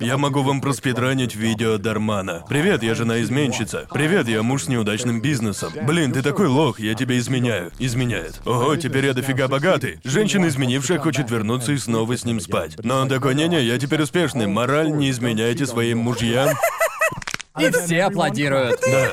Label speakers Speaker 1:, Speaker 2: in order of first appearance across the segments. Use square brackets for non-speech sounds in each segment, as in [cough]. Speaker 1: Я могу вам проспидранить видео Дармана. Привет, я жена-изменщица. Привет, я муж с неудачным бизнесом. Блин, ты такой лох, я тебя изменяю. Изменяет. Ого, теперь я дофига богатый. Женщина, изменившая, хочет вернуться и снова с ним спать. Но он такой, не-не, я теперь успешный. Мораль, не изменяйте своим мужьям.
Speaker 2: И все аплодируют.
Speaker 1: Да.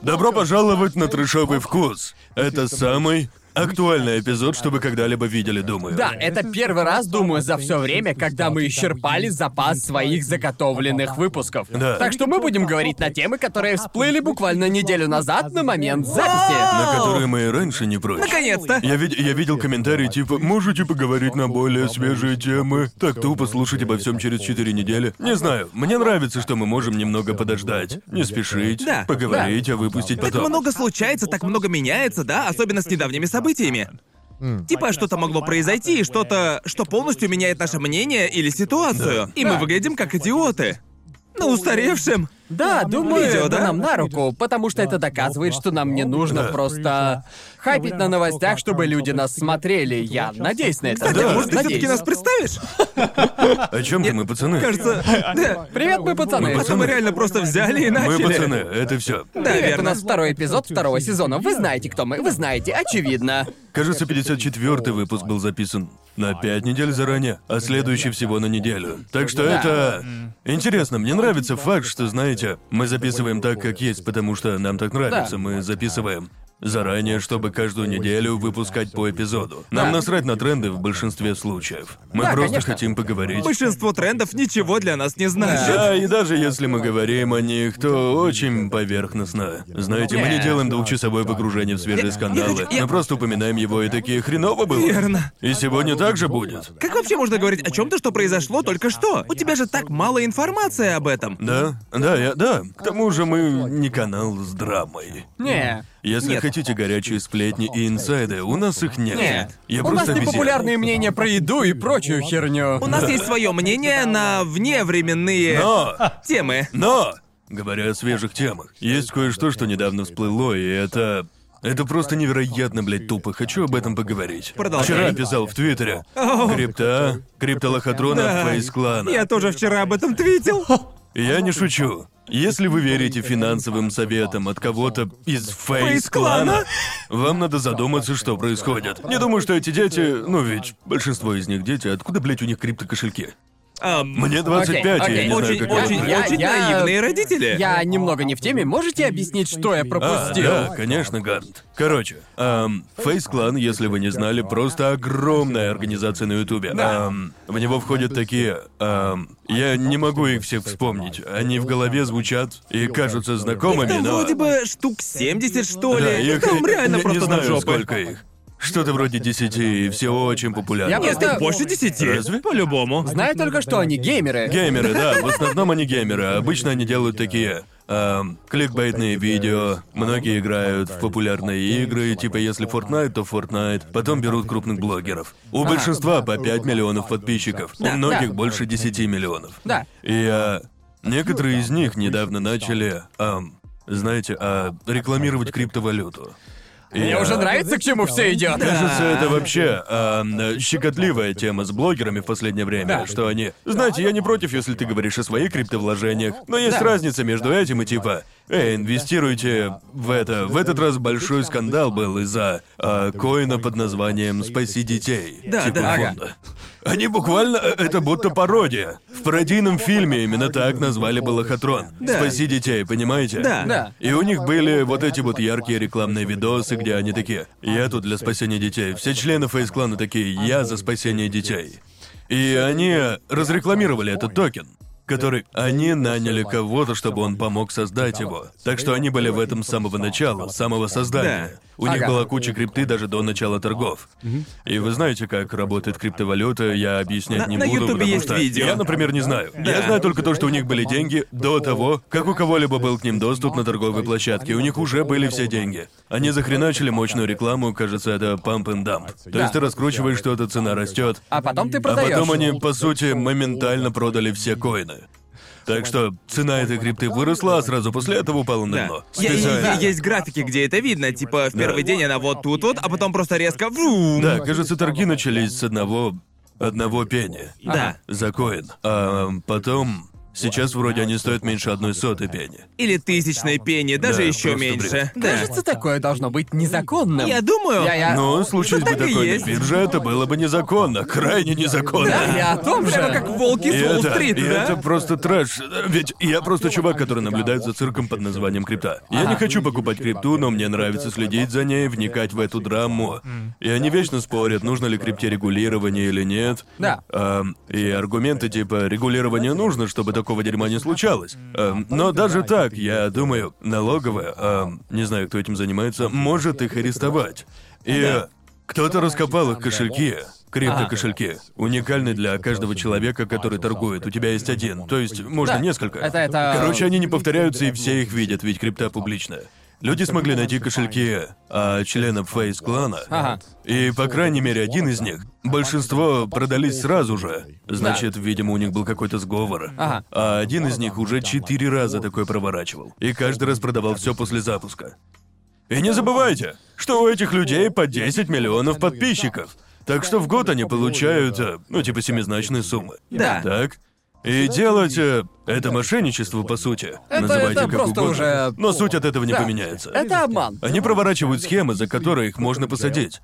Speaker 1: Добро пожаловать на трешовый вкус. Это самый актуальный эпизод, что вы когда-либо видели, думаю.
Speaker 2: Да, это первый раз, думаю, за все время, когда мы исчерпали запас своих заготовленных выпусков.
Speaker 1: Да.
Speaker 2: Так что мы будем говорить на темы, которые всплыли буквально неделю назад на момент записи.
Speaker 1: На которые мы и раньше не прочь.
Speaker 2: Наконец-то!
Speaker 1: Я, вид- я видел комментарии типа «Можете поговорить на более свежие темы?» Так тупо слушать обо всем через четыре недели. Не знаю, мне нравится, что мы можем немного подождать, не спешить,
Speaker 3: Да,
Speaker 1: поговорить, а выпустить
Speaker 3: Так
Speaker 1: потом.
Speaker 3: много случается, так много меняется, да, особенно с недавними событиями. Типа что-то могло произойти, что-то, что полностью меняет наше мнение или ситуацию. И мы
Speaker 2: Да.
Speaker 3: выглядим как идиоты. Ну, На устаревшем.
Speaker 2: Да, думаю,
Speaker 3: Видео,
Speaker 2: да?
Speaker 3: да?
Speaker 2: нам на руку, потому что это доказывает, что нам не нужно
Speaker 4: Да.
Speaker 2: просто хайпить на новостях, чтобы люди нас смотрели. Я надеюсь на это.
Speaker 3: Кстати,
Speaker 1: Да.
Speaker 3: может, ты
Speaker 2: Надеюсь.
Speaker 3: все-таки нас представишь?
Speaker 1: О чем ты, мы пацаны?
Speaker 3: Кажется, да.
Speaker 2: Привет, мы пацаны.
Speaker 1: Мы
Speaker 3: Потом мы реально просто взяли и
Speaker 1: Мы
Speaker 3: начали.
Speaker 1: пацаны, это все.
Speaker 3: Да,
Speaker 2: Привет, у
Speaker 3: верно.
Speaker 2: нас второй эпизод второго сезона. Вы знаете, кто мы. Вы знаете, очевидно.
Speaker 1: Кажется, 54-й выпуск был записан на пять недель заранее, а следующий всего на неделю. Так что
Speaker 2: Да.
Speaker 1: это... Интересно, мне нравится факт, что, знаете, мы записываем так, как есть, потому что нам так нравится.
Speaker 2: Да.
Speaker 1: Мы записываем заранее, чтобы каждую неделю выпускать по эпизоду. Нам
Speaker 2: Да.
Speaker 1: насрать на тренды в большинстве случаев. Мы
Speaker 2: Да,
Speaker 1: просто
Speaker 2: конечно.
Speaker 1: хотим поговорить.
Speaker 3: Большинство трендов ничего для нас не значит.
Speaker 1: Да, и даже если мы говорим о них, то очень поверхностно. Знаете, мы не
Speaker 2: Да.
Speaker 1: делаем двухчасовое погружение в свежие скандалы.
Speaker 3: я-
Speaker 1: Мы просто упоминаем его и такие хреново было.
Speaker 3: Верно.
Speaker 1: И сегодня так же будет.
Speaker 3: Как вообще можно говорить о чем-то, что произошло только что? У тебя же так мало информации об этом.
Speaker 1: Да, да, я, да. К тому же мы не канал с драмой.
Speaker 2: Не.
Speaker 1: Если
Speaker 3: Нет.
Speaker 1: хотите горячие сплетни и инсайды, у нас их нет.
Speaker 3: Нет.
Speaker 1: Я
Speaker 2: У нас
Speaker 1: просто Ну,
Speaker 2: не
Speaker 1: обезьяна.
Speaker 2: популярные мнения про еду и прочую херню.
Speaker 3: У нас есть свое мнение на вневременные
Speaker 1: Но,
Speaker 3: темы.
Speaker 1: но, говоря о свежих темах, есть кое-что, что недавно всплыло, и это... Это просто невероятно, блядь, тупо. Хочу об этом поговорить.
Speaker 3: Продолжай.
Speaker 1: Вчера я писал в Твиттере. Крипта, криптолохотрона
Speaker 3: Да.
Speaker 1: от фейс-клана.
Speaker 3: Я тоже вчера об этом твитил.
Speaker 1: Я не шучу. Если вы верите финансовым советам от кого-то из фейс-клана,
Speaker 3: Фейс-клана?
Speaker 1: вам надо задуматься, что происходит. Не думаю, что эти дети, ну ведь большинство из них дети, откуда, блядь, у них криптокошельки?
Speaker 3: Ам,
Speaker 1: Мне 25, и я
Speaker 2: окей.
Speaker 1: не знаю,
Speaker 3: А, Очень,
Speaker 1: как
Speaker 3: очень,
Speaker 1: это.
Speaker 2: Я-
Speaker 3: очень
Speaker 2: я-
Speaker 3: наивные родители.
Speaker 2: Я немного не в теме. Можете объяснить, что я
Speaker 1: А,
Speaker 2: пропустил?
Speaker 1: да, конечно, Гарнт. Короче, эм, Face Clan, если вы не знали, просто огромная организация на Ютубе. Эм, в него входят такие... эм, я не могу их всех вспомнить. Они в голове звучат и кажутся знакомыми,
Speaker 3: Там
Speaker 1: но...
Speaker 3: вроде бы штук 70, что ли. Ну,
Speaker 1: Да, их-
Speaker 3: Там реально
Speaker 1: не,
Speaker 3: просто
Speaker 1: не
Speaker 3: на
Speaker 1: знаю,
Speaker 3: жопы.
Speaker 1: сколько их. Что-то вроде 10, и все очень популярно.
Speaker 2: Я
Speaker 3: Нет,
Speaker 2: просто-
Speaker 3: их больше 10.
Speaker 1: Разве?
Speaker 3: По-любому.
Speaker 2: Знаю только, что они геймеры.
Speaker 1: Геймеры, да, в основном они геймеры. а Обычно они делают такие эм, кликбейтные видео. Многие играют в популярные игры, типа если Fortnite, то Fortnite. Потом берут крупных блогеров. У большинства по 5 миллионов подписчиков. У
Speaker 2: А. Да,
Speaker 1: многих
Speaker 2: да.
Speaker 1: больше 10 миллионов.
Speaker 2: Да.
Speaker 1: И а, некоторые из них недавно начали, ам, знаете, а, рекламировать криптовалюту. И,
Speaker 2: Мне уже
Speaker 1: а,
Speaker 2: нравится, к чему все идет.
Speaker 1: Кажется, это вообще эм, э, щекотливая тема с блогерами в последнее время,
Speaker 2: Да.
Speaker 1: что они... Знаете, я не против, если ты говоришь о своих криптовложениях, но есть разница между этим и типа... Эй, инвестируйте в это. В этот раз большой скандал был из-за э, коина под названием «Спаси детей».
Speaker 3: Да,
Speaker 1: типа
Speaker 3: да.
Speaker 1: фонда. Они буквально... э, Это будто пародия. В пародийном фильме именно так назвали бы лохотрон.
Speaker 3: Да.
Speaker 1: «Спаси детей», понимаете?
Speaker 3: Да.
Speaker 2: Да.
Speaker 1: И у них были вот эти вот яркие рекламные видосы, где они такие «Я тут для спасения детей». Все члены фейс-клана такие «Я за спасение детей». И они разрекламировали этот токен, который... Они наняли кого-то, чтобы он помог создать его. Так что они были в этом с самого начала, с самого создания.
Speaker 3: Да.
Speaker 1: У них
Speaker 2: Ага.
Speaker 1: была куча крипты даже до начала торгов. И вы знаете, как работает криптовалюта, я объяснять
Speaker 3: На-
Speaker 1: не
Speaker 3: на
Speaker 1: буду,
Speaker 3: Ютубе
Speaker 1: потому
Speaker 3: есть
Speaker 1: что
Speaker 3: видео.
Speaker 1: я, например, не знаю. Я знаю А только то, что у них были деньги до того, как у кого-либо был к ним доступ на торговой площадке. У них уже были все деньги. Они захреначили мощную рекламу, кажется, это pump and dump. То
Speaker 2: Да.
Speaker 1: есть ты раскручиваешь что-то, цена растет.
Speaker 2: А потом ты
Speaker 1: А
Speaker 2: продаешь.
Speaker 1: потом они, по сути, моментально продали все коины. Так что цена этой крипты выросла, а сразу после этого упала на
Speaker 3: Да.
Speaker 1: дно.
Speaker 3: Е- е-
Speaker 1: Специально.
Speaker 3: е- Есть графики, где это видно. Типа, в первый день она вот тут вот, а потом просто резко... врум.
Speaker 1: Да, кажется, торги начались с одного одного пенни.
Speaker 3: Да.
Speaker 1: За коин. А потом... Сейчас вроде они стоят меньше одной сотой пенни.
Speaker 3: Или тысячное пение, даже
Speaker 1: Да,
Speaker 3: еще
Speaker 1: просто
Speaker 3: меньше.
Speaker 1: бред.
Speaker 3: Да.
Speaker 2: Кажется, такое должно быть незаконным.
Speaker 3: Я думаю.
Speaker 2: Я- я-
Speaker 1: Но Ну, случись
Speaker 3: так
Speaker 1: бы
Speaker 3: и
Speaker 1: такое
Speaker 3: есть.
Speaker 1: на бирже, это было бы незаконно, крайне незаконно.
Speaker 2: Да, я о том
Speaker 3: Прямо
Speaker 2: же.
Speaker 3: как волки
Speaker 1: И
Speaker 3: с
Speaker 1: это,
Speaker 3: Уолл-стрит,
Speaker 1: и
Speaker 3: да?
Speaker 1: это просто трэш. Ведь я просто чувак, который наблюдает за цирком под названием крипта. Я не хочу покупать крипту, но мне нравится следить за ней, вникать в эту драму. И они вечно спорят, нужно ли крипте регулирование или нет.
Speaker 2: Да.
Speaker 1: Эм, и аргументы типа регулирование нужно, чтобы такого дерьма не случалось. Эм, но даже так, я думаю, налоговая, эм, не знаю, кто этим занимается, может их арестовать. И э, кто-то раскопал их кошельки. Криптокошельки. А, Уникальны для каждого человека, который торгует. У тебя есть один. То есть, можно
Speaker 2: Да.
Speaker 1: несколько.
Speaker 2: Это- это-
Speaker 1: Короче, они не повторяются, и все их видят, ведь крипта публичная. Люди смогли найти кошельки а, членов фейс-клана.
Speaker 2: Ага.
Speaker 1: И, по крайней мере, один из них. Большинство продались сразу же. Значит, видимо, у них был какой-то сговор.
Speaker 2: Ага.
Speaker 1: А один из них уже четыре раза такое проворачивал. И каждый раз продавал все после запуска. И не забывайте, что у этих людей по 10 миллионов подписчиков. Так что в год они получают, э, ну, типа, семизначные суммы.
Speaker 3: Да.
Speaker 1: Так? И делать э, это мошенничество, по сути.
Speaker 2: Это-
Speaker 1: Называйте
Speaker 2: это
Speaker 1: как
Speaker 2: просто
Speaker 1: угодно.
Speaker 2: уже-
Speaker 1: Но суть от этого не
Speaker 2: Да.
Speaker 1: поменяется.
Speaker 2: Это обман.
Speaker 1: Они проворачивают схемы, за которые их можно посадить.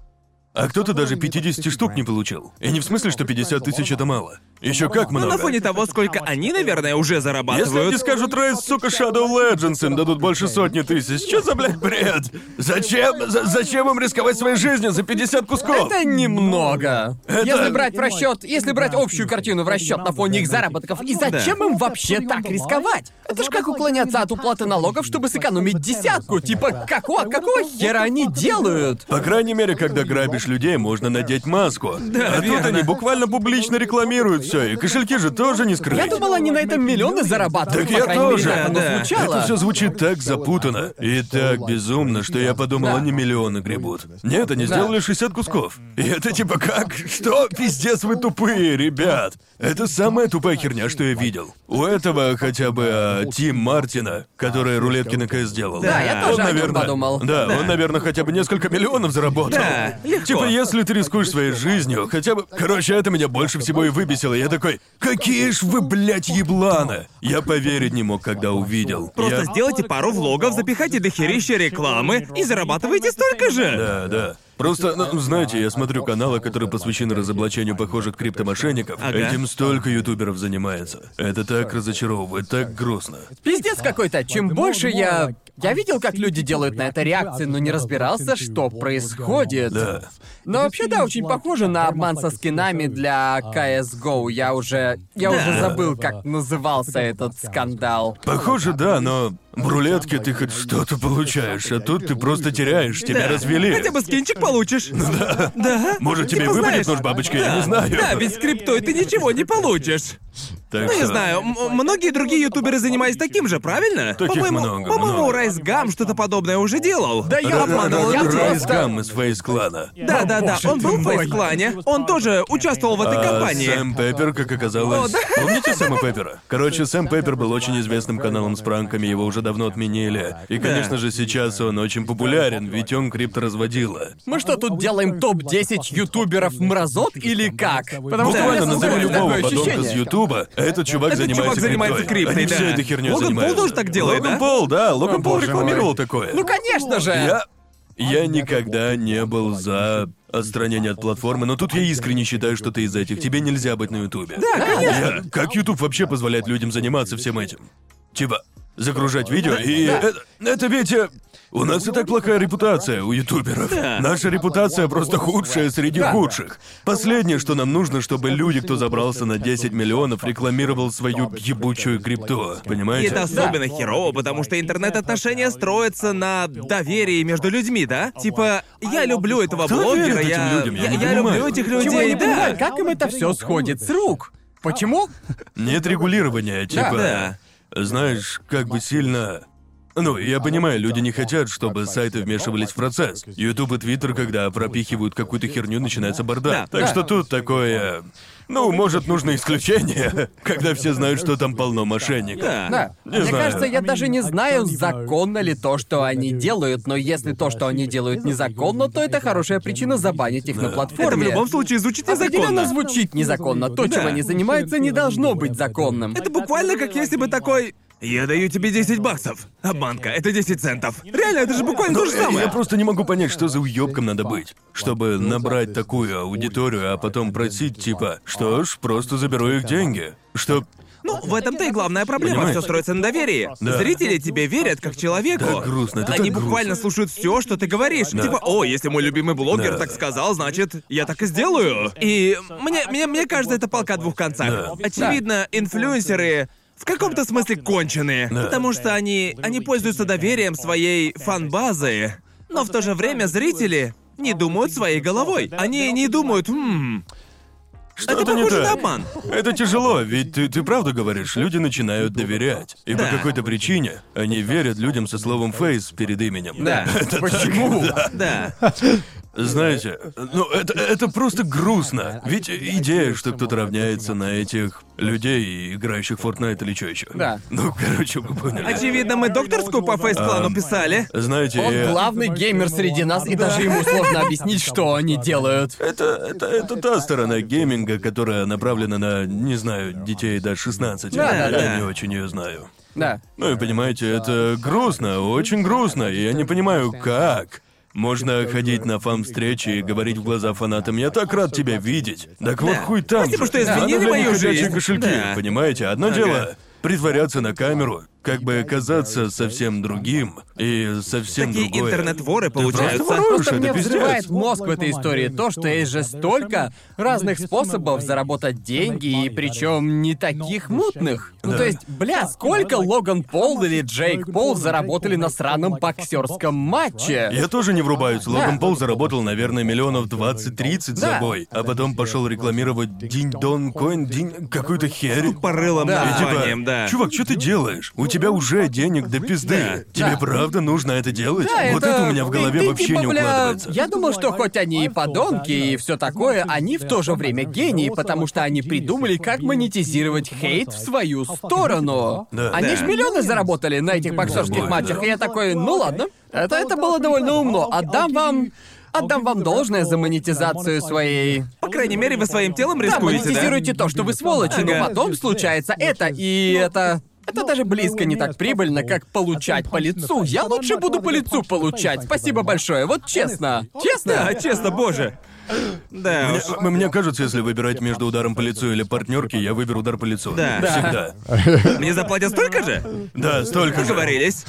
Speaker 1: А кто-то даже 50 штук не получил. И не в смысле, что 50 тысяч это мало. Еще как
Speaker 3: Ну,
Speaker 1: много.
Speaker 3: на фоне того, сколько они, наверное, уже
Speaker 1: Если они
Speaker 3: зарабатывают.
Speaker 1: скажут Рейс, сука, Shadow Legends, им дадут больше сотни тысяч. Что за, блядь, бред? Зачем? за- зачем им рисковать своей жизнью за 50 кусков?
Speaker 2: Это немного. Если брать в расчет, если брать общую картину в расчет на фоне их заработков, и зачем им вообще так рисковать? Это ж как уклоняться от уплаты налогов, чтобы сэкономить десятку. Типа, какого, какого хера они делают?
Speaker 1: По крайней мере, когда грабишь людей, можно надеть маску. а тут они буквально публично рекламируют все, и кошельки же тоже не скрыть.
Speaker 2: Я думал, они на этом миллионы зарабатывают.
Speaker 1: Так
Speaker 2: по
Speaker 1: я
Speaker 2: крайней
Speaker 1: тоже,
Speaker 2: мере, так оно
Speaker 3: да.
Speaker 2: звучало.
Speaker 1: Это все звучит так запутанно и так безумно, что я подумал,
Speaker 2: Да.
Speaker 1: они миллионы гребут. Нет, они
Speaker 2: Да.
Speaker 1: сделали 60 кусков. И это типа как? Что? Пиздец, вы тупые, ребят. Это самая тупая херня, что я видел. У этого хотя бы а, Тим Мартина, который рулетки на КС сделал.
Speaker 2: Да, я
Speaker 1: он,
Speaker 2: тоже о нём
Speaker 1: наверное,
Speaker 2: подумал.
Speaker 1: Да, он, наверное, хотя бы несколько миллионов заработал.
Speaker 3: Да, легко.
Speaker 1: Типа, если ты рискуешь своей жизнью, хотя бы... Короче, это меня больше всего и выбесило. Я такой, какие ж вы, блядь, ебланы! Я поверить не мог, когда увидел.
Speaker 3: Просто
Speaker 1: Я-
Speaker 3: сделайте пару влогов, запихайте дохерища рекламы и зарабатывайте столько же.
Speaker 1: Да, да. Просто, ну, знаете, я смотрю каналы, которые посвящены разоблачению похожих криптомошенников.
Speaker 3: Ага.
Speaker 1: Этим столько ютуберов занимается. Это так разочаровывает, так грустно.
Speaker 2: Пиздец какой-то. Чем больше я... Я видел, как люди делают на это реакции, но не разбирался, что происходит.
Speaker 1: Да.
Speaker 2: Но вообще, да, очень похоже на обман со скинами для
Speaker 1: А,
Speaker 2: CSGO. Я уже... Я
Speaker 3: Да.
Speaker 2: уже забыл, как назывался этот скандал.
Speaker 1: Похоже, да, но в рулетке ты хоть что-то получаешь, а тут ты просто теряешь, тебя развели.
Speaker 3: Хотя бы скинчик получишь. Да. Да.
Speaker 1: Может, тебе
Speaker 3: Типа,
Speaker 1: выпадет
Speaker 3: знаешь,
Speaker 1: нож бабочка, я
Speaker 3: да.
Speaker 1: не знаю.
Speaker 3: Да, ведь с криптой ты ничего не получишь.
Speaker 1: Так
Speaker 3: Ну, не
Speaker 1: что-
Speaker 3: знаю, м- многие другие ютуберы занимались таким же, правильно?
Speaker 1: Таких
Speaker 3: по-моему,
Speaker 1: много,
Speaker 3: по-моему,
Speaker 1: много.
Speaker 3: Райс Гам что-то подобное уже делал. Да
Speaker 2: я обманывал, я
Speaker 1: Райс
Speaker 2: просто-
Speaker 1: Гам из Фейс-клана.
Speaker 3: Да, да, да,
Speaker 2: боже
Speaker 3: он
Speaker 2: ты
Speaker 3: был в
Speaker 2: мой.
Speaker 3: фейс-клане, он тоже участвовал в этой
Speaker 1: А
Speaker 3: компании.
Speaker 1: Сэм Пеппер, как оказалось... Помните Сэма Пеппера? Короче, Сэм Пеппер был очень известным каналом с пранками, его уже давно отменили. И, конечно же, сейчас он очень популярен, ведь он крипторазводила.
Speaker 2: Мы что, тут делаем топ-10 ютуберов мразот или как? Потому что у
Speaker 1: Буквально
Speaker 2: меня
Speaker 1: назови
Speaker 2: создалось
Speaker 1: любого
Speaker 2: такое
Speaker 1: подонка с
Speaker 2: ощущение.
Speaker 1: Ютуба, а этот чувак
Speaker 3: Этот
Speaker 1: занимается
Speaker 3: чувак занимается
Speaker 1: криптой.
Speaker 3: криптой,
Speaker 1: Они все
Speaker 3: да.
Speaker 1: этой херней
Speaker 3: Логан Пол
Speaker 1: занимаются.
Speaker 3: тоже так делает,
Speaker 1: Логан
Speaker 3: да?
Speaker 1: Пол, да, Логан Пол
Speaker 2: боже мой.
Speaker 1: рекламировал такое.
Speaker 2: Ну, конечно же!
Speaker 1: Я... Я никогда не был за отстранение от платформы, но тут я искренне считаю, что ты из этих. Тебе нельзя быть на Ютубе. Да, конечно. как Ютуб вообще позволяет людям заниматься всем этим? Типа, загружать видео и... Это, это ведь... э, У нас и так плохая репутация у ютуберов. Наша репутация просто худшая среди худших. Последнее, что нам нужно, чтобы люди, кто забрался на 10 миллионов, рекламировал свою ебучую крипту.
Speaker 3: И
Speaker 1: Понимаете?
Speaker 3: это особенно херово, потому что интернет-отношения строятся на доверии между людьми, да? Типа, я люблю этого
Speaker 1: Кто верит
Speaker 3: блогера,
Speaker 1: этим
Speaker 3: я,
Speaker 1: людям? Я
Speaker 3: я,
Speaker 1: не
Speaker 3: я
Speaker 1: понимаю.
Speaker 3: люблю этих людей,
Speaker 2: Чего я не
Speaker 3: да.
Speaker 2: понимаю, как им это все сходит с рук? Почему?
Speaker 1: Нет регулирования, типа.
Speaker 3: да.
Speaker 1: Знаешь, как бы сильно. Ну, я понимаю, люди не хотят, чтобы сайты вмешивались в процесс. Ютуб и Твиттер, когда пропихивают какую-то херню, начинается бардак.
Speaker 3: Да,
Speaker 1: так
Speaker 2: да.
Speaker 1: что тут такое. Ну, может, нужно исключение, [laughs] когда все знают, что там полно мошенников.
Speaker 3: Да.
Speaker 2: Да.
Speaker 1: Не
Speaker 2: Мне
Speaker 1: знаю.
Speaker 2: кажется, я даже А не знаю, законно ли то, что они делают, но если то, что они делают незаконно, то это хорошая причина забанить их на
Speaker 1: Да.
Speaker 3: Это в
Speaker 2: платформе.
Speaker 3: любом случае звучит
Speaker 2: Определенно
Speaker 3: незаконно.
Speaker 2: звучит незаконно. То,
Speaker 3: Да.
Speaker 2: чем они занимаются, не должно быть законным.
Speaker 3: Это буквально как если бы такой... Я даю тебе 10 баксов. Обманка, это 10 центов. Реально, это же буквально то же
Speaker 1: Ну,
Speaker 3: самое.
Speaker 1: Я просто не могу понять, что за уёбком надо быть, чтобы набрать такую аудиторию, а потом просить, типа, что ж, просто заберу их деньги. Что...
Speaker 3: Ну, в этом-то и главная проблема.
Speaker 1: Понимаешь?
Speaker 3: Все строится на доверии.
Speaker 1: Да.
Speaker 3: Зрители тебе верят как человеку.
Speaker 1: Так грустно, это
Speaker 3: Они
Speaker 1: так
Speaker 3: буквально
Speaker 1: грустно.
Speaker 3: слушают все, что ты говоришь.
Speaker 1: Да.
Speaker 3: Типа, о, если мой любимый блогер
Speaker 1: Да.
Speaker 3: так сказал, значит, я так и сделаю. И мне, мне, мне кажется, это полка о двух концах.
Speaker 4: Да.
Speaker 3: Очевидно, инфлюенсеры в каком-то смысле конченые,
Speaker 1: Да.
Speaker 3: потому что они, они пользуются доверием своей фан-базы, но в то же время зрители не думают своей головой. Они не думают, «М,
Speaker 1: Что-то
Speaker 3: это
Speaker 1: не
Speaker 3: похоже на
Speaker 1: так.
Speaker 3: обман.
Speaker 1: Это тяжело, ведь ты, ты правда говоришь, люди начинают доверять. И
Speaker 3: Да.
Speaker 1: по какой-то причине они верят людям со словом «фейс» перед именем.
Speaker 3: Да.
Speaker 2: Почему?
Speaker 3: Да.
Speaker 1: Знаете, ну это, это просто грустно. Ведь идея, что кто-то равняется на этих людей, играющих в Fortnite или что еще.
Speaker 2: Да.
Speaker 1: Ну, короче, вы поняли.
Speaker 3: Очевидно, мы докторскую по
Speaker 1: А,
Speaker 3: фейс-плану
Speaker 4: Эм,
Speaker 3: писали.
Speaker 1: Знаете, э,
Speaker 2: Он
Speaker 1: я-
Speaker 2: главный геймер среди нас, и даже ему сложно объяснить, что они делают.
Speaker 1: Это, это, это та сторона гейминга, которая направлена на, не знаю, детей до 16.
Speaker 2: Да,
Speaker 1: я
Speaker 2: да,
Speaker 3: да.
Speaker 1: не очень ее знаю.
Speaker 2: Да.
Speaker 1: Ну и понимаете, это грустно, очень грустно, и я не понимаю, как. Можно ходить на фан-встречи и говорить в глаза фанатам, я так рад тебя видеть. Так вот
Speaker 3: Да.
Speaker 1: хуй там. же.
Speaker 3: Спасибо, что изменили
Speaker 1: Надо для
Speaker 3: мою
Speaker 1: них
Speaker 3: жизнь.
Speaker 1: ходячие кошельки,
Speaker 3: Да.
Speaker 1: понимаете? Одно
Speaker 3: Ага.
Speaker 1: дело притворяться на камеру, как бы казаться совсем другим и совсем
Speaker 3: Такие
Speaker 1: другое.
Speaker 3: интернет-воры
Speaker 1: Просто
Speaker 3: получаются.
Speaker 1: воруешь,
Speaker 2: Просто
Speaker 1: это
Speaker 2: мне
Speaker 1: пиздец.
Speaker 2: взрывает мозг в этой истории то, что есть же столько разных способов заработать деньги, и причем не таких мутных. Ну
Speaker 4: Да.
Speaker 2: то есть, бля, сколько Логан Пол или Джейк Пол заработали на сраном боксерском матче?
Speaker 1: Я тоже не врубаюсь.
Speaker 2: Да.
Speaker 1: Логан Пол заработал, наверное, миллионов 20-30
Speaker 2: Да.
Speaker 1: за бой, а потом пошел рекламировать Динь-Дон Коин, Динь... какую-то херь.
Speaker 3: Порылом
Speaker 2: Да.
Speaker 1: И типа,
Speaker 3: названием, да.
Speaker 1: чувак, что ты делаешь? У тебя уже денег до пизды.
Speaker 3: Да.
Speaker 1: Тебе
Speaker 2: Да.
Speaker 1: правда нужно это делать?
Speaker 2: Да,
Speaker 1: вот это... у меня в
Speaker 2: ты-
Speaker 1: голове
Speaker 2: ты
Speaker 1: вообще
Speaker 2: типа,
Speaker 1: не
Speaker 2: бля,
Speaker 1: укладывается.
Speaker 2: Я думал, что хоть они и подонки и все такое, они в то же время гении, потому что они придумали, как монетизировать хейт в свою сторону.
Speaker 1: Да.
Speaker 2: Они
Speaker 3: Да.
Speaker 2: ж миллионы заработали на этих боксерских
Speaker 1: Да.
Speaker 2: матчах, и я такой, ну ладно, это, это было довольно умно. Отдам вам... Отдам вам должное за монетизацию своей...
Speaker 3: По крайней мере, вы своим телом
Speaker 2: Да,
Speaker 3: рискуете, да?
Speaker 2: монетизируйте то, что вы сволочи, но
Speaker 3: Ага.
Speaker 2: потом случается это, и это... Это даже близко Ну, не так прибыльно, как получать по лицу. Я лучше буду по лицу получать. Спасибо большое, вот честно. Честно?
Speaker 3: Да, честно, боже. Да уж.
Speaker 1: Мне, мне кажется, если выбирать между ударом по лицу или партнерки, я выберу удар по лицу.
Speaker 3: Да.
Speaker 1: Всегда.
Speaker 3: Мне заплатят столько же?
Speaker 1: Да, столько же.
Speaker 3: Договорились.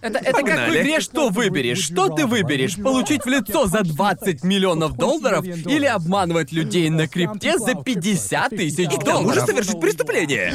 Speaker 2: Это, это как в
Speaker 3: Погнали.
Speaker 2: игре «Что выберешь?» Что ты выберешь? Получить в лицо за 20 миллионов долларов или обманывать людей на крипте за 50 тысяч
Speaker 4: И к
Speaker 3: К тому же
Speaker 2: долларов?
Speaker 3: совершить преступление.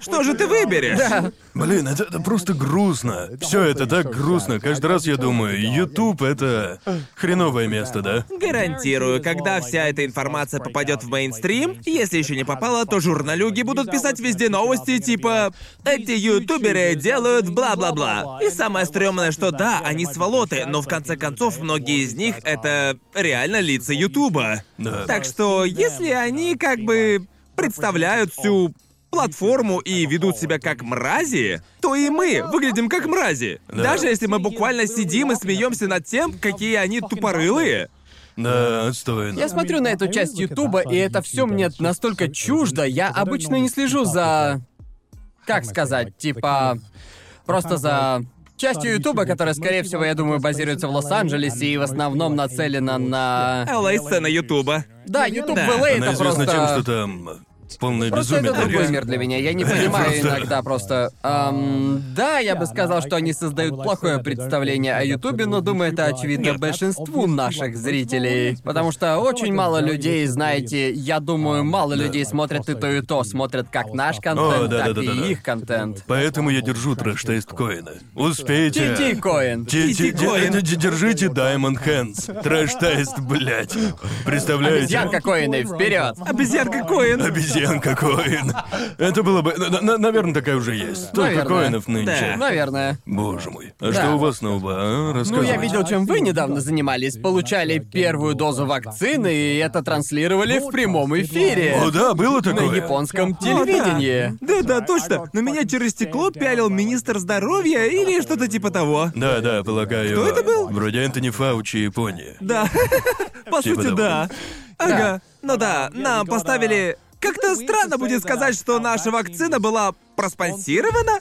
Speaker 3: Что же ты выберешь?
Speaker 1: Блин, это, это просто грустно. Все это так грустно. Каждый раз я думаю, YouTube это хреновое место, да?
Speaker 3: Гарантирую, когда вся эта информация попадет в мейнстрим, если еще не попала, то журналюги будут писать везде новости типа «Эти ютуберы делают бла-бла-бла». И самое стрёмное, что да, они сволоты, но в конце концов многие из них — это реально лица ютуба.
Speaker 1: Да.
Speaker 3: Так что если они как бы представляют всю платформу и ведут себя как мрази, то и мы выглядим как мрази. Даже если мы буквально сидим и смеемся над тем, какие они тупорылые.
Speaker 1: Да, отстойно.
Speaker 2: Я смотрю на эту часть Ютуба, и это все мне настолько чуждо. Я обычно не слежу за... Как сказать, типа... Просто за... Частью Ютуба, которая, скорее всего, я думаю, базируется в Лос-Анджелесе и в основном нацелена на...
Speaker 3: LA сцена Ютуба.
Speaker 2: Да, Ютуб
Speaker 3: Э, Да.
Speaker 2: ВЛ
Speaker 1: Она
Speaker 2: это
Speaker 1: известна тем, что
Speaker 2: просто...
Speaker 1: там полное
Speaker 2: Просто
Speaker 1: безумие.
Speaker 2: это другой
Speaker 1: творится.
Speaker 2: мир для меня. Я не понимаю
Speaker 1: Просто-
Speaker 2: иногда просто. Ам, да, я бы сказал, что они создают плохое представление о Ютубе, но думаю, это очевидно
Speaker 4: Нет.
Speaker 2: большинству наших зрителей. Потому что очень мало людей, знаете, я думаю, мало людей смотрят и то, и то. Смотрят как наш контент,
Speaker 1: О, да, да,
Speaker 2: так
Speaker 1: да,
Speaker 2: и
Speaker 1: да, да.
Speaker 2: их контент.
Speaker 1: Поэтому я держу трэш-тест Коина. Успейте.
Speaker 2: Ти-ти, Коэн.
Speaker 1: Ти- ти-
Speaker 3: Ти-ти Коэн.
Speaker 1: д- д- Держите Diamond Hands. Трэш-тест, блядь. Представляете?
Speaker 2: Обезьянка Коэны, вперед!
Speaker 3: Обезьянка Коэн.
Speaker 1: Обезьянка Коин. Это было бы... на- на- Наверное, такая уже есть. Только
Speaker 2: Наверное.
Speaker 1: коинов нынче.
Speaker 3: Да.
Speaker 2: Наверное.
Speaker 1: Боже мой. А
Speaker 2: Да.
Speaker 1: что у вас нового, а?
Speaker 2: Ну,
Speaker 1: Рассказывайте.
Speaker 2: я видел, чем вы недавно занимались. Получали первую дозу вакцины, и это транслировали в прямом эфире.
Speaker 1: О, да, было
Speaker 2: На
Speaker 1: такое.
Speaker 2: японском
Speaker 3: О, да.
Speaker 2: телевидении.
Speaker 3: Да, да, точно. На меня через стекло пялил министр здоровья или что-то типа того.
Speaker 1: Да, да, полагаю.
Speaker 3: Кто это был?
Speaker 1: Вроде Энтони Фаучи Япония.
Speaker 3: Да. По
Speaker 1: Типа
Speaker 3: сути,
Speaker 1: того.
Speaker 3: да. Ага. Ну да, нам поставили... Как-то странно будет сказать, что наша вакцина была проспонсирована.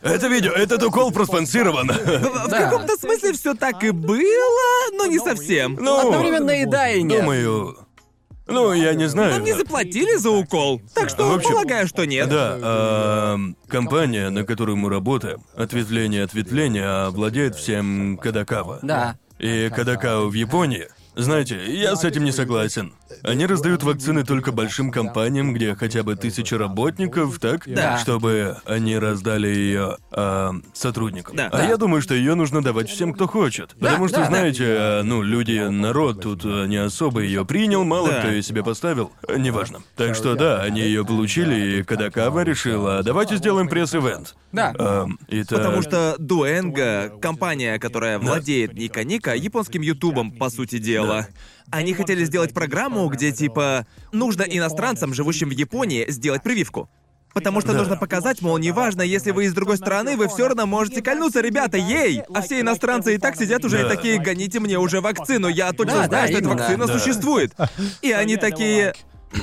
Speaker 1: Это видео, этот укол проспонсирован.
Speaker 3: В
Speaker 2: Да.
Speaker 3: каком-то смысле все так и было, но не совсем.
Speaker 1: Ну,
Speaker 2: Одновременно и да, и нет.
Speaker 1: думаю... Ну, я не знаю.
Speaker 3: Нам не заплатили за укол, так что
Speaker 1: В общем,
Speaker 3: полагаю, что нет.
Speaker 1: Да, эм, компания, на которую мы работаем, ответвление ответвления, обладает всем Кадакава.
Speaker 2: Да.
Speaker 1: И Кадакао в Японии. Знаете, я с этим не согласен. Они раздают вакцины только большим компаниям, где хотя бы тысяча работников, так?
Speaker 2: Да.
Speaker 1: Чтобы они раздали ее сотрудникам.
Speaker 3: Да.
Speaker 1: а я думаю, что ее нужно давать всем, кто хочет. Потому что,
Speaker 2: да, да.
Speaker 1: знаете, э, ну, люди, народ тут э, не особо ее принял, мало
Speaker 3: Да.
Speaker 1: кто ее себе поставил. Э, Неважно. Так что да, они ее получили, и Кадакава решила, давайте сделаем пресс-ивент.
Speaker 2: Да.
Speaker 1: Эм, и та-
Speaker 3: Потому что Дуэнго, компания, которая владеет Ника Ника, японским ютубом, по сути дела. Они хотели сделать программу, где типа нужно иностранцам, живущим в Японии, сделать прививку. Потому что нужно показать, мол, неважно, если вы из другой страны, вы все равно можете кольнуться, ребята, ей! А все иностранцы и так сидят уже
Speaker 1: Да.
Speaker 3: и такие, гоните мне уже вакцину, я точно
Speaker 2: Да,
Speaker 3: знаю,
Speaker 2: да,
Speaker 3: что эта
Speaker 2: именно.
Speaker 3: вакцина
Speaker 1: Да.
Speaker 3: существует. И они такие,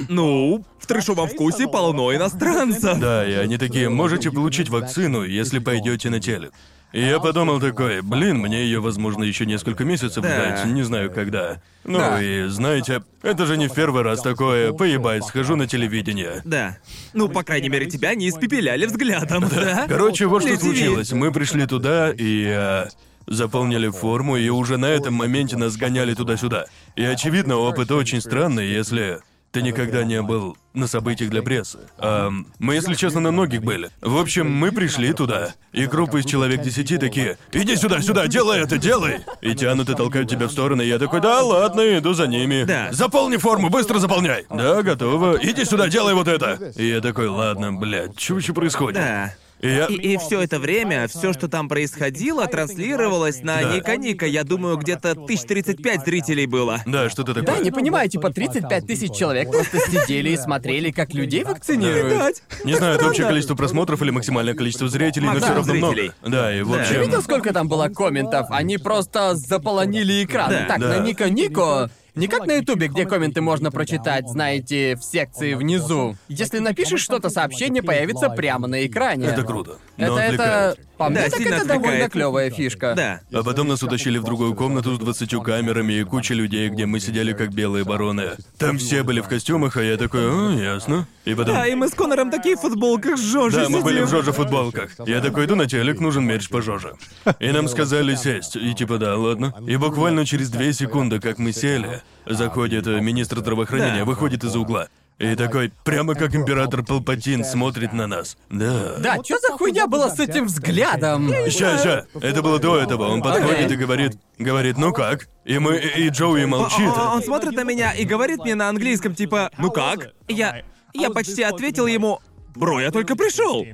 Speaker 3: ну, в трешовом вкусе полно иностранцев.
Speaker 1: Да, и они такие, можете получить вакцину, если пойдете на телек. И я подумал такой, блин, мне ее, возможно, еще несколько месяцев
Speaker 3: Да.
Speaker 1: дать, не знаю когда. Ну
Speaker 2: Да.
Speaker 1: и знаете, это же не в первый раз такое, поебать, схожу на телевидение.
Speaker 3: Да. Ну, по крайней мере, тебя не испепеляли взглядом, да?
Speaker 1: Короче, вот что
Speaker 3: Лети вид.
Speaker 1: случилось. Мы пришли туда и э, заполнили форму, и уже на этом моменте нас гоняли туда-сюда. И очевидно, опыт очень странный, если ты никогда не был на событиях для прессы. Ам, мы, если честно, на многих были. В общем, мы пришли туда, и группа из человек десяти такие «Иди сюда, сюда, делай это, делай!» И тянут и толкают тебя в стороны, и я такой «Да ладно, иду за ними».
Speaker 3: Да.
Speaker 1: «Заполни форму, быстро заполняй!» «Да, готово. Иди сюда, делай вот это!» И я такой «Ладно, блядь, чего вообще происходит?»
Speaker 3: Да.
Speaker 1: И я...
Speaker 3: И, все это время, все, что там происходило, транслировалось на
Speaker 1: Да.
Speaker 3: Ника Ника. Я думаю, где-то 1035 зрителей было.
Speaker 1: Да, что-то такое.
Speaker 2: Да, не понимаю, типа 35 тысяч человек просто сидели и смотрели, как людей вакцинируют.
Speaker 3: Видать.
Speaker 1: Не знаю, это общее количество просмотров или максимальное количество зрителей, но
Speaker 3: Максимум
Speaker 1: все равно много.
Speaker 3: зрителей.
Speaker 1: Да, и в
Speaker 3: Да.
Speaker 1: общем...
Speaker 2: Видел, сколько там было комментов? Они просто заполонили экран.
Speaker 3: Да,
Speaker 2: так,
Speaker 1: да.
Speaker 2: на Ника Нико. Не как на Ютубе, где комменты можно прочитать, знаете, в секции внизу. Если напишешь что-то, сообщение появится прямо на экране.
Speaker 1: Это круто.
Speaker 2: Это,
Speaker 1: Но
Speaker 2: это...
Speaker 1: отвлекает.
Speaker 2: По мне,
Speaker 3: Да,
Speaker 2: так
Speaker 3: сильно
Speaker 2: это довольно
Speaker 3: отвлекает.
Speaker 2: клевая фишка.
Speaker 3: Да.
Speaker 1: А потом нас утащили в другую комнату с 20 камерами и кучей людей, где мы сидели как белые бароны. Там все были в костюмах, а я такой, «О, ясно. И потом...
Speaker 3: Да, и мы с Конором такие в футболках с Жожей
Speaker 1: Да, мы
Speaker 3: сидим.
Speaker 1: были в Жоже футболках. Я такой, иду на телек, нужен мерч по Жоже. И нам сказали сесть. И типа, да, ладно. И буквально через две секунды, как мы сели, заходит э, министр здравоохранения,
Speaker 3: Да.
Speaker 1: выходит из угла. И такой, прямо как император Палпатин смотрит на нас. Да.
Speaker 2: Да, чё за хуйня была с этим взглядом?
Speaker 1: Ща, ща. Это было до этого. Он подходит
Speaker 2: Окей.
Speaker 1: и говорит, говорит, ну как? И мы, и и Джоуи молчит.
Speaker 3: О- о- А, Он смотрит на меня и говорит мне на английском, типа, ну как? Я... Я почти ответил ему, бро, я только пришел.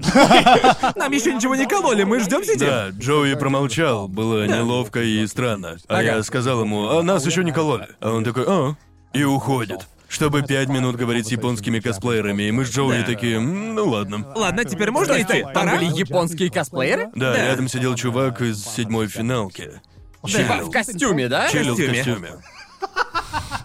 Speaker 3: Нам еще ничего не кололи, мы ждем сидим.
Speaker 1: Да, Джоуи промолчал, было неловко и странно. А я сказал ему, а нас еще не кололи. А он такой, а, и уходит. Чтобы пять минут говорить с японскими косплеерами, и мы с Джоуи
Speaker 3: Да.
Speaker 1: такие, «М, ну ладно.
Speaker 3: Ладно, теперь можно
Speaker 2: Стой,
Speaker 3: идти?
Speaker 2: стой, там
Speaker 3: Пора?
Speaker 2: были японские косплееры?
Speaker 1: Да,
Speaker 3: Да.
Speaker 1: рядом сидел чувак из седьмой финалки.
Speaker 2: Типа в костюме, да?
Speaker 1: Чилил в
Speaker 3: костюме.
Speaker 1: костюме.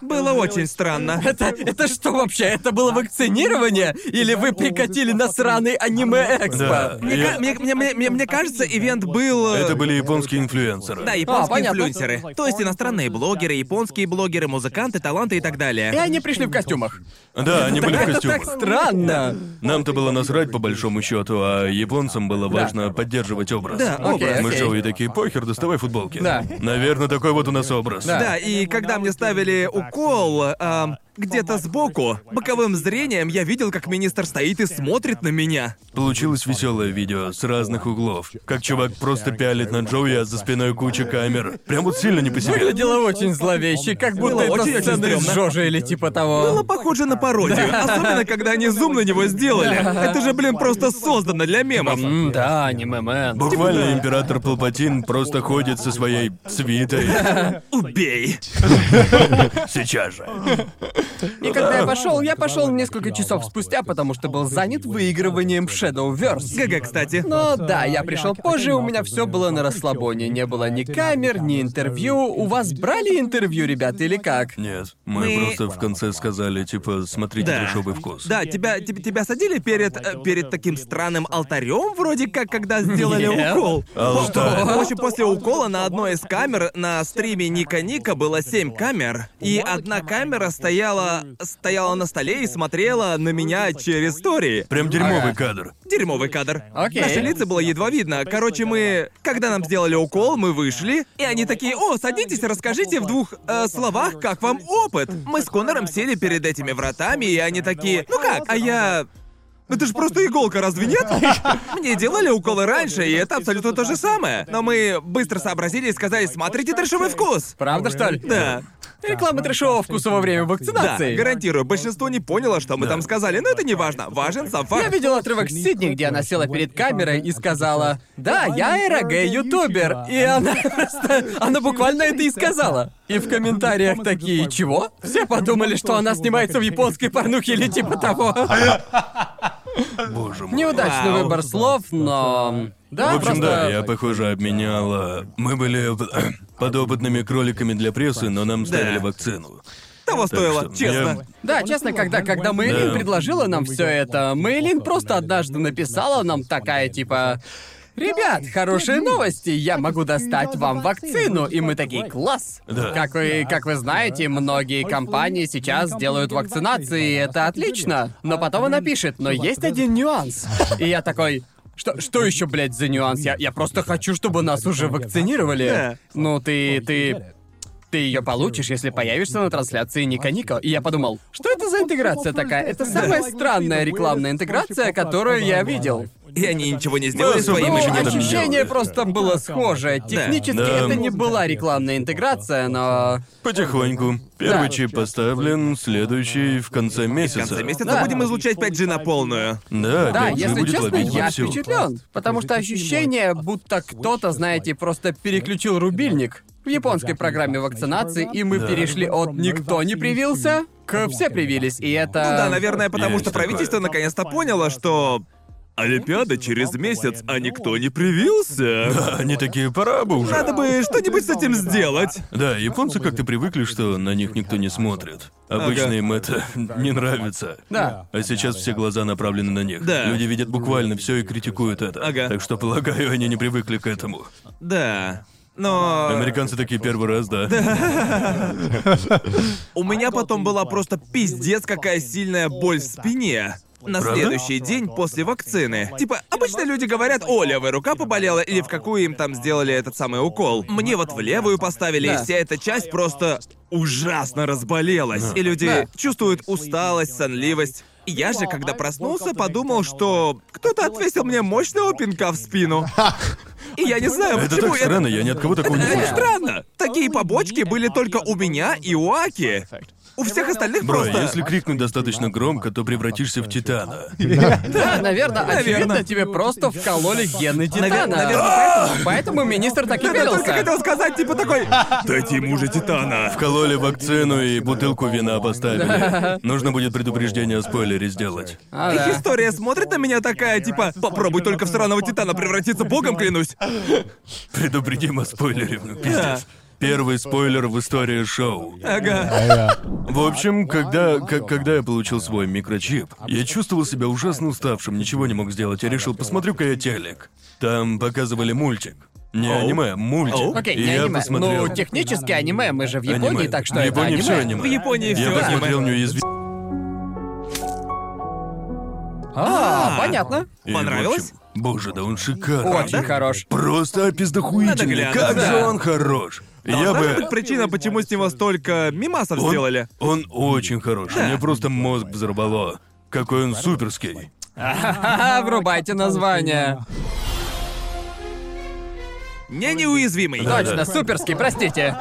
Speaker 3: Было очень странно.
Speaker 2: Это, это что вообще? Это было вакцинирование? Или вы прикатили на сраный аниме-экспо?
Speaker 1: Да.
Speaker 3: Мне,
Speaker 1: Я-
Speaker 3: ка- мне- мне- мне- мне- мне кажется, ивент был... э,
Speaker 1: Это были японские инфлюенсеры.
Speaker 3: Да, японские
Speaker 2: понятно.
Speaker 3: инфлюенсеры. То есть иностранные блогеры, японские блогеры, музыканты, таланты и так
Speaker 2: И
Speaker 3: далее.
Speaker 2: они пришли в костюмах.
Speaker 1: Да, они были в
Speaker 2: Это
Speaker 1: костюмах.
Speaker 2: так странно.
Speaker 1: Нам-то было насрать, по большому счету, а японцам было важно поддерживать образ.
Speaker 3: Да,
Speaker 2: образ.
Speaker 1: Мы с
Speaker 2: Окей,
Speaker 1: Джоуи такие, похер, доставай футболки.
Speaker 2: Да.
Speaker 1: Наверное, такой вот у нас образ.
Speaker 2: Да.
Speaker 3: Да, и когда мне ставили укол, а, где-то сбоку, боковым зрением я видел, как министр стоит и смотрит на меня.
Speaker 1: Получилось веселое видео с разных углов. Как чувак просто пялит на Джоуи, а за спиной куча камер. Прям вот сильно не по себе.
Speaker 2: Выглядело очень зловеще, как будто
Speaker 3: Было
Speaker 2: это
Speaker 3: очень-очень
Speaker 2: сцена из
Speaker 3: стрёмно.
Speaker 2: Жожи или типа
Speaker 3: Было
Speaker 2: того.
Speaker 3: похоже на пародию, особенно когда они зум на него сделали. Это же, блин, просто создано для мемов.
Speaker 2: М, Да, аниме-мен.
Speaker 1: Буквально император Палпатин просто ходит со своей свитой.
Speaker 3: Убей.
Speaker 1: Сейчас же.
Speaker 2: И когда я пошел, я пошел несколько часов спустя, потому что был занят выигрыванием в Shadowverse.
Speaker 3: ГГ, кстати.
Speaker 2: Но да, я пришел позже, у меня все было на расслабоне. Не было ни камер, ни интервью. У вас брали интервью, ребята, или как?
Speaker 1: Нет, мы,
Speaker 3: Мы-
Speaker 1: просто в конце сказали, типа, смотрите
Speaker 3: Да.
Speaker 1: трешовый вкус.
Speaker 3: Да, тебя, тебя, тебя садили перед, э, перед таким странным алтарем, вроде как, когда сделали
Speaker 2: Нет.
Speaker 3: укол.
Speaker 1: Алтарь.
Speaker 3: В общем, после укола на одной из камер на стриме Ника Ника было семь камер, и одна камера стояла, стояла на столе и смотрела на меня через стори.
Speaker 1: Прям дерьмовый кадр.
Speaker 3: Дерьмовый кадр.
Speaker 2: Окей.
Speaker 3: Наши лица было едва видно. Короче, мы... Когда нам сделали укол, мы вышли, и они такие, о, садитесь, расскажите в двух э, словах, как вам опыт. Мы с Конором сели перед этими вратами, и они такие, ну как, а я... ну Это же просто иголка, разве нет? Мне делали уколы раньше, и это абсолютно то же самое. Но мы быстро сообразили и сказали, смотрите трешовый вкус.
Speaker 2: Правда, что ли?
Speaker 3: Да.
Speaker 2: Реклама трешового вкуса во время
Speaker 3: Да,
Speaker 2: вакцинации.
Speaker 3: гарантирую, большинство не поняло, что мы там сказали, но это не важно. Важен сам факт.
Speaker 2: Я видел отрывок с Сидни, где она села перед камерой и сказала, «Да, я эрогей-ютубер». И она [laughs] просто... Она буквально это и сказала. И в комментариях такие, «Чего?» Все подумали, что она снимается в японской порнухе или [laughs] типа того.
Speaker 1: Боже мой.
Speaker 2: Неудачный
Speaker 3: Вау.
Speaker 2: выбор слов, но... Да,
Speaker 1: В общем,
Speaker 2: просто...
Speaker 1: да, я, похоже, обменяла. Мы были [clears throat] э, подопытными кроликами для прессы, но нам ставили
Speaker 3: Да.
Speaker 1: вакцину.
Speaker 3: Того
Speaker 1: Так
Speaker 3: стоило,
Speaker 1: что
Speaker 3: честно.
Speaker 2: Да, честно, когда, когда Мэйлин
Speaker 1: Да.
Speaker 2: предложила нам все это, Мэйлин просто однажды написала нам такая типа. Ребят, хорошие новости, я могу достать вам вакцину. И мы такие, класс.
Speaker 1: Да.
Speaker 2: Как вы, как вы знаете, многие компании сейчас делают вакцинации, и это отлично. Но потом она пишет, но есть один нюанс. И я такой, что, что еще, блядь, за нюанс? Я, я просто хочу, чтобы нас уже вакцинировали.
Speaker 3: Да.
Speaker 2: Ну, ты, ты, ты ее получишь, если появишься на трансляции Ника Нико. И я подумал, что это за интеграция такая? Это самая странная рекламная интеграция, которую я видел.
Speaker 3: И они ничего не сделали
Speaker 1: особо мы
Speaker 3: своим
Speaker 2: Ну,
Speaker 1: еще не
Speaker 3: именем.
Speaker 2: ощущение просто было схожее. Технически
Speaker 1: Да.
Speaker 2: это не была рекламная интеграция, но...
Speaker 1: Потихоньку. Первый
Speaker 2: Да.
Speaker 1: чип поставлен, следующий в конце
Speaker 3: В
Speaker 1: месяца.
Speaker 3: конце месяца
Speaker 2: Да.
Speaker 3: будем излучать 5G на полную.
Speaker 1: Да,
Speaker 2: Да,
Speaker 1: опять же,
Speaker 2: если
Speaker 1: будет
Speaker 2: честно,
Speaker 1: ловить
Speaker 2: я
Speaker 1: вовсю.
Speaker 2: впечатлен. Потому что
Speaker 1: А
Speaker 2: ощущение, будто кто-то, знаете, просто переключил рубильник в японской программе вакцинации, и мы
Speaker 1: Да.
Speaker 2: перешли от «никто не привился» к «все привились», и это...
Speaker 3: Ну
Speaker 1: Э,
Speaker 3: да, наверное, потому
Speaker 1: Есть
Speaker 3: что
Speaker 1: такое.
Speaker 3: правительство наконец-то поняло, что...
Speaker 1: Ну,
Speaker 3: Олимпиада через месяц, а никто не привился.
Speaker 1: Да, они такие, пора бы уже.
Speaker 3: Надо бы что-нибудь с этим сделать.
Speaker 1: Да, японцы как-то привыкли, что на них никто не смотрит.
Speaker 3: Ага.
Speaker 1: Обычно им это [laughs] не нравится.
Speaker 2: Да.
Speaker 1: А сейчас все глаза направлены на них.
Speaker 3: Да.
Speaker 1: Люди видят буквально все и критикуют это.
Speaker 3: Ага.
Speaker 1: Так что, полагаю, они не привыкли к этому.
Speaker 3: Да. Но
Speaker 1: Американцы такие первый раз, да.
Speaker 3: у меня потом была просто пиздец, какая сильная боль в спине. На
Speaker 1: Правда?
Speaker 3: следующий день после вакцины. Типа, обычно люди говорят, о, левая рука поболела, или в какую им там сделали этот самый укол. Мне вот в левую поставили,
Speaker 2: Да.
Speaker 3: и вся эта часть просто ужасно разболелась. И люди
Speaker 2: Да.
Speaker 3: чувствуют усталость, сонливость. Я же, когда проснулся, подумал, что кто-то отвесил мне мощного пинка
Speaker 1: [laughs]
Speaker 3: в спину. И я не знаю,
Speaker 1: Это
Speaker 3: почему
Speaker 1: так странно, я ни от кого такого не
Speaker 3: это
Speaker 1: слышал.
Speaker 3: странно. Такие побочки были только у меня и у Аки. У всех остальных
Speaker 1: Бро,
Speaker 3: просто...
Speaker 1: если крикнуть достаточно громко, то превратишься в Титана.
Speaker 2: Да, наверное, очевидно,
Speaker 3: Наверно.
Speaker 2: тебе просто вкололи гены
Speaker 3: Навер- наверное,
Speaker 2: Титана. Поэтому министр так и
Speaker 3: Я только
Speaker 2: верился.
Speaker 3: хотел сказать, типа такой... Дайте ему же Титана.
Speaker 1: Вкололи вакцину и бутылку вина поставили.
Speaker 2: [laughs]
Speaker 1: Нужно будет предупреждение о спойлере сделать.
Speaker 2: А,
Speaker 3: Их
Speaker 2: да.
Speaker 3: история смотрит на меня такая, типа, попробуй только в сраного Титана превратиться, богом клянусь.
Speaker 1: Предупредим о спойлере, ну пиздец. Первый спойлер в истории шоу.
Speaker 3: Ага.
Speaker 1: В общем, когда, к- когда я получил свой микрочип, я чувствовал себя ужасно уставшим, ничего не мог сделать. Я решил, посмотрю-ка я телек. Там показывали мультик. Не
Speaker 3: Оу.
Speaker 1: аниме, а мультик.
Speaker 3: Оу.
Speaker 2: Окей,
Speaker 1: И
Speaker 2: не
Speaker 1: я
Speaker 2: аниме.
Speaker 1: посмотрел.
Speaker 2: Ну, технически аниме, мы же в
Speaker 1: Аниме.
Speaker 2: Японии, так что
Speaker 1: В
Speaker 2: это
Speaker 1: Японии всё
Speaker 2: аниме.
Speaker 1: аниме.
Speaker 3: В Японии
Speaker 1: Я
Speaker 3: все
Speaker 1: посмотрел неуязвимый.
Speaker 2: А, понятно.
Speaker 1: И, в
Speaker 3: Понравилось?
Speaker 1: общем, боже, да он шикарный.
Speaker 2: Очень хорош.
Speaker 1: Просто
Speaker 3: Надо
Speaker 1: опиздохуительный.
Speaker 3: глянуть,
Speaker 1: Как же
Speaker 3: да.
Speaker 1: он хорош. Я
Speaker 3: Должна же
Speaker 1: бы...
Speaker 3: быть причина, почему с него столько мимасов
Speaker 1: Он,
Speaker 3: сделали.
Speaker 1: он очень хорош. Мне просто мозг взорвало. Какой он суперский.
Speaker 2: Ха-ха, врубайте название.
Speaker 3: Не неуязвимый.
Speaker 2: Точно, суперский, простите.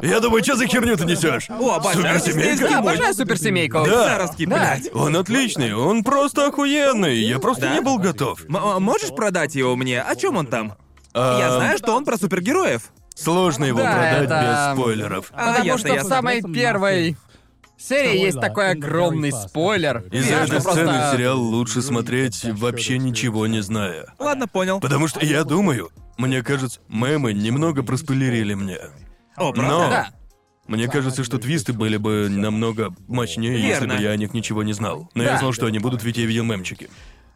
Speaker 1: Я думаю, что за херню ты несешь?
Speaker 3: О, обожаю
Speaker 1: Суперсемейка?
Speaker 2: Я
Speaker 3: семейский
Speaker 2: обожаю суперсемейку.
Speaker 1: Да.
Speaker 3: Зараски,
Speaker 2: Да.
Speaker 3: блядь.
Speaker 1: Он отличный, он просто охуенный. Я просто
Speaker 3: Да?
Speaker 1: не был готов.
Speaker 3: М- а можешь продать его мне? О чем он там? Я
Speaker 1: А,
Speaker 3: знаю, что он про супергероев.
Speaker 1: Сложно его
Speaker 2: Да,
Speaker 1: продать
Speaker 2: это-
Speaker 1: без спойлеров.
Speaker 3: А,
Speaker 2: Потому
Speaker 3: ясно,
Speaker 2: что в
Speaker 3: ясно.
Speaker 2: самой первой серии есть такой огромный спойлер.
Speaker 1: Из-за
Speaker 2: Да,
Speaker 1: этой
Speaker 2: что просто-
Speaker 1: сцены сериал лучше смотреть вообще ничего не зная.
Speaker 3: Ладно, понял.
Speaker 1: Потому что я думаю, мне кажется, мемы немного проспойлерили мне.
Speaker 3: О,
Speaker 1: Но
Speaker 3: правда?
Speaker 2: Да.
Speaker 1: мне кажется, что твисты были бы намного мощнее, если
Speaker 3: Верно.
Speaker 1: бы я о них ничего не знал. Но я
Speaker 2: Да.
Speaker 1: знал, что они будут, ведь я видел мемчики.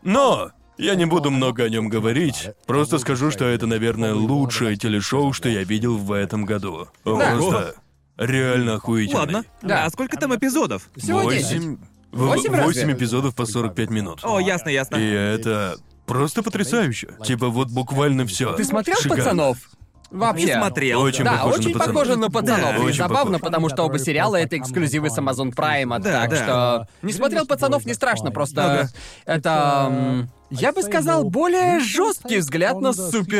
Speaker 1: Но я не буду много о нем говорить. Просто скажу, что это, наверное, лучшее телешоу, что я видел в этом году. Просто реально охуительный.
Speaker 3: Ладно.
Speaker 2: Да.
Speaker 3: А сколько там эпизодов?
Speaker 2: Всего
Speaker 1: Восемь... в-
Speaker 2: Восемь разве?
Speaker 1: восемь эпизодов по 45 минут.
Speaker 3: О, ясно, ясно.
Speaker 1: И это просто потрясающе. Типа вот буквально все.
Speaker 2: Ты смотрел
Speaker 1: Шикарно.
Speaker 2: пацанов? Вообще. ну,
Speaker 3: Не смотрел.
Speaker 1: Очень
Speaker 2: да,
Speaker 1: похоже
Speaker 2: очень
Speaker 1: на пацанов.
Speaker 2: похоже на пацанов.
Speaker 3: Да,
Speaker 2: И
Speaker 1: очень
Speaker 2: забавно,
Speaker 1: похоже.
Speaker 2: потому что оба сериала это эксклюзивы с Amazon Prime, а
Speaker 3: Да,
Speaker 2: так
Speaker 3: да.
Speaker 2: что не смотрел пацанов не страшно,
Speaker 3: Ага.
Speaker 2: просто это м, я бы сказал более жесткий взгляд на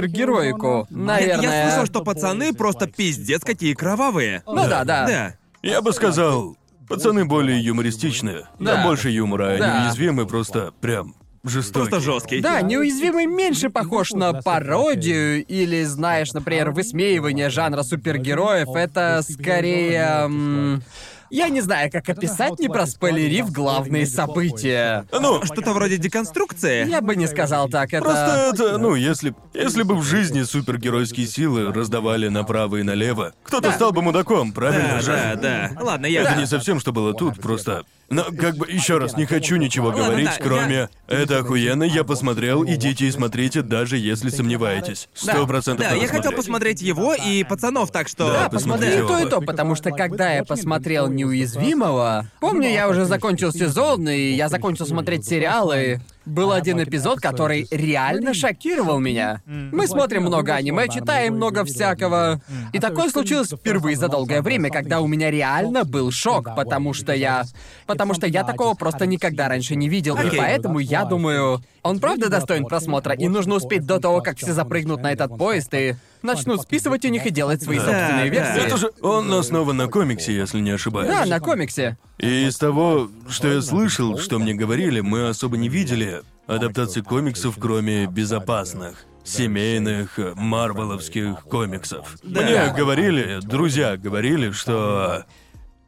Speaker 2: супергероику,
Speaker 3: Я-
Speaker 2: наверное.
Speaker 3: Я слышал, что пацаны просто пиздец какие кровавые.
Speaker 2: Ну да, да.
Speaker 3: Да.
Speaker 1: Я бы сказал, пацаны более юмористичные.
Speaker 2: Да.
Speaker 1: Там больше юмора, они
Speaker 2: Да.
Speaker 1: уязвимы, просто прям жестокие.
Speaker 3: Просто жесткий.
Speaker 2: Да, неуязвимый меньше похож на пародию или, знаешь, например, высмеивание жанра супергероев. Это скорее... м, я не знаю, как описать, не проспойлерив главные события.
Speaker 1: Ну,
Speaker 3: Что-то вроде деконструкции.
Speaker 2: Я бы не сказал так, это...
Speaker 1: просто это, ну, если, если бы в жизни супергеройские силы раздавали направо и налево, кто-то стал бы мудаком, правильно
Speaker 3: Да,
Speaker 1: же?
Speaker 3: да, да. Ладно,
Speaker 1: Это
Speaker 3: я.
Speaker 1: не совсем, что было тут, просто... Но как бы, еще раз, не хочу ничего
Speaker 3: Ладно,
Speaker 1: говорить,
Speaker 3: да,
Speaker 1: кроме... Это охуенно, я посмотрел, идите и смотрите, даже если сомневаетесь. Сто процентов
Speaker 3: Да,
Speaker 1: надо
Speaker 3: я хотел
Speaker 1: смотреть.
Speaker 3: посмотреть его и пацанов, так что.
Speaker 1: Да,
Speaker 2: Да, посмотри
Speaker 1: посмотрел
Speaker 2: и то, и
Speaker 1: бы.
Speaker 2: то, потому что когда я посмотрел «Неуязвимого», помню, я уже закончил сезон, и я закончил смотреть сериалы. Был один эпизод, который реально шокировал меня. Мы смотрим много аниме, читаем много всякого. И такое случилось впервые за долгое время, когда у меня реально был шок, потому что я... Потому что я такого просто никогда раньше не видел, и
Speaker 3: Окей.
Speaker 2: поэтому я думаю, он правда достоин просмотра, и нужно успеть до того, как все запрыгнут на этот поезд и начнут списывать у них и делать свои
Speaker 3: Да,
Speaker 2: собственные
Speaker 3: да.
Speaker 2: версии.
Speaker 1: Это же он основан на комиксе, если не ошибаюсь.
Speaker 2: Да, на комиксе.
Speaker 1: И из того, что я слышал, что мне говорили, мы особо не видели адаптации комиксов, кроме безопасных семейных э, марвеловских комиксов.
Speaker 3: Да.
Speaker 1: Мне говорили, друзья говорили, что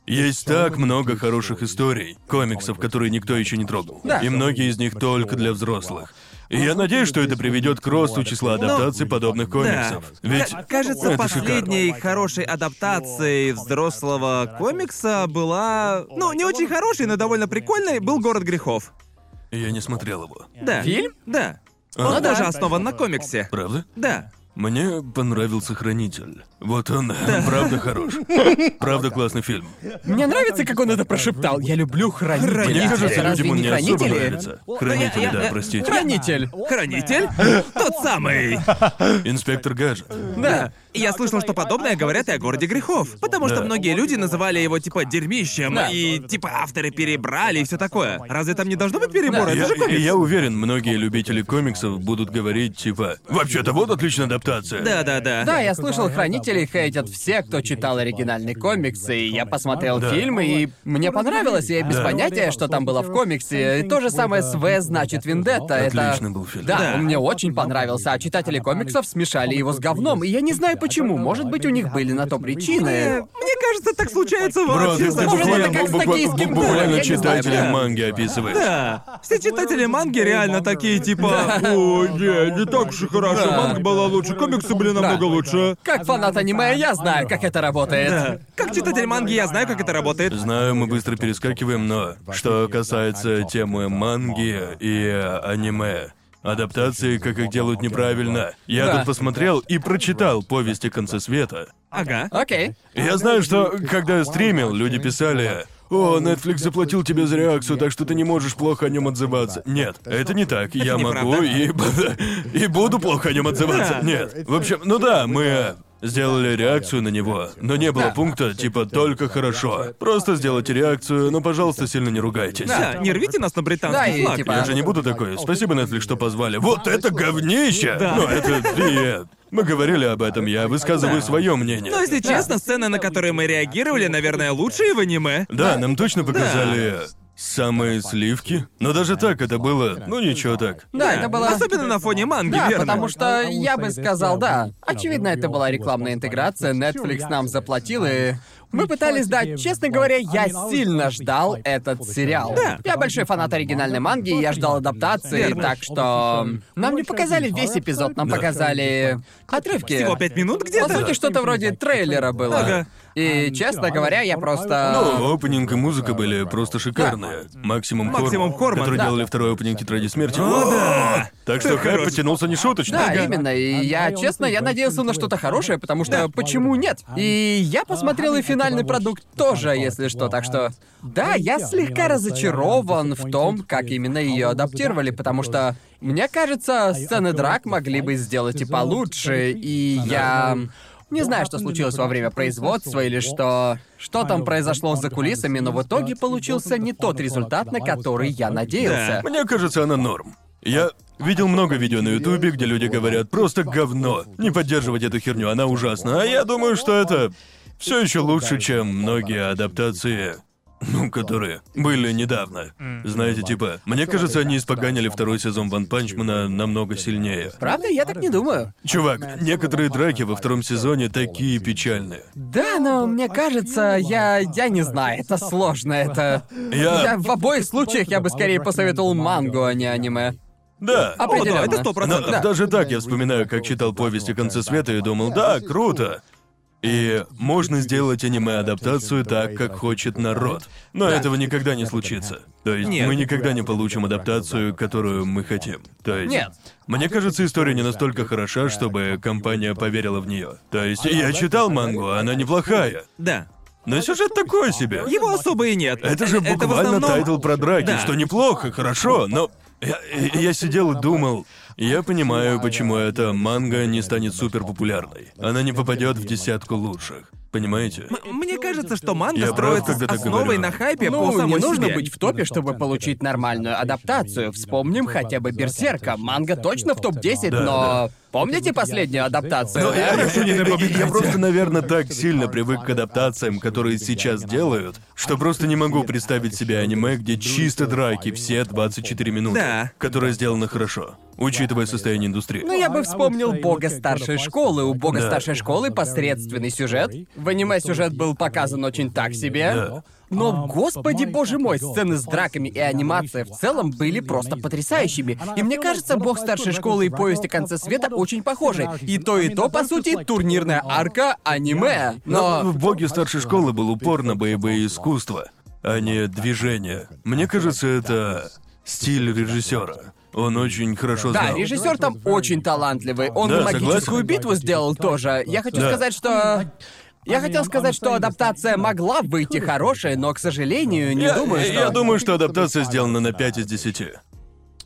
Speaker 1: есть так много хороших историй, комиксов, которые никто еще не трогал.
Speaker 2: Да.
Speaker 1: И многие из них только для взрослых. И я надеюсь, что это приведет к росту числа адаптаций подобных комиксов. Ведь
Speaker 3: К- Ну, Кажется,
Speaker 1: это
Speaker 3: последней хорошей адаптацией взрослого комикса была. Ну, не очень хорошей, но довольно прикольной, был город грехов.
Speaker 1: я не смотрел его.
Speaker 3: Да.
Speaker 2: Фильм?
Speaker 3: Да.
Speaker 1: А.
Speaker 3: Он
Speaker 1: Ну
Speaker 3: даже основан на комиксе.
Speaker 1: Правда?
Speaker 3: Да.
Speaker 1: Мне понравился хранитель. Вот он,
Speaker 2: [laughs]
Speaker 1: правда хорош. Правда классный фильм.
Speaker 2: Мне нравится, как он это прошептал. Я люблю хранителя.
Speaker 1: Мне
Speaker 3: Хранитель.
Speaker 1: кажется, людям
Speaker 2: Разве
Speaker 1: он
Speaker 2: не
Speaker 1: не особо
Speaker 2: хранители? Ну,
Speaker 1: нравится. Хранитель,
Speaker 3: я-
Speaker 1: да,
Speaker 3: я-
Speaker 1: простите.
Speaker 2: Хранитель. [laughs]
Speaker 3: Хранитель? Тот самый.
Speaker 1: Инспектор Гаджет.
Speaker 2: Да.
Speaker 3: И Я слышал, что подобное говорят и о городе грехов. Потому что
Speaker 1: Да.
Speaker 3: многие люди называли его типа дерьмищем,
Speaker 2: Да.
Speaker 3: и типа авторы перебрали и все такое. Разве там не должно быть перебора?
Speaker 2: Да.
Speaker 3: Это
Speaker 1: Я,
Speaker 3: же комикс.
Speaker 1: я уверен, многие любители комиксов будут говорить, типа, «Вообще-то вот отличная адаптация».
Speaker 3: Да, да, да.
Speaker 2: Да, я слышал, хранителей хейтят все, кто читал оригинальный комикс, и я посмотрел
Speaker 1: Да.
Speaker 2: фильм, и мне понравилось, я без
Speaker 1: Да.
Speaker 2: понятия, что там было в комиксе. И то же самое с В значит Вендетта. это-
Speaker 1: Отличный был фильм.
Speaker 2: Да,
Speaker 3: Да.
Speaker 2: он мне очень понравился, а читатели комиксов смешали его с говном, и я не знаю почему, может быть, у них были на то
Speaker 3: Э,
Speaker 2: причины.
Speaker 3: Мне кажется, так случается
Speaker 1: Бро,
Speaker 3: вообще
Speaker 1: ты, ты
Speaker 3: со
Speaker 2: Может,
Speaker 1: буквально,
Speaker 2: это как
Speaker 1: бу-
Speaker 2: с
Speaker 1: буква-
Speaker 2: токийским
Speaker 1: буквально
Speaker 2: гулем, я не
Speaker 1: читателя
Speaker 2: знаю, да.
Speaker 1: манги описываешь.
Speaker 3: Да. Все читатели манги реально такие, типа, «Ой, не, не так же хорошо,
Speaker 2: Да.
Speaker 3: манга была лучше, комиксы были намного
Speaker 2: Да.
Speaker 3: лучше».
Speaker 2: Как фанат аниме, я знаю, как это работает.
Speaker 3: Как читатель манги, я знаю, как это работает.
Speaker 1: Знаю, мы быстро перескакиваем, но что касается темы манги и э, аниме, адаптации, как их делают неправильно. Я
Speaker 2: Да.
Speaker 1: тут посмотрел и прочитал повести конца света.
Speaker 3: Ага.
Speaker 2: Окей.
Speaker 1: Я знаю, что когда я стримил, люди писали. О, Netflix заплатил тебе за реакцию, так что ты не можешь плохо о нем отзываться. Нет, это не так. Я могу и,
Speaker 3: неправда.
Speaker 1: и буду плохо о нем отзываться.
Speaker 3: Да.
Speaker 1: Нет. В общем, ну да, мы э, сделали реакцию на него, но не было
Speaker 2: Да.
Speaker 1: пункта типа только хорошо. Просто сделайте реакцию, но, пожалуйста, сильно не ругайтесь.
Speaker 3: Да, не рвите нас на
Speaker 2: Да,
Speaker 3: британский
Speaker 2: и
Speaker 3: флаг.
Speaker 2: типа-
Speaker 1: Я же не буду такой. Спасибо, Netflix, что позвали. Вот это говнище!
Speaker 3: Да.
Speaker 1: Ну, это... привет. Мы говорили об этом, я высказываю
Speaker 3: Да. Ну,
Speaker 1: свое мнение.
Speaker 3: Но если честно, сцены, на которые мы реагировали, наверное, лучшие в аниме.
Speaker 1: Да, нам точно показали самые сливки. Но даже так это было, ну ничего так.
Speaker 2: Да, это было...
Speaker 3: Особенно на фоне манги,
Speaker 2: Да,
Speaker 3: верно?
Speaker 2: потому что я бы сказал, да. ну, Очевидно, это была рекламная интеграция, Netflix нам заплатил, Ну, и мы пытались дать. Честно говоря, я сильно ждал этот сериал.
Speaker 4: Да.
Speaker 2: Я большой фанат оригинальной манги, и я ждал адаптации,
Speaker 4: Верно.
Speaker 2: так что... Нам не показали весь эпизод, нам
Speaker 4: Да.
Speaker 2: показали отрывки.
Speaker 4: Всего
Speaker 3: пять минут
Speaker 2: По
Speaker 3: где-то?
Speaker 2: сути, что-то вроде трейлера было.
Speaker 3: Ага.
Speaker 2: И, честно говоря, я просто...
Speaker 1: Ну, опенинг и музыка были просто шикарные. Максимум Корман,
Speaker 3: Максимум Корман,
Speaker 1: который
Speaker 3: да.
Speaker 1: делали второй опенинг «Тетради смерти».
Speaker 3: О, да!
Speaker 1: Так что хайп потянулся не шуточно.
Speaker 2: Да,
Speaker 1: Ага.
Speaker 2: именно. И я, честно, я надеялся на что-то хорошее, потому что
Speaker 4: Да.
Speaker 2: почему нет? И я посмотрел и финальный продукт тоже, если что, так что... Да, я слегка разочарован в том, как именно ее адаптировали, потому что, мне кажется, сцены драк могли бы сделать и получше, и я... Не знаю, что случилось во время производства или что... Что там произошло за кулисами, но в итоге получился не тот результат, на который я надеялся.
Speaker 1: Мне кажется, она норм. Я видел много видео на Ютубе, где люди говорят просто говно. Не поддерживать эту херню, она ужасна. А я думаю, что это все еще лучше, чем многие адаптации. Ну, которые были недавно. Знаете, типа, мне кажется, они испоганили второй сезон Ван Панчмана намного сильнее.
Speaker 2: Правда? Я так не думаю.
Speaker 1: Чувак, некоторые драки во втором сезоне такие печальные.
Speaker 2: Да, но мне кажется, я... я не знаю, это сложно, это...
Speaker 1: [laughs] Я-
Speaker 2: в обоих случаях я бы скорее посоветовал мангу, а не аниме.
Speaker 1: Да.
Speaker 2: А
Speaker 3: О, Ну, да,
Speaker 2: Определенно.
Speaker 3: это сто
Speaker 1: Но
Speaker 3: процентов.
Speaker 1: даже так я вспоминаю, как читал повесть о конце света и думал, да, круто. И можно сделать аниме-адаптацию так, как хочет народ. Но этого никогда не случится. То есть
Speaker 3: Нет.
Speaker 1: мы никогда не получим адаптацию, которую мы хотим. То есть...
Speaker 2: Нет.
Speaker 1: Мне кажется, история не настолько хороша, чтобы компания поверила в нее. То есть я читал мангу, она неплохая.
Speaker 3: Да.
Speaker 1: Но сюжет такой себе.
Speaker 3: Его особо и нет.
Speaker 1: Это же
Speaker 3: Э, в
Speaker 1: буквально
Speaker 3: основном-
Speaker 1: тайтл про драки,
Speaker 3: Да.
Speaker 1: что неплохо, хорошо, но я, я- я сидел и думал, я понимаю, почему эта манга не станет супер популярной. Она не попадет в десятку лучших. Понимаете?
Speaker 3: М- Мне кажется, что манга
Speaker 1: Я прав,
Speaker 3: строится
Speaker 1: когда
Speaker 3: с
Speaker 1: так
Speaker 3: основой
Speaker 1: говорю.
Speaker 3: на хайпе по
Speaker 2: Ну, не
Speaker 3: самой
Speaker 2: нужно
Speaker 3: себе.
Speaker 2: быть в топе, чтобы получить нормальную адаптацию. Вспомним хотя бы Берсерка. Манга точно в топ-10,
Speaker 4: Да,
Speaker 2: но... Помните последнюю адаптацию?
Speaker 1: Ну,
Speaker 2: да?
Speaker 1: я,
Speaker 3: хорошо, не
Speaker 1: я- я- я
Speaker 3: напоминайте.
Speaker 1: просто, наверное, так сильно привык к адаптациям, которые сейчас делают, что просто не могу представить себе аниме, где чисто драки все 24 минуты,
Speaker 3: Да.
Speaker 1: которое сделано хорошо, учитывая состояние индустрии.
Speaker 2: Ну, я бы вспомнил бога старшей школы. У бога
Speaker 1: Да.
Speaker 2: старшей школы посредственный сюжет. В аниме сюжет был показан очень так себе.
Speaker 4: Да.
Speaker 2: Но, господи боже мой, сцены с драками и анимация в целом были просто потрясающими. И мне кажется, бог старшей школы и повесть о конце света очень похожи. И то, и то, по сути, турнирная арка аниме.
Speaker 1: Но
Speaker 2: Но...
Speaker 1: в боге старшей школы был упор на боевые искусства, а не движение. Мне кажется, это стиль режиссера. Он очень хорошо
Speaker 2: Да,
Speaker 1: знал.
Speaker 2: режиссер там очень талантливый. Он
Speaker 1: Да,
Speaker 2: и магическую
Speaker 1: согласен.
Speaker 2: битву сделал тоже. Я хочу
Speaker 1: Да.
Speaker 2: сказать, что. Я хотел сказать, что адаптация могла выйти хорошей, но, к сожалению, не
Speaker 1: я,
Speaker 2: думаю, что.
Speaker 1: я думаю, что адаптация сделана на 5 из 10.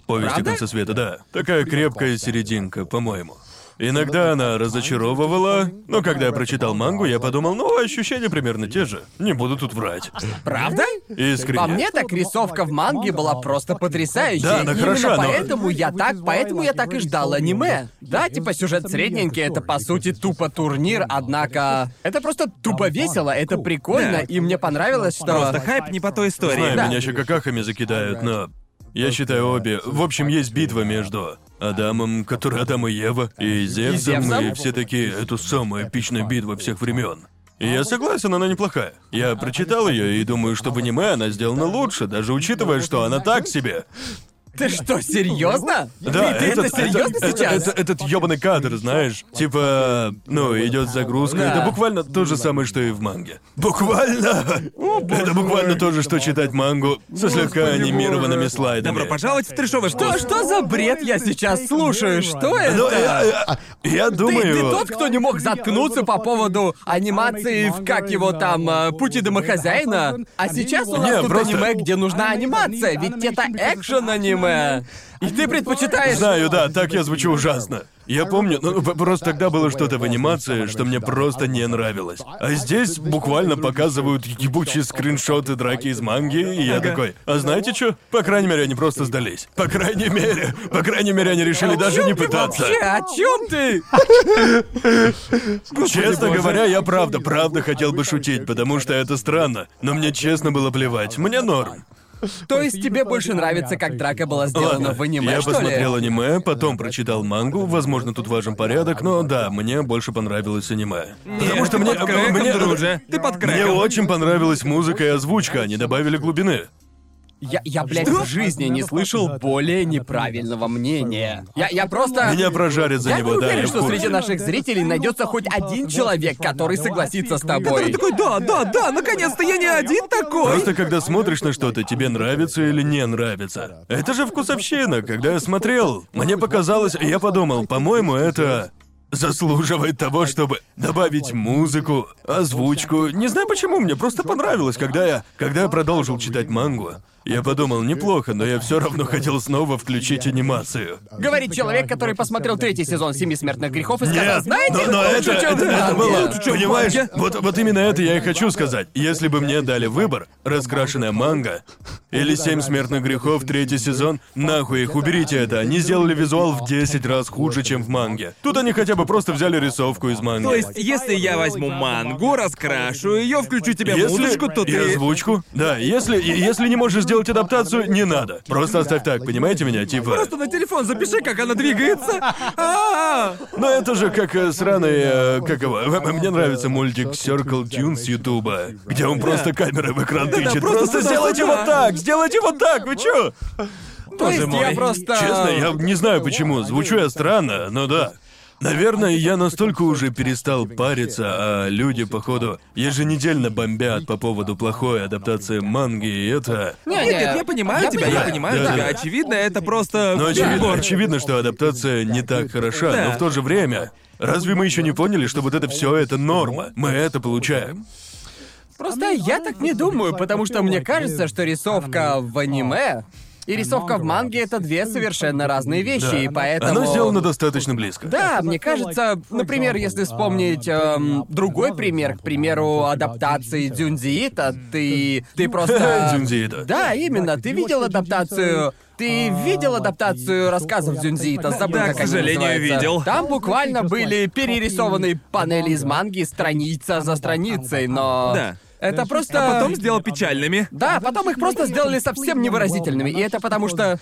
Speaker 1: Повести
Speaker 2: Правда?
Speaker 1: конца света, да. Такая крепкая серединка, по-моему. Иногда она разочаровывала, но когда я прочитал мангу, я подумал, ну, ощущения примерно те же. Не буду тут врать.
Speaker 2: Правда?
Speaker 1: Искренне.
Speaker 2: По мне так рисовка в манге была просто потрясающей.
Speaker 1: Да, она
Speaker 2: И
Speaker 1: хороша,
Speaker 2: Именно
Speaker 1: но-
Speaker 2: поэтому я так, поэтому я так и ждал аниме. Да, типа сюжет средненький, это по сути тупо турнир, однако это просто тупо весело, это прикольно,
Speaker 3: Да.
Speaker 2: и мне понравилось, что.
Speaker 3: Просто хайп не по той истории.
Speaker 1: Знаю,
Speaker 2: Да.
Speaker 1: меня еще какахами закидают, но... Я считаю обе... В общем, есть битва между Адамом, который Адам и Ева, и Зевсом, и,
Speaker 2: Зевсом?
Speaker 1: все такие, это самая эпичная битва всех времен. И я согласен, она неплохая. Я прочитал ее и думаю, что в аниме она сделана лучше, даже учитывая, что она так себе.
Speaker 2: Ты что, серьезно?
Speaker 1: Да,
Speaker 2: ты, ты это, серьезно
Speaker 1: это-
Speaker 2: сейчас?
Speaker 1: это- этот ёбаный кадр, знаешь, типа, ну, идет загрузка.
Speaker 2: Да.
Speaker 1: Это буквально то же самое, что и в манге. Буквально! это буквально то же, что читать мангу со слегка анимированными слайдами.
Speaker 3: Добро пожаловать в трешовый
Speaker 2: Что,
Speaker 3: вкус.
Speaker 2: что за бред я сейчас слушаю? Что
Speaker 1: Ну,
Speaker 2: это?
Speaker 1: я, я- я
Speaker 2: Ты,
Speaker 1: думаю...
Speaker 2: ты тот, кто не мог заткнуться по поводу анимации в, как его там, э, «Пути домохозяина». А сейчас у нас
Speaker 1: Не,
Speaker 2: тут
Speaker 1: просто-
Speaker 2: аниме, где нужна анимация, ведь это экшен-аниме. И ты предпочитаешь...
Speaker 1: Знаю, да, так я звучу ужасно. Я помню, ну, п- просто тогда было что-то в анимации, что мне просто не нравилось. А здесь буквально показывают ебучие скриншоты драки из манги, и я такой, а знаете что? По крайней мере, они просто сдались. По крайней мере, по крайней мере, они решили даже не
Speaker 2: Ты
Speaker 1: пытаться.
Speaker 2: вообще о чем ты?
Speaker 1: Честно говоря, я правда, правда хотел бы шутить, потому что это странно. Но мне честно было плевать, мне норм.
Speaker 2: То есть тебе больше нравится, как драка была сделана
Speaker 1: Ладно,
Speaker 2: в аниме,
Speaker 1: я
Speaker 2: что
Speaker 1: посмотрел
Speaker 2: ли?
Speaker 1: аниме, потом прочитал мангу, возможно, тут важен порядок, но да, мне больше понравилось аниме. Потому что мне...
Speaker 3: Ты под крэком,
Speaker 1: мне,
Speaker 3: друже. Ты под
Speaker 1: мне
Speaker 3: крэком.
Speaker 1: очень понравилась музыка и озвучка, они добавили глубины.
Speaker 2: Я, я, блядь, в жизни не слышал более неправильного мнения. Я, я просто...
Speaker 1: Меня прожарят за
Speaker 2: я
Speaker 1: него,
Speaker 2: не
Speaker 1: да,
Speaker 2: уверен,
Speaker 1: я в
Speaker 2: что
Speaker 1: курсе.
Speaker 2: среди наших зрителей найдется хоть один человек,
Speaker 3: ну,
Speaker 2: который согласится с тобой.
Speaker 3: Ты такой, да, да, да, наконец-то я не один такой.
Speaker 1: Просто когда смотришь на что-то, тебе нравится или не нравится. Это же вкусовщина. Когда я смотрел, мне показалось, я подумал, по-моему, это заслуживает того, чтобы добавить музыку, озвучку. Не знаю почему, мне просто понравилось, когда я, когда я продолжил читать мангу. Я подумал, неплохо, но я все равно хотел снова включить анимацию.
Speaker 2: Говорит человек, который посмотрел третий сезон «Семи смертных грехов» и сказал,
Speaker 1: Нет,
Speaker 2: Э, знаете,
Speaker 1: но, но это,
Speaker 2: лучше, чем
Speaker 1: это,
Speaker 2: в
Speaker 1: это
Speaker 2: манге».
Speaker 1: было,
Speaker 2: Лучше, чем в
Speaker 1: понимаешь,
Speaker 2: манге.
Speaker 1: вот, вот именно это я и хочу сказать. Если бы мне дали выбор, раскрашенная манга или «Семь смертных грехов», третий сезон, нахуй их, уберите это. Они сделали визуал в 10 раз хуже, чем в манге. Тут они хотя бы просто взяли рисовку из манги.
Speaker 3: То есть, если я возьму мангу, раскрашу ее, включу тебе музычку, то
Speaker 1: и
Speaker 3: ты...
Speaker 1: озвучку? Да, если, и- если не можешь сделать адаптацию, не надо. Просто оставь так, понимаете меня? Типа...
Speaker 3: Просто на телефон запиши, как она двигается. А-а-а.
Speaker 1: Ну это же как э, сраный... э, как его? э, Мне нравится мультик Circle Tune с Ютуба, где он просто камерой в экран тычет.
Speaker 3: просто
Speaker 1: Просто
Speaker 3: туда,
Speaker 1: сделайте
Speaker 3: туда.
Speaker 1: вот так! Сделайте вот так! Вы чё?
Speaker 2: То есть
Speaker 1: Боже
Speaker 2: я
Speaker 1: мой.
Speaker 2: просто...
Speaker 1: Честно, я не знаю почему. Звучу я странно, но да. Наверное, я настолько уже перестал париться, а люди, походу, еженедельно бомбят по поводу плохой адаптации манги, и это...
Speaker 2: Не,
Speaker 3: Нет,
Speaker 2: не,
Speaker 3: нет, я понимаю тебя, я
Speaker 1: понимаю.
Speaker 3: понимаю
Speaker 1: Да,
Speaker 3: тебя.
Speaker 1: да.
Speaker 3: Очевидно, это просто...
Speaker 1: Ну, очевидно,
Speaker 3: перебор.
Speaker 1: очевидно, что адаптация не так хороша, но в то же время... Разве мы еще не поняли, что вот это все это норма? Мы это получаем.
Speaker 3: а
Speaker 2: Просто я так не думаю, потому что мне кажется, что рисовка в аниме и
Speaker 3: А
Speaker 2: рисовка в манге — это две совершенно разные вещи, и поэтому...
Speaker 1: Оно сделано достаточно близко. [laughs]
Speaker 2: Да, мне кажется, например,
Speaker 3: А,
Speaker 2: если
Speaker 3: ну,
Speaker 2: вспомнить эм, другой пример, к примеру, адаптации Дзюнзиита, ты...
Speaker 3: ну,
Speaker 2: ты просто...
Speaker 1: Дзюнзиита.
Speaker 2: Да, именно, ты видел адаптацию...
Speaker 3: А,
Speaker 2: Ты видел адаптацию рассказов Дзюнзиита? Забыл,
Speaker 3: Да,
Speaker 2: как
Speaker 3: к
Speaker 2: они
Speaker 3: сожалению,
Speaker 2: называются.
Speaker 3: видел.
Speaker 2: Там буквально были перерисованы панели из манги страница за страницей, но...
Speaker 3: Да.
Speaker 2: Это просто...
Speaker 3: А потом сделал печальными.
Speaker 2: Да, потом их просто сделали совсем невыразительными, и это потому что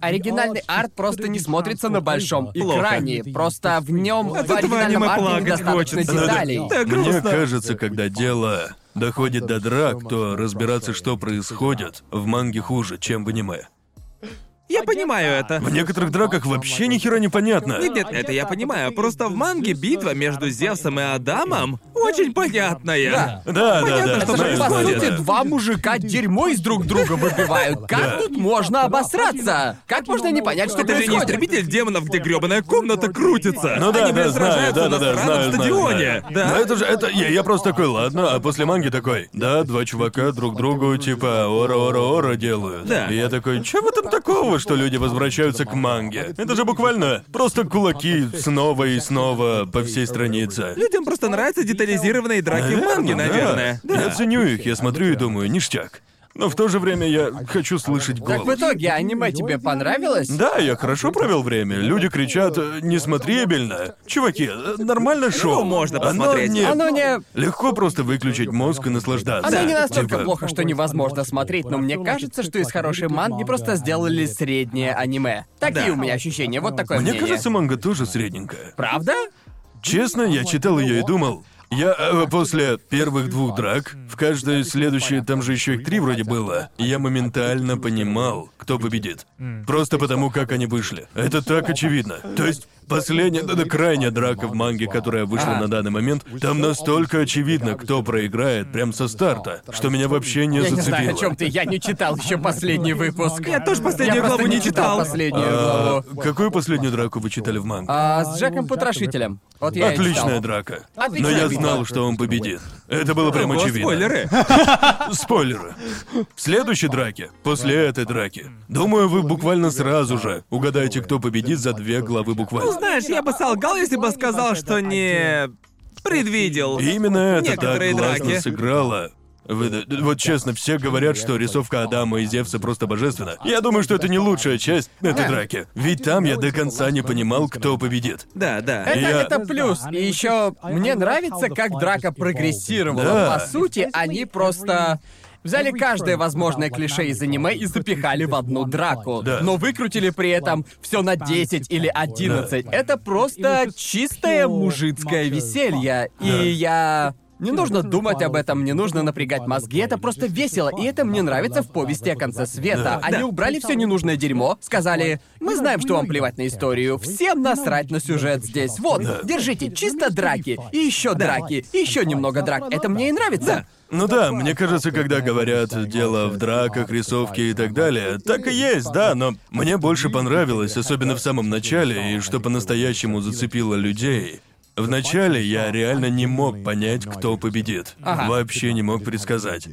Speaker 2: оригинальный арт просто не смотрится на большом
Speaker 3: Плохо.
Speaker 2: экране. Просто в нем
Speaker 3: От
Speaker 2: в
Speaker 3: этого
Speaker 2: оригинальном
Speaker 3: аниме
Speaker 2: арте
Speaker 3: плакать
Speaker 2: недостаточно
Speaker 3: хочется.
Speaker 2: деталей.
Speaker 3: Да,
Speaker 1: Мне
Speaker 3: грустно.
Speaker 1: кажется, когда дело доходит до драк, то разбираться, что происходит, в манге хуже, чем в аниме.
Speaker 3: Я понимаю это.
Speaker 1: В некоторых драках вообще ни хера не понятно.
Speaker 3: Нет, нет, это я понимаю. Просто в манге битва между Зевсом и Адамом очень понятная.
Speaker 2: Да.
Speaker 1: Да, да, да.
Speaker 3: Понятно,
Speaker 2: Это
Speaker 3: что
Speaker 2: же,
Speaker 1: знаю,
Speaker 2: по
Speaker 1: знаю,
Speaker 2: сути,
Speaker 1: да.
Speaker 2: два мужика дерьмо из друг друга выбивают. Как тут можно обосраться? Как можно не понять, что
Speaker 3: Это же не
Speaker 2: происходит?
Speaker 3: истребитель демонов, где грёбаная комната крутится.
Speaker 1: Ну да,
Speaker 3: Они,
Speaker 1: да,
Speaker 3: блядь,
Speaker 1: знаю,
Speaker 3: сражаются
Speaker 1: да, да,
Speaker 3: на
Speaker 1: да,
Speaker 3: сраном
Speaker 1: знаю, знаю,
Speaker 3: стадионе.
Speaker 1: знаю.
Speaker 3: Да.
Speaker 1: Но это же, это, я, я просто такой, ладно, а после манги такой, да, два чувака друг другу типа ора-ора-ора делают.
Speaker 3: Да.
Speaker 1: И я такой, чего там такого, что люди возвращаются к манге? Это же буквально просто кулаки снова и снова по всей странице. Э,
Speaker 3: Людям просто нравятся детализированные драки в манге,
Speaker 1: Да.
Speaker 3: наверное.
Speaker 1: Я ценю их, я смотрю и думаю, ништяк. Но в то же время я хочу слышать
Speaker 2: Так в
Speaker 1: голос.
Speaker 2: итоге аниме тебе понравилось?
Speaker 1: Да, я хорошо провел время. Люди кричат, «Э, несмотрибельно. Чуваки, э, нормально шоу.
Speaker 3: Ну, можно
Speaker 1: Оно
Speaker 3: посмотреть.
Speaker 1: не-
Speaker 2: Оно не...
Speaker 1: Легко просто выключить мозг и наслаждаться.
Speaker 2: Оно не
Speaker 1: Да,
Speaker 2: настолько
Speaker 1: типа,
Speaker 2: плохо, что невозможно смотреть, но мне кажется, что из хорошей манги просто сделали среднее аниме. Такие
Speaker 3: Да.
Speaker 2: у меня ощущения, вот такое
Speaker 1: Мне
Speaker 2: мнение.
Speaker 1: кажется, манга тоже средненькая.
Speaker 2: Правда?
Speaker 1: Честно, я читал ее и думал, Я э, после первых двух драк, в каждой следующей, там же еще их три вроде было, я моментально понимал, кто победит. Просто потому, как они вышли. Это так очевидно. То есть последняя, да, да, крайняя драка в манге, которая вышла
Speaker 3: А.
Speaker 1: на данный момент, там настолько очевидно, кто проиграет прям со старта, что меня вообще не
Speaker 2: Я не
Speaker 1: зацепило.
Speaker 2: знаю, о чем ты. Я не читал еще последний выпуск.
Speaker 3: Я тоже последнюю
Speaker 2: Я просто
Speaker 3: главу не
Speaker 2: не читал
Speaker 3: читал.
Speaker 2: последнюю
Speaker 1: А,
Speaker 2: главу.
Speaker 1: какую последнюю драку вы читали в манге?
Speaker 2: А, с Джеком Потрошителем. Вот я и читал.
Speaker 1: Отличная драка. Но
Speaker 2: Отличная
Speaker 1: я
Speaker 2: битва.
Speaker 1: знал, что он победит. Это было прям
Speaker 3: Ого,
Speaker 1: очевидно.
Speaker 3: спойлеры.
Speaker 1: Спойлеры. В следующей драке, после этой драки, думаю, вы буквально сразу же угадаете, кто победит за две главы
Speaker 3: Ну,
Speaker 1: буквально.
Speaker 3: знаешь, я бы солгал, если бы сказал, что не предвидел.
Speaker 1: И именно это так
Speaker 3: Некоторые
Speaker 1: классно
Speaker 3: драки.
Speaker 1: сыграло. Вы- э, вот честно, все говорят, что рисовка Адама и Зевса просто божественна. Я думаю, что это не лучшая часть этой драки. Ведь там я до конца не понимал, кто победит.
Speaker 3: Да, да.
Speaker 2: Это,
Speaker 1: Я-
Speaker 2: это плюс. И еще мне нравится, как драка прогрессировала.
Speaker 1: Да.
Speaker 2: По сути, они просто взяли каждое возможное клише из аниме и запихали в одну драку.
Speaker 1: Да.
Speaker 2: Но выкрутили при этом все на 10 или 11.
Speaker 4: Да.
Speaker 2: Это просто чистое мужицкое веселье. И я... Не нужно думать об этом, не нужно напрягать мозги, это просто весело, и это мне нравится в повести о конце света. Они
Speaker 3: Да.
Speaker 2: убрали все ненужное дерьмо, сказали, мы знаем, что вам плевать на историю, всем насрать на сюжет здесь. Вот, держите, чисто драки, и еще драки, и еще немного драк. Это мне и нравится.
Speaker 1: Ну да, мне кажется, когда говорят дело в драках, рисовке и так далее, так и есть, да, но мне больше понравилось, особенно в самом начале, и что по-настоящему зацепило людей. В начале я реально не мог понять, кто победит.
Speaker 2: Ага.
Speaker 1: Вообще не мог предсказать.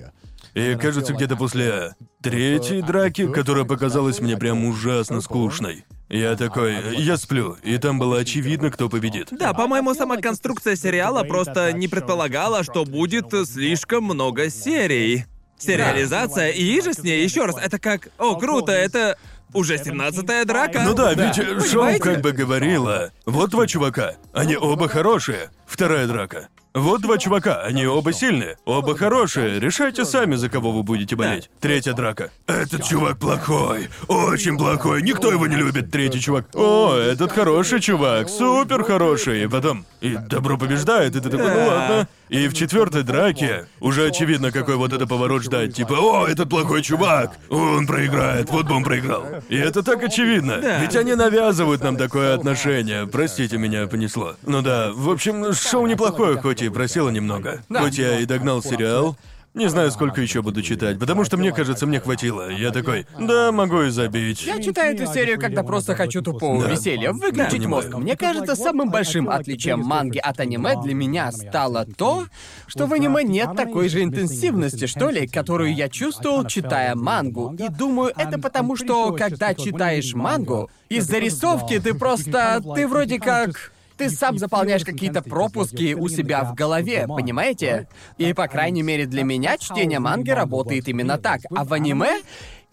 Speaker 1: И кажется, где-то после третьей драки, которая показалась мне прям ужасно скучной, я такой, э, я сплю, и там было очевидно, кто победит.
Speaker 3: Да, по-моему, сама конструкция сериала просто не предполагала, что будет слишком много серий. Сериализация и же с ней, еще раз, это как... О, круто, это уже 17-я драка.
Speaker 1: Ну да, ведь
Speaker 3: Понимаете?
Speaker 1: э, Шоу как бы говорила. Вот два чувака, они оба хорошие. Вторая драка. Вот два чувака, они оба сильные, оба хорошие. Решайте сами, за кого вы будете болеть. Третья драка. Этот чувак плохой, очень плохой, никто его не любит. Третий чувак. О, этот хороший чувак, супер хороший. И потом, и добро побеждает, и ты такой, ну
Speaker 3: Да.
Speaker 1: ладно. И в четвертой драке уже очевидно, какой вот это поворот ждать. Типа, о, этот плохой чувак, он проиграет, вот бы он проиграл. И это так очевидно.
Speaker 3: Да.
Speaker 1: Ведь они навязывают нам такое отношение. Простите, меня понесло. Ну да, в общем, шоу неплохое, хоть и просило немного.
Speaker 2: Да.
Speaker 1: Хоть я и догнал сериал. Не знаю, сколько еще буду читать, потому что мне кажется, мне хватило. Я такой, да, могу и забить.
Speaker 2: Я читаю эту серию, когда просто хочу тупого
Speaker 4: Да.
Speaker 2: веселья, выключить
Speaker 1: Да,
Speaker 2: мозг.
Speaker 1: понимаю.
Speaker 2: Мне кажется, самым большим отличием манги от аниме для меня стало то, что в аниме нет такой же интенсивности, что ли, которую я чувствовал, читая мангу. И думаю, это потому, что когда читаешь мангу, из зарисовки ты просто... ты вроде как... Ты сам заполняешь какие-то пропуски у себя в голове, понимаете? И, по крайней мере, для меня чтение манги работает именно так. А в аниме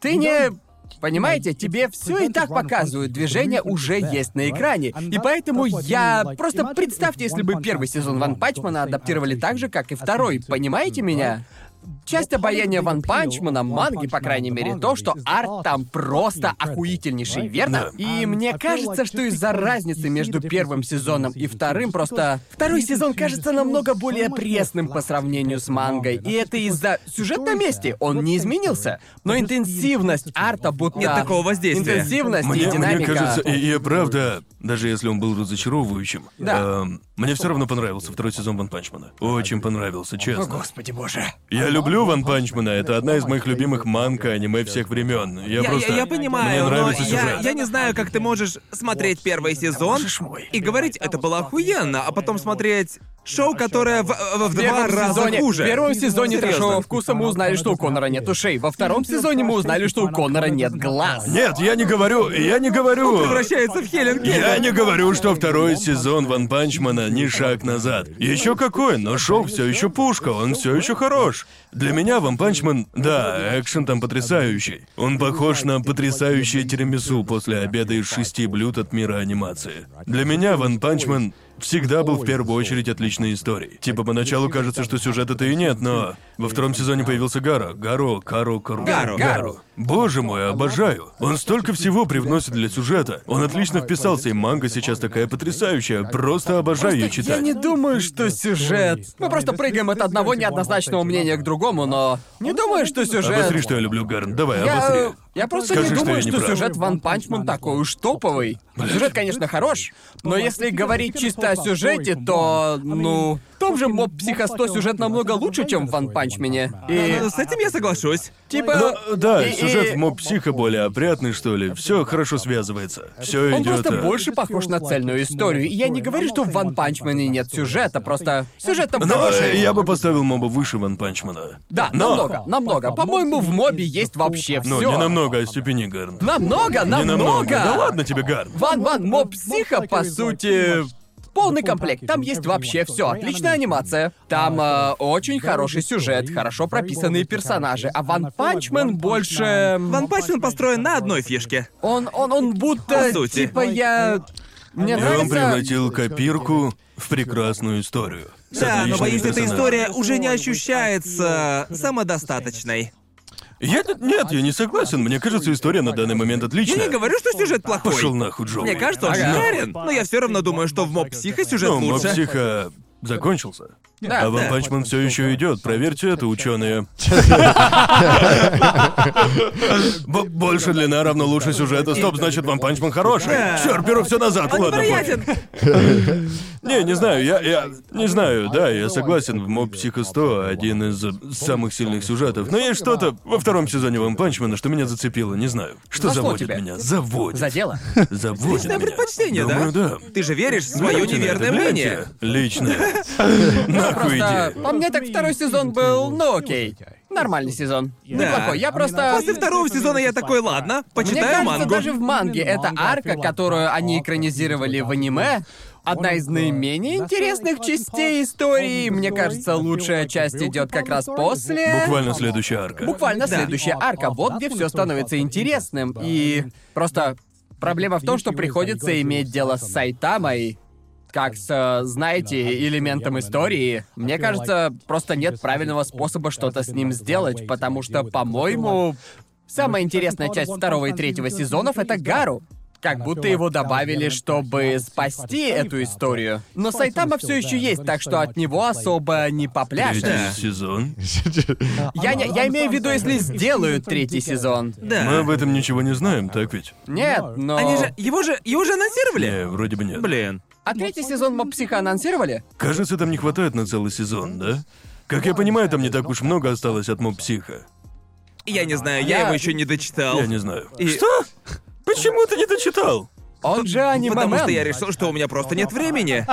Speaker 2: ты не... Понимаете, тебе все и так показывают, движение уже есть на экране. И поэтому я... Просто представьте, если бы первый сезон Ван Пачмана адаптировали так же, как и второй, понимаете меня? Часть обаяния Ван Панчмана, манги, по крайней мере, то, что арт там просто охуительнейший, верно? И мне кажется, что из-за разницы между первым сезоном и вторым просто... Второй сезон кажется намного более пресным по сравнению с мангой, и это из-за... Сюжет на месте, он не изменился, но интенсивность арта будто...
Speaker 3: Нет такого воздействия.
Speaker 2: Интенсивность
Speaker 1: Мне,
Speaker 2: и
Speaker 1: мне
Speaker 2: динамика...
Speaker 1: кажется, и, и правда, даже если он был разочаровывающим,
Speaker 2: Да.
Speaker 1: эм, мне все равно понравился второй сезон Ван Панчмана. Очень понравился,
Speaker 2: О,
Speaker 1: честно.
Speaker 2: господи боже.
Speaker 1: Я люблю Ван Панчмана, это одна из моих любимых манка аниме всех времен. Я,
Speaker 3: Я, я-
Speaker 1: просто.
Speaker 3: я понимаю,
Speaker 1: Мне
Speaker 3: но
Speaker 1: нравится
Speaker 3: я,
Speaker 1: сюжет.
Speaker 3: я не знаю, как ты можешь смотреть первый сезон и говорить, это было охуенно, а потом смотреть шоу, которое в, в- в
Speaker 2: В
Speaker 3: два
Speaker 2: первом
Speaker 3: раза
Speaker 2: сезоне,
Speaker 3: хуже.
Speaker 2: В первом сезоне
Speaker 3: Серьезно.
Speaker 2: трешового вкуса мы узнали, что у Конора нет ушей. Во втором сезоне мы узнали, что у Конора нет глаз.
Speaker 1: Нет, я не говорю, я не говорю.
Speaker 3: Превращается в Хелен Келлер.
Speaker 1: Я не говорю, что второй сезон Ван Панчмана не шаг назад. Еще какой, но шоу все еще пушка, он все еще хорош. Для меня Ван Панчман, да, экшен там потрясающий. Он похож на потрясающее тирамису после обеда из шести блюд от мира анимации. Для меня Ван Панчман всегда был в первую очередь отличной историей. Типа поначалу кажется, что сюжета-то и нет, но во втором сезоне появился Гаро. Гаро, Каро, Кару.
Speaker 3: Гаро.
Speaker 2: Гару.
Speaker 1: Боже мой, обожаю. Он столько всего привносит для сюжета. Он отлично вписался, и манга сейчас такая потрясающая. Просто обожаю ее
Speaker 2: Я
Speaker 1: читать.
Speaker 2: не думаю, что сюжет. Мы просто прыгаем от одного неоднозначного мнения к другому, но не думаю, что сюжет.
Speaker 1: Обосри, что я люблю, Гарн. Давай,
Speaker 2: Я, э,
Speaker 1: обосри.
Speaker 2: я просто
Speaker 1: Скажи,
Speaker 2: не
Speaker 1: что
Speaker 2: думаю,
Speaker 1: я не
Speaker 2: что,
Speaker 1: прав.
Speaker 2: сюжет Ван Панчман такой уж топовый. Сюжет, конечно, хорош, но если говорить чисто о сюжете, то, ну... В том же моб психосто сюжет намного лучше, чем в Ван Панчмене. И,
Speaker 3: Э, С этим я соглашусь.
Speaker 2: типа...
Speaker 1: Ну, да,
Speaker 2: и- и-
Speaker 1: сюжет в моб-психо более опрятный, что ли. Все хорошо связывается. Все
Speaker 2: Он
Speaker 1: идет.
Speaker 2: просто
Speaker 1: э,
Speaker 2: больше похож на цельную историю. И я не говорю, что в Ван Панчмене нет сюжета, просто сюжет там
Speaker 1: Но э,
Speaker 2: хороший.
Speaker 1: я бы поставил моба выше Ван Панчмана.
Speaker 2: Да,
Speaker 1: Но-
Speaker 2: намного, намного. По-моему, в мобе есть вообще
Speaker 1: Ну,
Speaker 2: все.
Speaker 1: не намного, а степени, Гарн.
Speaker 2: Намного,
Speaker 1: Не намного.
Speaker 2: намного!
Speaker 1: Да ладно тебе, Гарн.
Speaker 2: Ван Ван Моб Психо, по сути, полный комплект. Там есть вообще все. Отличная анимация. Там э, очень хороший сюжет, хорошо прописанные персонажи. А Ван Панчмен больше...
Speaker 3: Ван Пачман построен на одной фишке.
Speaker 2: Он, он, он будто,
Speaker 3: По сути.
Speaker 2: типа, я... Мне
Speaker 1: И он
Speaker 2: нравится...
Speaker 1: превратил копирку в прекрасную историю. С
Speaker 3: Да, но
Speaker 1: отличными
Speaker 3: боюсь, эта
Speaker 1: персонажами.
Speaker 3: история уже не ощущается самодостаточной.
Speaker 1: Я тут- нет, я не согласен. Мне кажется, история на данный момент
Speaker 3: Я
Speaker 1: отличная.
Speaker 3: не говорю, что сюжет плохой.
Speaker 1: Пошел нахуй, Джо.
Speaker 3: Мне кажется, он
Speaker 2: Ага.
Speaker 3: шикарен, но я все равно думаю, что в моб психо сюжет
Speaker 1: Ну, моб
Speaker 3: лучше.
Speaker 1: психо закончился.
Speaker 2: Да,
Speaker 1: а Ван
Speaker 2: да.
Speaker 1: Панчман все еще идет. Проверьте это, ученые. Больше длина равно лучше сюжета. Стоп, значит, Ван Панчман хороший.
Speaker 3: Да.
Speaker 1: Черт, беру все назад.
Speaker 3: Он
Speaker 1: Ладно, пофиг.
Speaker 3: невероятен!
Speaker 1: Не, не знаю, я, я не знаю, да, я согласен, в Моб Психо 100 один из э, самых сильных сюжетов, но есть что-то во втором сезоне Ван Панчмена, что меня зацепило, не знаю. Что
Speaker 2: Зашло
Speaker 1: заводит
Speaker 2: тебя.
Speaker 1: меня? Заводит.
Speaker 2: За дело.
Speaker 1: Заводит
Speaker 3: Личное
Speaker 1: меня.
Speaker 3: предпочтение, да?
Speaker 1: Думаю, да?
Speaker 3: Ты же веришь в свое
Speaker 1: Гляньте на Ну, это,
Speaker 3: неверное
Speaker 1: гляньте.
Speaker 3: мнение. [laughs]
Speaker 1: Личное. Нахуй
Speaker 2: Да,
Speaker 1: иди.
Speaker 2: по мне так второй сезон был, ну окей. Нормальный сезон. Неплохой. Я просто...
Speaker 3: После второго сезона я такой, ладно,
Speaker 2: Мне
Speaker 3: почитаю
Speaker 2: кажется,
Speaker 3: мангу.
Speaker 2: даже в манге эта арка, которую они экранизировали в аниме, одна из наименее интересных частей истории. Мне кажется, лучшая часть идет как раз после.
Speaker 1: Буквально следующая арка.
Speaker 2: Буквально
Speaker 3: Да.
Speaker 2: следующая арка. Вот где все становится интересным. И просто проблема в том, что приходится иметь дело с Сайтамой. Как с, э, знаете, элементом истории, мне кажется, просто нет правильного способа что-то с ним сделать, потому что, по-моему, самая интересная часть второго и третьего сезонов — это Гару. Как будто его добавили, чтобы спасти эту историю. Но Сайтама все еще есть, так что от него особо не попляшешь.
Speaker 1: Третий сезон.
Speaker 2: Я, не- я имею в виду, если сделают третий сезон.
Speaker 1: Мы
Speaker 3: Да.
Speaker 1: об этом ничего не знаем, так ведь?
Speaker 2: Нет, но...
Speaker 3: Они же. Его же. Его же анонсировали!
Speaker 1: Не, вроде бы нет.
Speaker 3: Блин.
Speaker 2: А третий сезон Моб Психа анонсировали?
Speaker 1: Кажется, там не хватает на целый сезон, да? Как я понимаю, там не так уж много осталось от Моб Психа.
Speaker 3: Я не знаю, я
Speaker 2: Я-
Speaker 3: его еще не дочитал.
Speaker 1: Я не знаю.
Speaker 3: И-
Speaker 1: Что? Почему ты не дочитал?
Speaker 2: Он же аниме
Speaker 3: Ну, Потому что я решил, что у меня просто нет времени.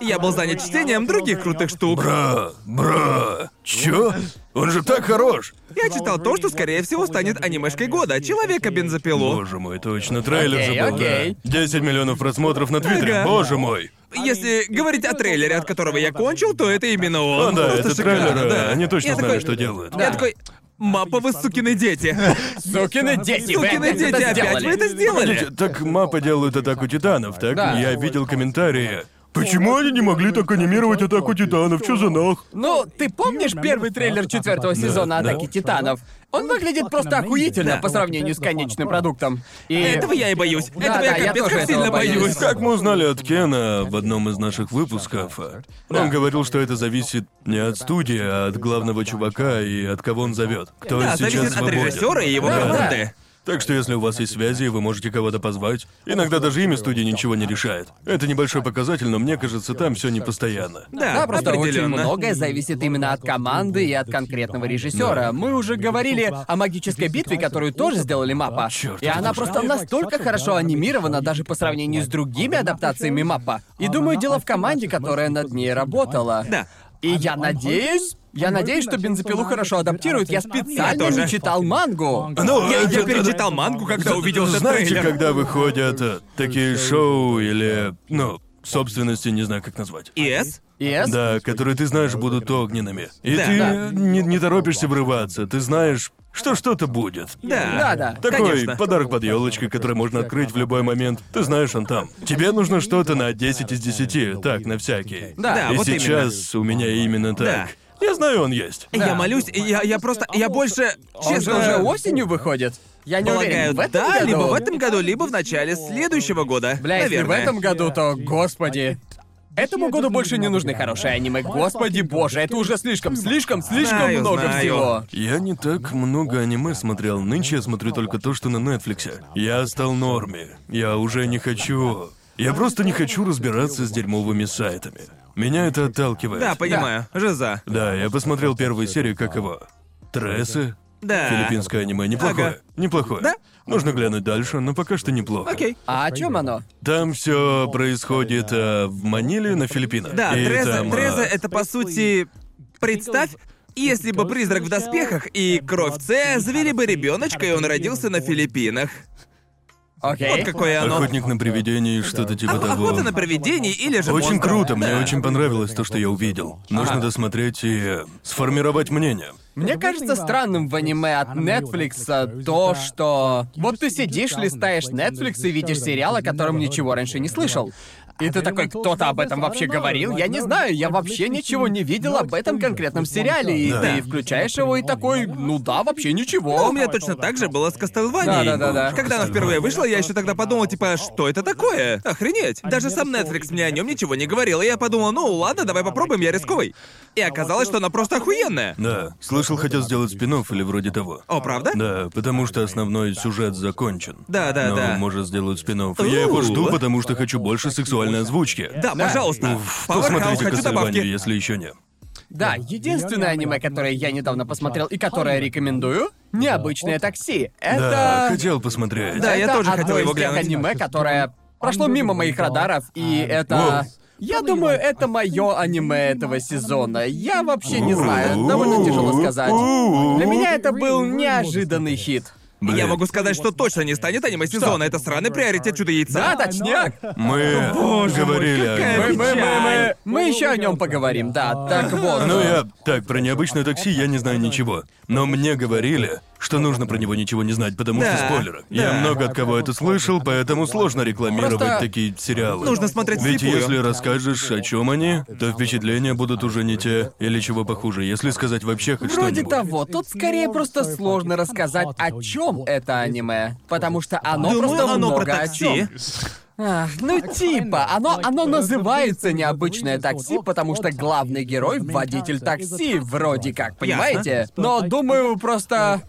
Speaker 3: Я был занят чтением других крутых штук.
Speaker 1: Бра, бра, чё? Он же так хорош!
Speaker 3: Я читал то, что, скорее всего, станет анимешкой года. Человека-бензопилу.
Speaker 1: Боже мой, точно, трейлер
Speaker 2: Окей,
Speaker 1: же был,
Speaker 2: окей.
Speaker 1: да. 10 миллионов просмотров на Твиттере,
Speaker 3: Ага.
Speaker 1: боже мой!
Speaker 3: Если говорить о трейлере, от которого я кончил, то это именно
Speaker 1: А,
Speaker 3: он.
Speaker 1: да,
Speaker 3: Просто
Speaker 1: это
Speaker 3: шикарно,
Speaker 1: трейлеры,
Speaker 3: да.
Speaker 1: они точно
Speaker 3: Я
Speaker 1: знали,
Speaker 3: такой-
Speaker 1: что делают.
Speaker 3: Я такой, мапа вы
Speaker 2: [laughs]
Speaker 3: сукины дети.
Speaker 2: Сукины дети, вы
Speaker 3: Сукины
Speaker 2: опять это
Speaker 3: дети, опять вы
Speaker 2: сделали.
Speaker 3: это сделали.
Speaker 1: Погодите, Так мапа делают атаку титанов, так?
Speaker 2: Да.
Speaker 1: Я видел комментарии. Почему они не могли так анимировать атаку титанов? Чё за нах?
Speaker 2: Ну, ты помнишь первый трейлер четвертого сезона
Speaker 1: да.
Speaker 2: Атаки Титанов? Он выглядит просто охуительно
Speaker 3: Да.
Speaker 2: по сравнению с конечным продуктом. И...
Speaker 3: А Этого я и боюсь.
Speaker 2: Да,
Speaker 3: этого я
Speaker 2: да, я
Speaker 3: капец
Speaker 2: тоже
Speaker 3: как сильно
Speaker 2: этого боюсь.
Speaker 3: боюсь.
Speaker 1: Как мы узнали от Кена в одном из наших выпусков, э, он говорил, что это зависит не от студии, а от главного чувака и от кого он зовет. Кто
Speaker 3: Да,
Speaker 1: сейчас
Speaker 3: зависит от
Speaker 1: свободен.
Speaker 3: режиссера и его
Speaker 1: Да, да.
Speaker 3: команды.
Speaker 1: Так что если у вас есть связи, вы можете кого-то позвать. Иногда даже имя студии ничего не решает. Это небольшой показатель, но мне кажется, там все непостоянно.
Speaker 3: Да,
Speaker 2: Да, просто очень
Speaker 3: определенно.
Speaker 2: многое зависит именно от команды и от конкретного режиссера. Мы уже говорили о магической битве, которую тоже сделали мапа.
Speaker 1: Чёрт,
Speaker 2: и
Speaker 1: это
Speaker 2: она
Speaker 1: ужасно.
Speaker 2: просто настолько хорошо анимирована даже по сравнению с другими адаптациями мапа. И думаю, дело в команде, которая над ней работала.
Speaker 3: Да.
Speaker 2: И я надеюсь, я надеюсь, что бензопилу хорошо адаптируют. Я специально
Speaker 3: Я тоже.
Speaker 2: не читал мангу.
Speaker 1: Ну,
Speaker 3: Я,
Speaker 1: э,
Speaker 3: я
Speaker 1: это-
Speaker 3: перечитал мангу, когда увидел этот
Speaker 1: Знаете,
Speaker 3: трейлер.
Speaker 1: когда выходят э, такие шоу или, ну, собственности, не знаю, как назвать.
Speaker 3: Yes?
Speaker 2: Yes?
Speaker 1: Да, которые ты знаешь будут огненными. И
Speaker 3: Да.
Speaker 1: ты
Speaker 2: Да.
Speaker 1: Не, не торопишься врываться, ты знаешь, что что-то будет.
Speaker 3: Да.
Speaker 2: Да, да.
Speaker 1: Такой
Speaker 3: Конечно.
Speaker 1: подарок под елочкой, который можно открыть в любой момент. Ты знаешь, он там. Тебе нужно что-то на 10 из 10, так, на всякий.
Speaker 2: Да,
Speaker 1: И
Speaker 3: вот именно.
Speaker 1: сейчас у меня именно так. Я знаю, он есть.
Speaker 3: Я молюсь, и я, я просто, я больше,
Speaker 2: Он же
Speaker 3: честно,
Speaker 2: уже осенью выходит. Я не
Speaker 3: полагаю,
Speaker 2: уверен, в этом
Speaker 3: да,
Speaker 2: году?
Speaker 3: либо в этом году, либо в начале следующего года.
Speaker 2: Бля, если в
Speaker 3: Наверное.
Speaker 2: этом году, то, господи. Этому году больше не нужны хорошие аниме. Господи боже, это уже слишком, слишком, слишком
Speaker 3: Знаю,
Speaker 2: много
Speaker 3: знаю.
Speaker 2: всего.
Speaker 1: Я не так много аниме смотрел. Нынче я смотрю только то, что на Нетфликсе. Я стал норме. Я уже не хочу... Я просто не хочу разбираться с дерьмовыми сайтами. Меня это отталкивает.
Speaker 3: Да, понимаю. Жиза.
Speaker 1: Да, я посмотрел первую серию, как его. Трессы.
Speaker 3: Да.
Speaker 1: Филиппинское аниме неплохое.
Speaker 3: А. Ага.
Speaker 1: Неплохое.
Speaker 3: Да?
Speaker 1: Нужно глянуть дальше, но пока что неплохо.
Speaker 3: Окей.
Speaker 2: А о чем оно?
Speaker 1: Там все происходит э, в Маниле на Филиппинах.
Speaker 3: Да,
Speaker 1: И
Speaker 3: Треза,
Speaker 1: там, э,
Speaker 3: Треза это по сути. Представь, если бы призрак в доспехах и кровь С завели бы ребеночка, и он родился на Филиппинах.
Speaker 2: Окей.
Speaker 3: Вот какое оно.
Speaker 1: Охотник на привидений, что-то типа
Speaker 3: Ох-
Speaker 1: того.
Speaker 3: Охота на привидений или же
Speaker 1: Очень
Speaker 3: монстров.
Speaker 1: круто,
Speaker 3: Да.
Speaker 1: мне очень понравилось то, что я увидел. Нужно досмотреть и э, сформировать мнение.
Speaker 2: Мне кажется странным в аниме от Netflix то, что... Вот ты сидишь, листаешь Netflix и видишь сериал, о котором ничего раньше не слышал. И ты такой, кто-то об этом вообще говорил? Я не знаю, я вообще ничего не видел об этом конкретном сериале. И
Speaker 1: Да.
Speaker 2: ты включаешь его и такой, ну да, вообще
Speaker 3: А
Speaker 2: ничего.
Speaker 3: у меня точно так же было с Кастелванией.
Speaker 2: Да-да-да-да.
Speaker 3: Когда она впервые вышла, я еще тогда подумал, типа, что это такое? Охренеть. Даже сам Netflix мне о нем ничего не говорил, и я подумал, ну ладно, давай попробуем, я рисковый. И оказалось, что она просто охуенная.
Speaker 1: Да, слышал, хотел сделать спин или вроде того.
Speaker 3: О, э? правда?
Speaker 1: Да, потому что основной сюжет закончен.
Speaker 3: Да, да,
Speaker 1: Но
Speaker 3: да.
Speaker 1: может сделать спин Я его
Speaker 3: У.
Speaker 1: жду, потому что хочу больше сексуальной озвучки.
Speaker 3: Да,
Speaker 2: Ну,
Speaker 3: пожалуйста. Powerhouse,
Speaker 1: Посмотрите
Speaker 3: хочу добавки.
Speaker 1: Castlevania, если еще не.
Speaker 2: Да, единственное аниме, которое я недавно посмотрел и которое рекомендую, необычное такси. Это.
Speaker 1: Да, хотел посмотреть.
Speaker 3: Да, я
Speaker 2: это
Speaker 3: тоже
Speaker 2: одно
Speaker 3: хотел его
Speaker 2: из тех
Speaker 3: глянуть.
Speaker 2: аниме, которое прошло мимо моих радаров, и это.
Speaker 1: Воу.
Speaker 2: Я думаю, это мое аниме этого сезона. Я вообще не знаю, довольно тяжело сказать. Для меня это был неожиданный хит.
Speaker 1: Блин.
Speaker 3: Я могу сказать, что точно не станет аниме сезона. Это сраный приоритет чудо яйца.
Speaker 2: Да, точняк.
Speaker 1: ну, Мы говорили. о
Speaker 3: какая
Speaker 1: нём.
Speaker 2: Мы, мы, мы, мы,
Speaker 3: Печаль.
Speaker 2: мы еще о нем поговорим, да. Так вот.
Speaker 1: Ну я так про необычное такси я не знаю ничего, но мне говорили, что нужно про него ничего не знать, потому
Speaker 3: Да,
Speaker 1: что спойлеры. Я
Speaker 3: да.
Speaker 1: много от кого это слышал, поэтому сложно рекламировать
Speaker 2: Просто
Speaker 1: такие сериалы.
Speaker 3: Нужно смотреть
Speaker 1: Ведь
Speaker 3: вслепую.
Speaker 1: если расскажешь, о чем они, то впечатления будут уже не те или чего похуже. Если сказать вообще хоть
Speaker 2: Вроде
Speaker 1: что-нибудь.
Speaker 2: того, тут скорее просто сложно рассказать, о чем это аниме. Потому что оно
Speaker 3: Думаю,
Speaker 2: просто
Speaker 3: оно
Speaker 2: много
Speaker 3: про
Speaker 2: о
Speaker 3: такси.
Speaker 2: чём. Ах, ну типа, оно, оно называется необычное такси, потому что главный герой — водитель такси, вроде как, понимаете? Но, думаю, просто...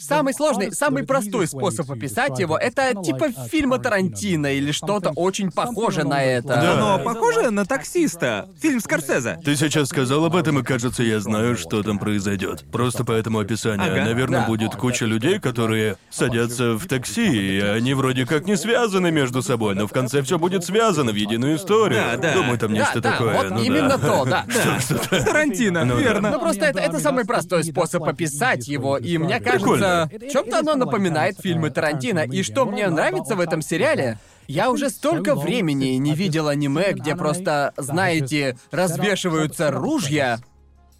Speaker 2: Самый сложный, самый простой способ описать его — это типа фильма Тарантино или что-то очень похоже на это.
Speaker 1: Да. ну,
Speaker 3: Оно похоже на таксиста. Фильм Скорсезе.
Speaker 1: Ты сейчас сказал об этом, и кажется, я знаю, что там произойдет. Просто по этому описанию,
Speaker 3: Ага.
Speaker 1: наверное,
Speaker 2: Да.
Speaker 1: будет куча людей, которые садятся в такси, и они вроде как не связаны между собой, но в конце все будет связано в единую историю.
Speaker 3: Да, да.
Speaker 1: Думаю, там
Speaker 2: Да,
Speaker 1: нечто
Speaker 2: да,
Speaker 1: такое.
Speaker 2: вот
Speaker 1: ну да.
Speaker 2: именно то, да.
Speaker 3: Тарантино,
Speaker 1: Ну [laughs] да.
Speaker 3: верно.
Speaker 2: Ну просто это, это самый простой способ описать его, и мне кажется, в чем-то оно напоминает фильмы Тарантино. И что мне нравится в этом сериале, я уже столько времени не видел аниме, где просто, знаете, развешиваются ружья,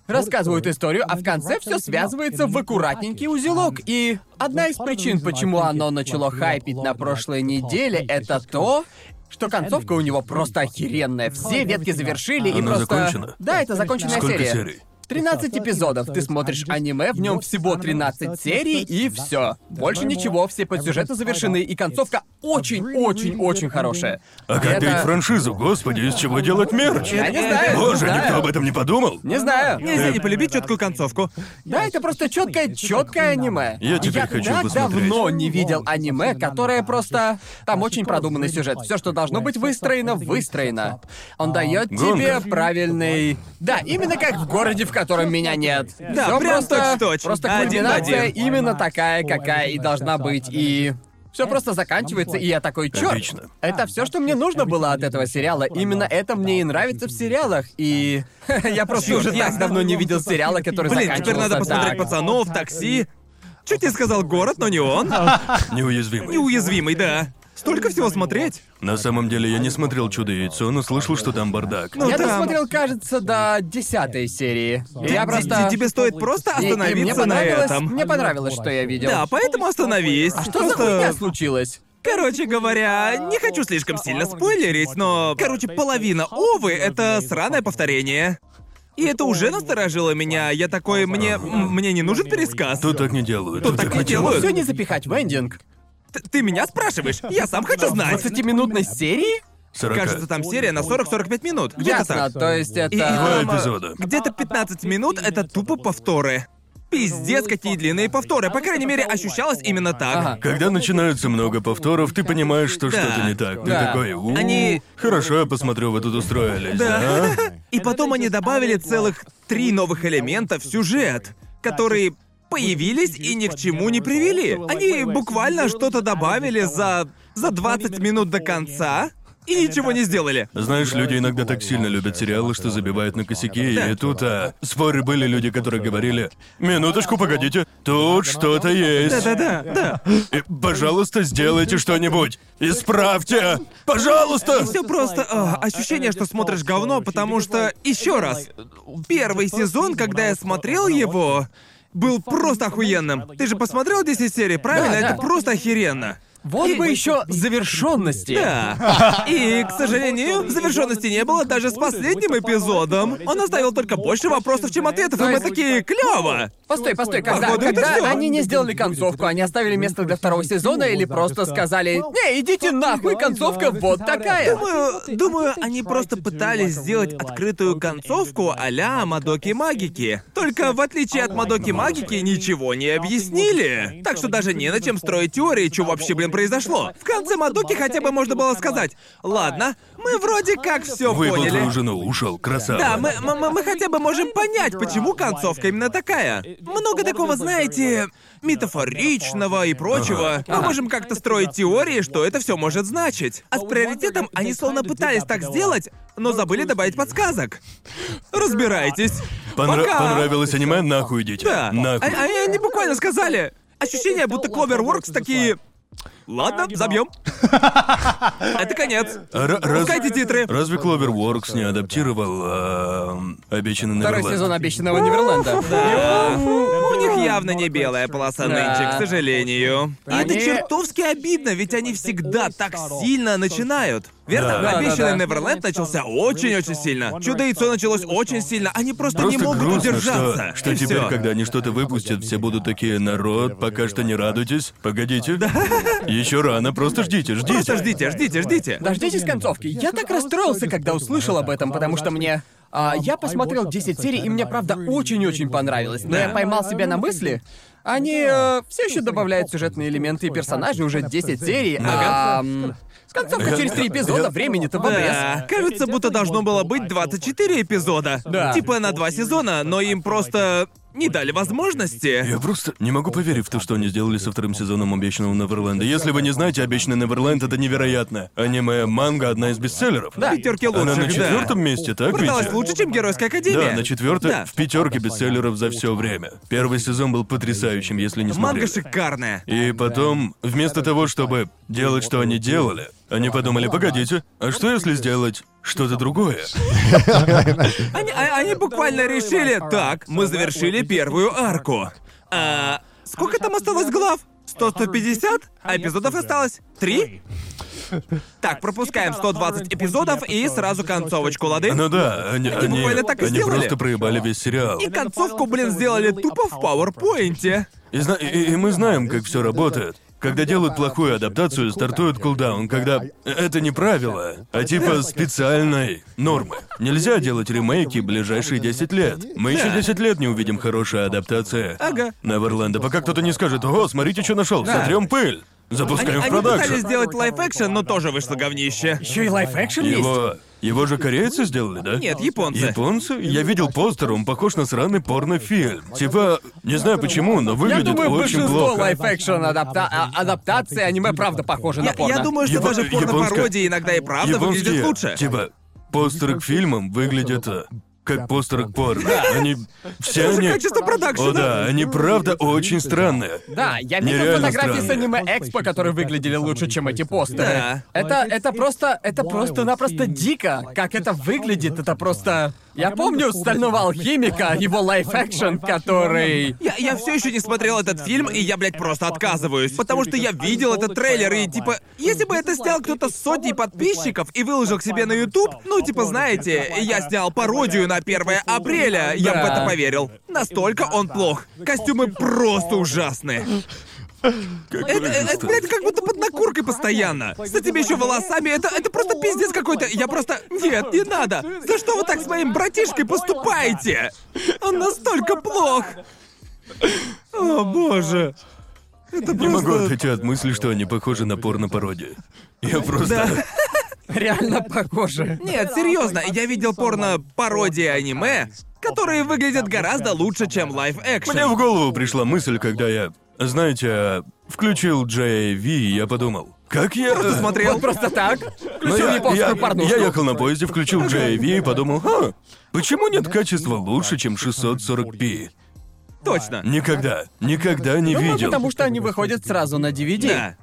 Speaker 2: рассказывают историю, а в конце все связывается в аккуратненький узелок. И одна из причин, почему оно начало хайпить на прошлой неделе, это то, что концовка у него просто охеренная. Все ветки завершили и
Speaker 1: Она
Speaker 2: просто...
Speaker 1: закончена?
Speaker 2: Да, это законченная
Speaker 1: Сколько
Speaker 2: серия.
Speaker 1: серий?
Speaker 2: 13 эпизодов. Ты смотришь аниме, в нем всего 13 серий, и все. Больше ничего, все подсюжеты завершены, и концовка очень-очень-очень хорошая.
Speaker 1: А как
Speaker 2: Это-
Speaker 1: ты франшизу, господи, из чего делать мерч?
Speaker 2: Я не знаю, не
Speaker 1: Боже,
Speaker 2: знаю.
Speaker 1: никто об этом не подумал.
Speaker 2: Не знаю.
Speaker 3: Нельзя не полюбить четкую концовку.
Speaker 2: Да, это просто четкое, четкое аниме.
Speaker 1: Я теперь хочу
Speaker 2: так
Speaker 1: посмотреть.
Speaker 2: давно не видел аниме, которое просто... Там очень продуманный сюжет. Все, что должно быть выстроено, выстроено. Он дает тебе
Speaker 1: Гонка.
Speaker 2: правильный... Да, именно как в городе, в котором меня нет.
Speaker 3: Да,
Speaker 2: Всё
Speaker 3: прям
Speaker 2: просто,
Speaker 3: точь-в-точь.
Speaker 2: Просто
Speaker 3: Один в
Speaker 2: кульминация
Speaker 3: один.
Speaker 2: именно такая, какая и должна быть. И все просто заканчивается, и я такой, черт.
Speaker 1: Отлично.
Speaker 2: Это все, что мне нужно было от этого сериала. Именно это мне и нравится в сериалах. И [laughs] я просто
Speaker 3: Чёрт,
Speaker 2: уже
Speaker 3: я-
Speaker 2: так давно не видел сериала, который
Speaker 3: Блин, теперь надо
Speaker 2: заканчивался так.
Speaker 3: посмотреть пацанов, такси. Чуть не сказал город, но не он.
Speaker 1: Неуязвимый.
Speaker 3: Неуязвимый, да. Столько всего смотреть.
Speaker 1: На самом деле я не смотрел чудо яйцо, но слышал, что там бардак.
Speaker 3: Ну,
Speaker 2: Я
Speaker 3: там-
Speaker 2: досмотрел, кажется, до десятой серии. Я
Speaker 3: Т-
Speaker 2: просто...
Speaker 3: т- Тебе стоит просто
Speaker 2: И- и мне
Speaker 3: остановиться на
Speaker 2: понравилось,
Speaker 3: этом.
Speaker 2: Мне понравилось, что я видел.
Speaker 3: Да, поэтому остановись.
Speaker 2: А что за хуйня случилось?
Speaker 3: Короче говоря, не хочу слишком сильно спойлерить, но... Короче, половина Овы — это сраное повторение. И это уже насторожило меня. Я такой, мне, м, мне не нужен пересказ.
Speaker 1: Тут так не делают.
Speaker 3: Тут так не делают.
Speaker 2: Все не запихать в эндинг.
Speaker 3: Т- Ты меня спрашиваешь? Я сам хочу знать.
Speaker 2: 20-минутной серии?
Speaker 1: Сорока.
Speaker 3: Кажется, там серия на 40-45 минут. Где-то
Speaker 2: Ясно,
Speaker 3: так.
Speaker 2: то есть это...
Speaker 3: И-
Speaker 1: Два
Speaker 3: Мама.
Speaker 1: эпизода.
Speaker 3: Где-то 15 минут — это тупо повторы. Пиздец, какие длинные повторы. По крайней мере, ощущалось именно так.
Speaker 2: Ага.
Speaker 1: Когда начинается много повторов, ты понимаешь, что
Speaker 3: Да.
Speaker 1: что-то не так. Ты
Speaker 2: Да.
Speaker 1: такой, «У,
Speaker 3: Они-
Speaker 1: Хорошо, я посмотрю, вы тут устроились,
Speaker 3: Да.
Speaker 1: а?»
Speaker 3: И потом они добавили целых три новых элемента в сюжет, которые появились и ни к чему не привели. Они буквально что-то добавили за... за 20 минут до конца и ничего не сделали.
Speaker 1: Знаешь, люди иногда так сильно любят сериалы, что забивают на косяки, и тут, а, споры были люди, которые говорили, «Минуточку, погодите, тут что-то есть».
Speaker 3: Да-да-да, да.
Speaker 1: И, пожалуйста, сделайте что-нибудь. Исправьте! Пожалуйста!
Speaker 3: Все просто а, ощущение, что смотришь говно, потому что еще раз, первый сезон, когда я смотрел его, был просто охуенным. Ты же посмотрел 10 серий, правильно?
Speaker 2: Да, да.
Speaker 3: Это просто охеренно.
Speaker 2: Вот бы еще завершенности.
Speaker 3: Да. И, к сожалению, завершенности не было даже с последним эпизодом. Он оставил только больше вопросов, чем ответов, и мы такие клево.
Speaker 2: Постой, постой, когда,
Speaker 3: Походу, это
Speaker 2: когда
Speaker 3: всё.
Speaker 2: они не сделали концовку, они оставили место для второго сезона или просто сказали «Не, идите нахуй, концовка вот такая».
Speaker 3: Думаю, думаю, они просто пытались сделать открытую концовку а-ля Мадоки Магики. Только в отличие от Мадоки Магики ничего не объяснили. Так что даже не на чем строить теории, что вообще, блин, произошло. В конце Мадоки хотя бы можно было сказать, ладно, мы вроде как все
Speaker 1: Выпил
Speaker 3: поняли.
Speaker 1: твою жену, ушел, красава.
Speaker 3: Да, мы, мы- мы- мы хотя бы можем понять, почему концовка именно такая. Много такого, знаете, метафоричного и прочего. Мы можем как-то строить теории, что это все может значить. А с приоритетом они словно пытались так сделать, но забыли добавить подсказок. Разбирайтесь.
Speaker 1: Понра-
Speaker 3: Пока.
Speaker 1: Понравилось аниме, нахуй идите.
Speaker 3: Да. А-
Speaker 1: Нахуй.
Speaker 3: а- Они буквально сказали. Ощущение, будто Cloverworks такие... Ладно,
Speaker 1: [laughs]
Speaker 3: забьем. Это конец.
Speaker 1: Р- раз-
Speaker 3: Пускайте титры.
Speaker 1: Разве Cloverworks не адаптировал эм, обещанный
Speaker 2: Второй
Speaker 1: Неверленд»?
Speaker 2: сезон обещанного Неверленда.
Speaker 3: Да. У них явно не белая полоса
Speaker 2: Да.
Speaker 3: нынче, к сожалению. И это
Speaker 2: Они-
Speaker 3: чертовски обидно, ведь они всегда так сильно начинают. Верно?
Speaker 1: Да. Да, да,
Speaker 3: Обещанный
Speaker 2: да.
Speaker 3: Неверленд начался очень-очень сильно. Чудо яйцо началось очень сильно. Они просто,
Speaker 1: Просто
Speaker 3: не могут
Speaker 1: грустно,
Speaker 3: удержаться.
Speaker 1: что, что
Speaker 3: И
Speaker 1: теперь,
Speaker 3: всё.
Speaker 1: когда они что-то выпустят, все будут такие народ, пока что не радуйтесь. Погодите. Еще рано, просто ждите, ждите.
Speaker 3: Просто ждите, ждите, ждите.
Speaker 2: Дождитесь концовки. Я так расстроился, когда услышал об этом, потому что мне... а, я посмотрел 10 серий, и мне, правда, очень-очень понравилось. Но я
Speaker 3: Да.
Speaker 2: поймал себя на мысли... Они все еще добавляют сюжетные элементы и персонажи уже 10 серий, а... м, Концовка через 3 эпизода, времени-то в обрез.
Speaker 3: Да, кажется, будто должно было быть 24 эпизода.
Speaker 2: Да.
Speaker 3: Типа на два сезона, но им просто не дали возможности.
Speaker 1: Я просто не могу поверить в то, что они сделали со вторым сезоном обещанного Неверленда. Если вы не знаете, обещанный Неверленд это невероятно. Аниме манга одна из бестселлеров.
Speaker 2: Да.
Speaker 3: Пятерки
Speaker 1: Она
Speaker 3: лучших,
Speaker 1: на
Speaker 3: да.
Speaker 1: четвертом месте, так
Speaker 3: Продалась
Speaker 1: ведь?
Speaker 3: лучше, чем Геройская Академия.
Speaker 1: Да, на четвертой
Speaker 3: Да.
Speaker 1: в пятерке бестселлеров за все время. Первый сезон был потрясающим, если не смотрели.
Speaker 3: Манга шикарная.
Speaker 1: И потом, вместо того, чтобы делать, что они делали, они подумали, погодите, а что если сделать что-то другое?
Speaker 3: Они, а- они буквально решили, так, мы завершили первую арку. А, сколько там осталось глав? 100-150? А эпизодов осталось? Три? Так, пропускаем 120 эпизодов и сразу концовочку, лады?
Speaker 1: Ну да, они, они,
Speaker 3: буквально так и
Speaker 1: они
Speaker 3: сделали.
Speaker 1: просто проебали весь сериал.
Speaker 3: И концовку, блин, сделали тупо в пауэрпоинте.
Speaker 1: И, зна- и- и мы знаем, как все работает. Когда делают плохую адаптацию, стартует кулдаун, когда это не правило, а типа специальной нормы. Нельзя делать ремейки ближайшие 10 лет. Мы еще 10 лет не увидим хорошие адаптации.
Speaker 3: Ага.
Speaker 1: Неверленда, пока кто-то не скажет, ого, смотрите, что нашел, сотрем пыль.
Speaker 3: Они,
Speaker 1: Запускаем в
Speaker 3: они
Speaker 1: продакшн.
Speaker 3: пытались сделать лайф-экшен, но тоже вышло говнище.
Speaker 2: Еще и лайф-экшен есть.
Speaker 1: Его... Его же корейцы сделали, да?
Speaker 3: Нет, японцы.
Speaker 1: Японцы? Я видел постер, он похож на сраный порнофильм. Типа, не знаю почему, но
Speaker 2: Я
Speaker 1: выглядит
Speaker 2: думаю,
Speaker 1: очень
Speaker 2: большинство
Speaker 1: плохо.
Speaker 2: лайф-экшен адапта- а- адаптации аниме правда похоже на
Speaker 3: Я,
Speaker 2: порно.
Speaker 3: я думаю, что
Speaker 1: Япо-
Speaker 3: даже порно-пародии
Speaker 1: японская-
Speaker 3: иногда и правда
Speaker 1: Японские,
Speaker 3: выглядят лучше.
Speaker 1: типа, постеры к фильмам выглядят э, как постеры к порно. Они... Все
Speaker 3: Это же
Speaker 1: они...
Speaker 3: качество продакшена.
Speaker 1: О да, они правда очень странные.
Speaker 2: Да, я видел
Speaker 1: Нереально
Speaker 2: фотографии с
Speaker 1: странные.
Speaker 2: аниме Экспо, которые выглядели лучше, чем эти постеры.
Speaker 3: Да.
Speaker 2: Это, это просто, это просто-напросто дико. Как это выглядит, это просто... Я помню «Стального алхимика», его лайф-экшен, который...
Speaker 3: Я, я все еще не смотрел этот фильм, и я, блядь, просто отказываюсь. Потому что я видел этот трейлер, и типа, если бы это снял кто-то с сотней подписчиков и выложил к себе на YouTube, ну, типа, знаете, я снял пародию на 1 апреля, я бы в
Speaker 2: Да.
Speaker 3: это поверил. Настолько он плох. Костюмы просто ужасные.
Speaker 1: Как
Speaker 3: Это, это,
Speaker 1: ужасно.
Speaker 3: Э, блядь, как будто под накуркой постоянно. С этими еще волосами, это, это просто пиздец какой-то. Я просто... Нет, не надо. За что вы так с моим братишкой поступаете? Он настолько плох. О, боже. Это
Speaker 1: Ну, Не могу
Speaker 3: просто...
Speaker 1: отойти от мысли, что они похожи на порно-пародию. Я просто...
Speaker 2: Реально похоже.
Speaker 3: Нет, серьезно, я видел порно-пародии аниме, которые выглядят гораздо лучше, чем лайв-экшн.
Speaker 1: Мне в голову пришла мысль, когда я, знаете, включил JV, и я подумал, как я...
Speaker 3: Просто смотрел.
Speaker 2: Вот просто так.
Speaker 1: Ну,
Speaker 2: Включил японскую порнушку.
Speaker 1: я ехал на поезде, включил JV и подумал, «Ха, почему нет качества лучше, чем 640p?
Speaker 3: Точно.
Speaker 1: Никогда, никогда не
Speaker 2: Ну, может,
Speaker 1: видел.
Speaker 2: потому что они выходят сразу на DVD.
Speaker 3: Да.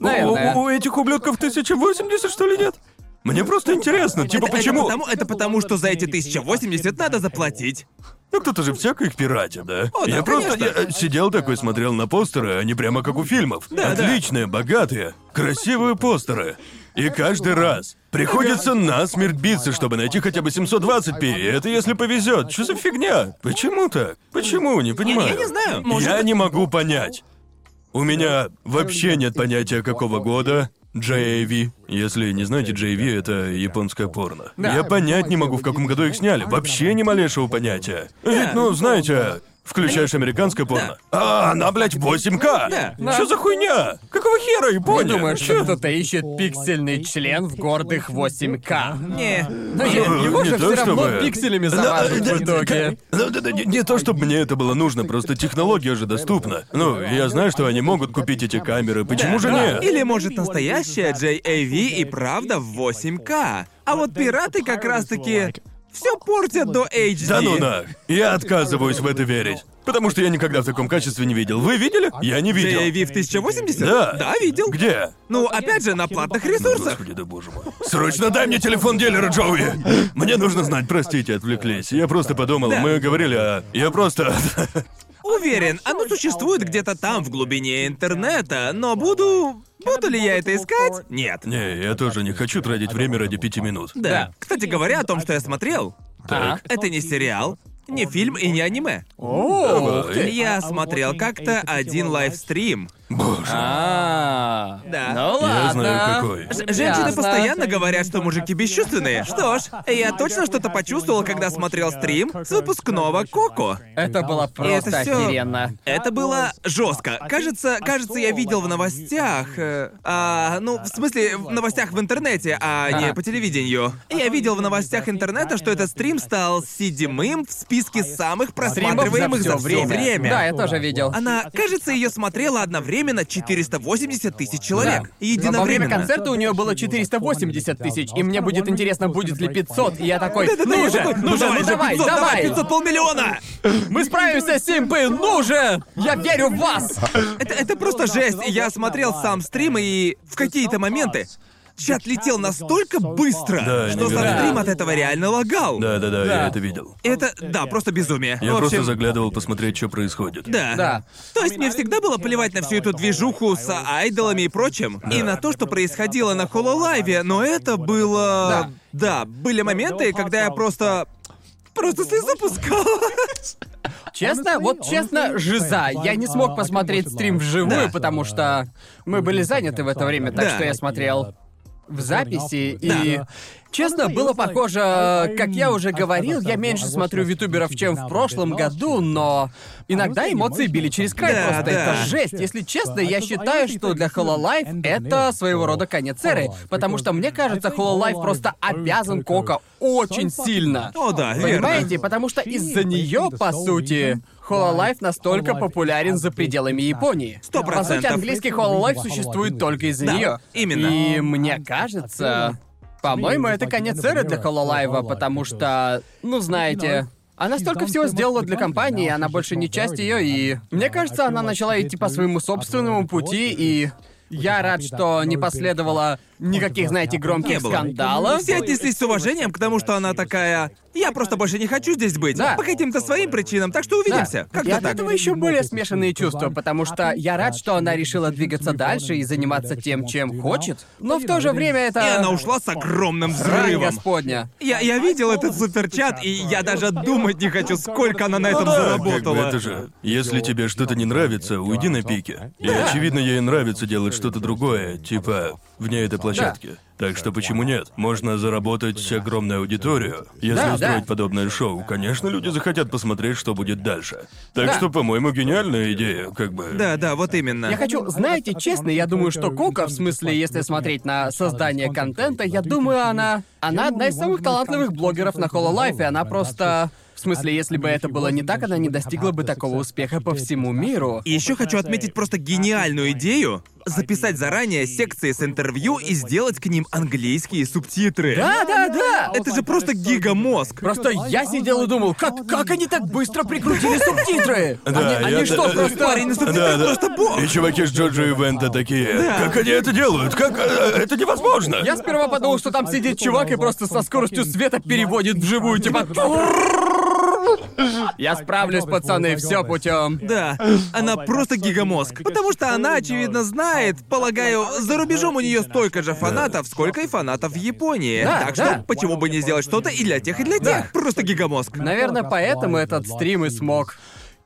Speaker 2: Наверное.
Speaker 1: У, у- у этих ублюдков 1080, что ли, нет? Мне просто интересно, типа,
Speaker 3: Это-
Speaker 1: почему...
Speaker 3: Это потому, это потому, что за эти 1080 надо заплатить.
Speaker 1: Ну, кто-то же всяко их пиратит, да?
Speaker 3: О, да,
Speaker 1: я просто
Speaker 3: конечно.
Speaker 1: я, э, сидел такой, смотрел на постеры, они прямо как у фильмов.
Speaker 3: Да, да.
Speaker 1: Отличные, богатые, красивые постеры. И каждый раз приходится насмерть биться, чтобы найти хотя бы 720p. И это если повезет. Что за фигня? Почему так? Почему? Не понимаю.
Speaker 3: Я не знаю. Может,
Speaker 1: Я не могу понять. У меня вообще нет понятия, какого года JAV. Если не знаете, JAV — это японское порно.
Speaker 2: Да.
Speaker 1: Я понять не могу, в каком году их сняли. Вообще ни малейшего понятия. Ведь, ну, знаете, включаешь американское порно. А, она, блядь, 8К!
Speaker 3: Да.
Speaker 1: Что за хуйня? Какого хера,
Speaker 2: Не
Speaker 1: Япония?
Speaker 2: думаю,
Speaker 1: Чё?
Speaker 2: что кто-то ищет пиксельный член в гордых 8К.
Speaker 3: Не.
Speaker 2: Но я-
Speaker 1: Ну,
Speaker 2: его
Speaker 1: не
Speaker 2: же
Speaker 1: то
Speaker 2: все равно
Speaker 1: чтобы.
Speaker 2: пикселями
Speaker 1: Да,
Speaker 2: замазывают
Speaker 1: да,
Speaker 2: в итоге.
Speaker 1: Ну, да, да, не, не то, чтобы мне это было нужно, просто технология же доступна. Ну, я знаю, что они могут купить эти камеры, почему же
Speaker 3: Да.
Speaker 1: нет?
Speaker 3: Или, может, настоящая JAV и правда в 8К. А вот пираты как раз-таки все портят до HD.
Speaker 1: Да ну нах! Я отказываюсь в это верить. Потому что я никогда в таком качестве не видел. Вы видели? Я не видел.
Speaker 3: JAV в 1080?
Speaker 1: Да.
Speaker 3: Да, видел.
Speaker 1: Где?
Speaker 3: Ну, опять же, на платных ресурсах.
Speaker 1: Господи, да боже мой. Срочно дай мне телефон дилера, Джоуи! Мне нужно знать, простите, отвлеклись. Я просто подумал,
Speaker 3: Да.
Speaker 1: мы говорили о... Я просто... [laughs]
Speaker 3: Уверен, оно существует где-то там, в глубине интернета, но буду... Буду ли я это искать? Нет.
Speaker 1: Не, я тоже не хочу тратить время ради пяти минут.
Speaker 3: Да.
Speaker 2: Да.
Speaker 3: Кстати говоря, о том, что я смотрел,
Speaker 2: А?
Speaker 3: это не сериал, не фильм и не аниме.
Speaker 2: О,
Speaker 1: Давай.
Speaker 3: Я смотрел как-то один лайвстрим.
Speaker 1: Боже.
Speaker 2: А,
Speaker 3: Да.
Speaker 2: Ну ладно.
Speaker 1: Я знаю, какой.
Speaker 3: Ж- Женщины
Speaker 2: Ясно.
Speaker 3: постоянно говорят, что мужики бесчувственные. Что ж, я точно что-то почувствовал, когда смотрел стрим с выпускного Коко.
Speaker 2: Это было просто
Speaker 3: это всё-
Speaker 2: охеренно.
Speaker 3: Это было
Speaker 2: А
Speaker 3: жестко. Кажется, кажется, я видел в новостях. э, а, ну, в смысле, в новостях в интернете, а не
Speaker 2: Ага.
Speaker 3: по телевидению. Я видел в новостях интернета, что этот стрим стал седьмым в списке
Speaker 2: Стримов
Speaker 3: самых
Speaker 2: за
Speaker 3: просматриваемых
Speaker 2: все
Speaker 3: за все
Speaker 2: время.
Speaker 3: время.
Speaker 2: Да, А я тоже видел.
Speaker 3: Она, кажется, ее смотрела одновременно 480
Speaker 2: Да.
Speaker 3: тысяч человек.
Speaker 2: Во время
Speaker 3: Единовременно.
Speaker 2: концерта у нее было 480 тысяч, и мне будет интересно, будет ли 500. И я такой, ну же, ну же, ну давай, давай,
Speaker 3: 500 полмиллиона!
Speaker 2: мы справимся с Симпы, ну же! Я верю в вас!
Speaker 3: Это, это просто жесть. Я смотрел сам стрим и в какие-то моменты чат летел настолько быстро,
Speaker 1: Да,
Speaker 3: что сам
Speaker 1: невероятно.
Speaker 3: стрим от этого реально лагал.
Speaker 1: Да-да-да,
Speaker 2: Да.
Speaker 1: я это видел.
Speaker 3: Это, да, просто безумие.
Speaker 1: Я
Speaker 3: В общем,
Speaker 1: просто заглядывал посмотреть, что происходит.
Speaker 3: Да.
Speaker 2: Да.
Speaker 3: То есть мне всегда было плевать на всю эту движуху с айдолами и прочим, и на то, что происходило на Хололайве, но это было... Да. были моменты, когда я просто... Просто слезу пускал.
Speaker 2: Честно, вот честно, жиза. Я не смог посмотреть стрим вживую,
Speaker 3: Да.
Speaker 2: потому что мы были заняты в это время, так
Speaker 3: Да.
Speaker 2: что я смотрел в записи, и...
Speaker 4: Да.
Speaker 2: Честно, было похоже, как я уже говорил, я меньше смотрю витуберов, чем в прошлом году, но иногда эмоции били через край
Speaker 3: Да,
Speaker 2: просто.
Speaker 3: да.
Speaker 2: Это жесть. Если честно, я считаю, что для Hololive это своего рода конец эры, потому что, мне кажется, Hololive просто обязан Кока очень сильно.
Speaker 3: О, да, верно.
Speaker 2: Понимаете, потому что из-за нее, по сути, Hololive настолько популярен за пределами Японии.
Speaker 4: Сто
Speaker 2: По сути,
Speaker 3: процентов.
Speaker 2: английский Hololive А существует только из-за
Speaker 4: Да,
Speaker 2: нее.
Speaker 3: именно.
Speaker 2: И мне кажется, по-моему, это конец эры для Hololive, потому что, ну знаете, она столько всего сделала для компании, она больше не часть ее, и мне кажется, она начала идти по своему собственному пути, и я рад, что не последовало никаких, знаете, громких
Speaker 4: Не
Speaker 3: было.
Speaker 2: скандалов.
Speaker 3: Все отнеслись с уважением к тому, что она такая... Я просто больше не хочу здесь быть.
Speaker 2: Да.
Speaker 3: По каким-то своим причинам, так что увидимся.
Speaker 2: и
Speaker 3: Как-то
Speaker 2: от
Speaker 3: так.
Speaker 2: этого еще более смешанные чувства, потому что я рад, что она решила двигаться дальше и заниматься тем, чем хочет. Но в то же время это...
Speaker 3: И она ушла с огромным
Speaker 2: Рань
Speaker 3: взрывом.
Speaker 2: господня.
Speaker 3: Я, я видел этот суперчат, и я даже думать не хочу, сколько она на этом
Speaker 1: Как бы
Speaker 3: заработала.
Speaker 1: это же. Если тебе что-то не нравится, уйди на пике. И очевидно, ей нравится делать что-то другое, типа вне этой площадки. Так что почему нет? Можно заработать огромную аудиторию. Если
Speaker 2: Да,
Speaker 1: устроить
Speaker 2: да.
Speaker 1: подобное шоу, конечно, люди захотят посмотреть, что будет дальше. Так
Speaker 2: Да.
Speaker 1: что, по-моему, гениальная идея, как бы.
Speaker 3: Да, да, вот именно.
Speaker 2: Я хочу, знаете, честно, я думаю, что Кока, в смысле, если смотреть на создание контента, я думаю, она... Она одна из самых талантливых блогеров на Хололайфе, она просто... В смысле, если бы это было не так, она не достигла бы такого успеха по всему миру.
Speaker 3: И еще хочу отметить просто гениальную идею записать заранее секции с интервью и сделать к ним английские субтитры.
Speaker 2: Да, да, да!
Speaker 3: Это же просто гигамозг.
Speaker 2: Просто я сидел и думал, как, как они так быстро прикрутили субтитры?
Speaker 1: Да,
Speaker 2: они,
Speaker 1: я-
Speaker 2: они что,
Speaker 1: да,
Speaker 2: просто...
Speaker 3: Парень на субтитрах
Speaker 1: Да, да.
Speaker 3: просто бог.
Speaker 1: И чуваки с Джоджо Ивента такие. Как они это делают? Как э, это невозможно?
Speaker 2: Я сперва подумал, что там сидит чувак и просто со скоростью света переводит вживую, типа... Я справлюсь, пацаны, все путем.
Speaker 1: [laughs]
Speaker 3: Да, она просто гигамозг. Потому что она, очевидно, знает, полагаю, за рубежом у нее столько же фанатов, сколько и фанатов в Японии.
Speaker 2: Да,
Speaker 3: так
Speaker 2: да.
Speaker 3: что почему бы не сделать что-то и для тех, и для тех?
Speaker 2: Да.
Speaker 3: Просто гигамозг.
Speaker 2: Наверное, поэтому этот стрим и смог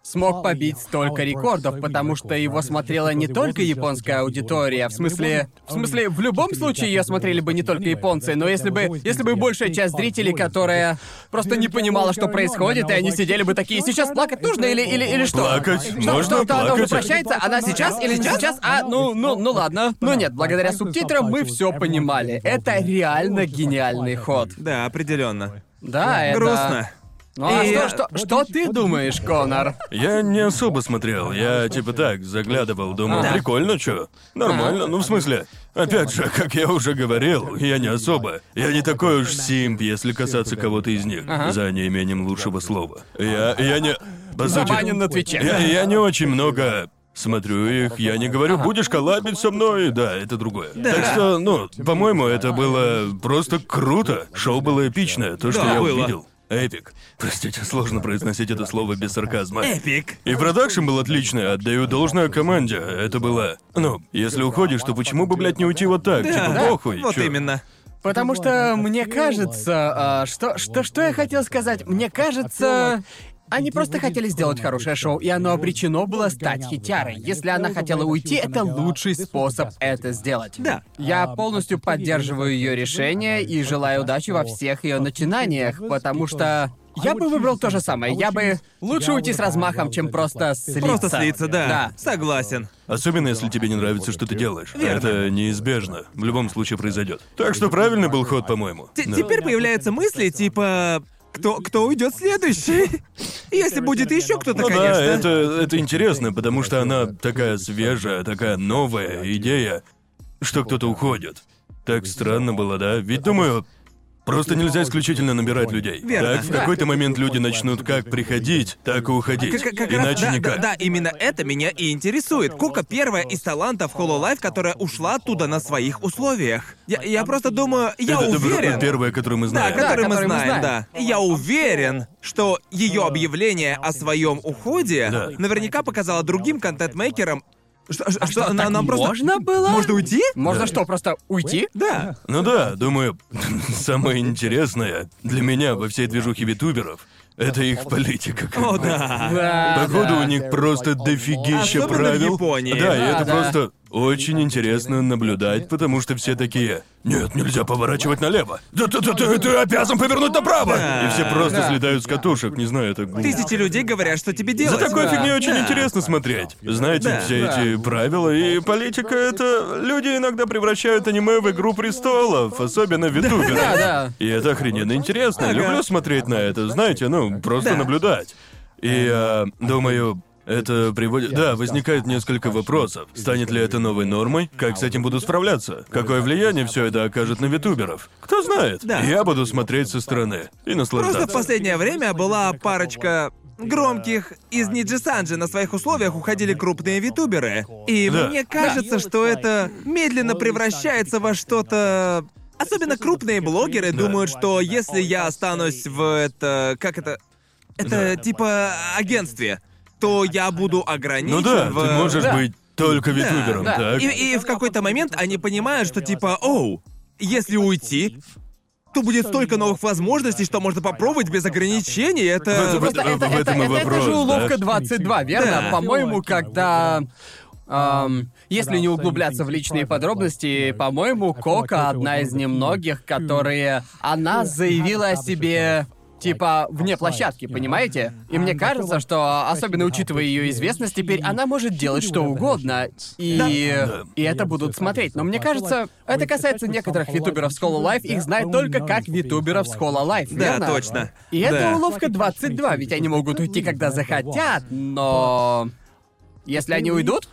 Speaker 2: смог побить столько рекордов, потому что его смотрела не только японская аудитория, в смысле... В смысле, в любом случае ее смотрели бы не только японцы, но если бы... Если бы большая часть зрителей, которая просто не понимала, что происходит, и они сидели бы такие, сейчас плакать нужно или, или, или что?
Speaker 1: Плакать?
Speaker 2: Что,
Speaker 1: Можно
Speaker 2: что, она уже
Speaker 1: плакать?
Speaker 2: прощается? Она сейчас или не сейчас? А, ну, ну, ну ладно. Ну нет, благодаря субтитрам мы все понимали. Это реально гениальный ход.
Speaker 3: Да, определенно.
Speaker 2: Да, это...
Speaker 3: Грустно.
Speaker 2: Ну а
Speaker 3: И-
Speaker 2: что, что, что ты думаешь, Конор?
Speaker 1: Я не особо смотрел, я типа так заглядывал, думал,
Speaker 2: Да.
Speaker 1: прикольно, чё? Нормально, ну в смысле, опять же, как я уже говорил, я не особо. Я не такой уж симп, если касаться кого-то из них, за неимением лучшего слова. Я, я не... По сути,
Speaker 2: Забанен на Твиче.
Speaker 1: Я, я не очень много смотрю их, я не говорю, будешь коллабить со мной, да, это другое. Так что, ну, по-моему, это было просто круто. Шоу было эпичное, то, что
Speaker 3: Да,
Speaker 1: я
Speaker 3: было.
Speaker 1: увидел. Эпик. Простите, сложно произносить это слово без сарказма.
Speaker 3: Эпик.
Speaker 1: И продакшн был отличный, отдаю должное команде. Это было... Ну, если уходишь, то почему бы, блядь, не уйти вот так? типа,
Speaker 3: Да,
Speaker 1: похуй.
Speaker 3: вот
Speaker 1: чё?
Speaker 3: именно.
Speaker 2: Потому что мне кажется, а, что, что, что я хотел сказать? Мне кажется, они просто хотели сделать хорошее шоу, и оно обречено было стать хитярой. Если она хотела уйти, это лучший способ это сделать.
Speaker 3: Да.
Speaker 2: Я полностью поддерживаю ее решение и желаю удачи во всех ее начинаниях, потому что я бы выбрал то же самое. Я бы лучше уйти с размахом, чем просто слиться.
Speaker 3: Просто слиться, да.
Speaker 2: Да.
Speaker 3: Согласен.
Speaker 1: Особенно, если тебе не нравится, что ты делаешь. Это неизбежно. В любом случае произойдет. Так что правильный был ход, по-моему.
Speaker 3: Т-
Speaker 1: Да.
Speaker 3: Теперь появляются мысли типа. Кто, кто уйдет
Speaker 1: [laughs]
Speaker 3: следующий? Если будет еще кто-то,
Speaker 1: Ну
Speaker 3: конечно.
Speaker 1: да, это, это интересно, потому что она такая свежая, такая новая идея, что кто-то уходит. Так странно было, да? Ведь, думаю, просто нельзя исключительно набирать людей.
Speaker 3: Верно.
Speaker 1: Так в какой-то момент люди начнут как приходить, так и уходить.
Speaker 3: А Как- как раз-
Speaker 1: Иначе
Speaker 3: да,
Speaker 1: никак.
Speaker 3: Да, да, именно это меня и интересует. Кока первая из талантов Hololive, которая ушла оттуда на своих условиях. Я, я просто думаю, я
Speaker 1: Это добро-
Speaker 3: уверен.
Speaker 1: первое, которое мы
Speaker 3: Да,
Speaker 1: знаем.
Speaker 3: который мы
Speaker 2: который мы
Speaker 3: знаем,
Speaker 2: знаем.
Speaker 3: да. Я уверен, что ее объявление о своем уходе
Speaker 1: Да.
Speaker 3: наверняка показало другим контент-мейкерам, что, что,
Speaker 2: А Что,
Speaker 3: она-
Speaker 2: так
Speaker 3: нам просто...
Speaker 2: можно было?
Speaker 3: Можно уйти?
Speaker 2: Можно что, просто уйти?
Speaker 3: Да.
Speaker 1: Ну да, думаю, [laughs] самое интересное для меня во всей движухе витуберов — это их политика. как
Speaker 3: О,
Speaker 1: бы.
Speaker 3: да.
Speaker 2: Да,
Speaker 1: Походу, у
Speaker 2: да.
Speaker 1: них просто дофигища
Speaker 3: Особенно в
Speaker 1: правил.
Speaker 3: Японии.
Speaker 1: Да, и
Speaker 2: Да,
Speaker 1: это
Speaker 2: да.
Speaker 1: просто очень интересно наблюдать, потому что все такие. Нет, нельзя поворачивать налево. Да ты, ты, ты, ты обязан повернуть направо! И все просто
Speaker 2: Да.
Speaker 1: слетают с катушек, не знаю, это.
Speaker 3: Тысячи людей говорят, что тебе
Speaker 1: За
Speaker 3: делать.
Speaker 1: такой
Speaker 2: Да.
Speaker 1: фигней очень
Speaker 3: Да.
Speaker 1: интересно смотреть. Знаете,
Speaker 3: Да.
Speaker 1: все
Speaker 2: Да.
Speaker 1: эти правила и политика это. Люди иногда превращают аниме в игру престолов, особенно витуберы.
Speaker 2: Да, да.
Speaker 1: И это охрененно интересно.
Speaker 3: Ага.
Speaker 1: Люблю смотреть на это, знаете, ну, просто
Speaker 3: Да.
Speaker 1: наблюдать. И э, думаю, это приводит... Да, возникает несколько вопросов. Станет ли это новой нормой? Как с этим будут справляться? Какое влияние все это окажет на витуберов? Кто знает?
Speaker 3: Да.
Speaker 1: Я буду смотреть со стороны и наслаждаться.
Speaker 3: Просто в последнее время была парочка громких. Из Ниджисанджи на своих условиях уходили крупные витуберы. И
Speaker 1: Да.
Speaker 3: мне кажется, что это медленно превращается во что-то Особенно крупные блогеры
Speaker 4: Да.
Speaker 3: думают, что если я останусь в это... Как это? Это
Speaker 1: Да.
Speaker 3: типа агентстве, то я буду ограничен
Speaker 1: Ну да,
Speaker 3: в...
Speaker 1: ты можешь
Speaker 2: Да.
Speaker 1: быть только витубером,
Speaker 2: да.
Speaker 1: так?
Speaker 3: И, и в какой-то момент они понимают, что типа, оу, если уйти, то будет столько новых возможностей, что можно попробовать без ограничений.
Speaker 1: Вот,
Speaker 3: Это...
Speaker 1: вот.
Speaker 2: Просто это,
Speaker 1: в этом и
Speaker 2: это- это
Speaker 1: вопрос,
Speaker 2: же
Speaker 1: да.
Speaker 2: уловка 22, верно?
Speaker 3: Да.
Speaker 2: По-моему, когда... ам, если не углубляться в личные подробности, по-моему, Кока одна из немногих, которые... Она заявила о себе типа вне площадки, понимаете? И мне кажется, что, особенно учитывая ее известность, теперь она может делать что угодно, и,
Speaker 4: Да.
Speaker 2: и это будут смотреть. Но мне кажется, это касается некоторых витуберов с Холла Life, их знают только как витуберов с Холла Life,
Speaker 3: Да,
Speaker 2: верно?
Speaker 3: точно.
Speaker 2: И это
Speaker 3: Да.
Speaker 2: уловка 22, ведь они могут уйти, когда захотят, но... Если они уйдут,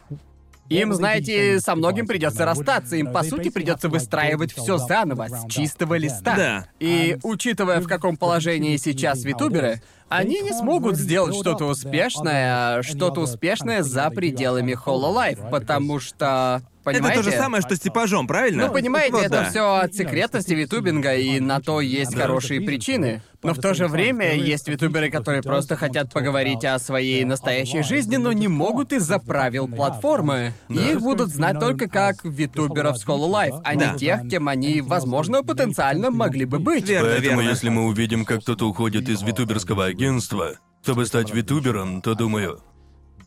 Speaker 2: им, знаете, со многим придется расстаться, им, по сути, придется выстраивать все заново, с чистого листа.
Speaker 3: Да.
Speaker 2: И, учитывая, Э, в каком положении сейчас витуберы, они не смогут сделать что-то успешное, что-то успешное за пределами Hololive, потому что... Понимаете?
Speaker 3: Это то же самое, что с типажом, правильно?
Speaker 2: Ну, понимаете,
Speaker 3: Вот
Speaker 2: это
Speaker 3: да.
Speaker 2: все от секретности витубинга, и на то есть
Speaker 4: Да.
Speaker 2: хорошие причины. Но в то же время есть витуберы, которые просто хотят поговорить о своей настоящей жизни, но не могут из-за правил платформы. И Их будут знать только как витуберов с Life, а не
Speaker 4: Да.
Speaker 2: тех, кем они, возможно, потенциально могли бы быть.
Speaker 3: Верно,
Speaker 1: Поэтому,
Speaker 3: верно.
Speaker 1: если мы увидим, как кто-то уходит из витуберского агентства, чтобы стать витубером, то думаю,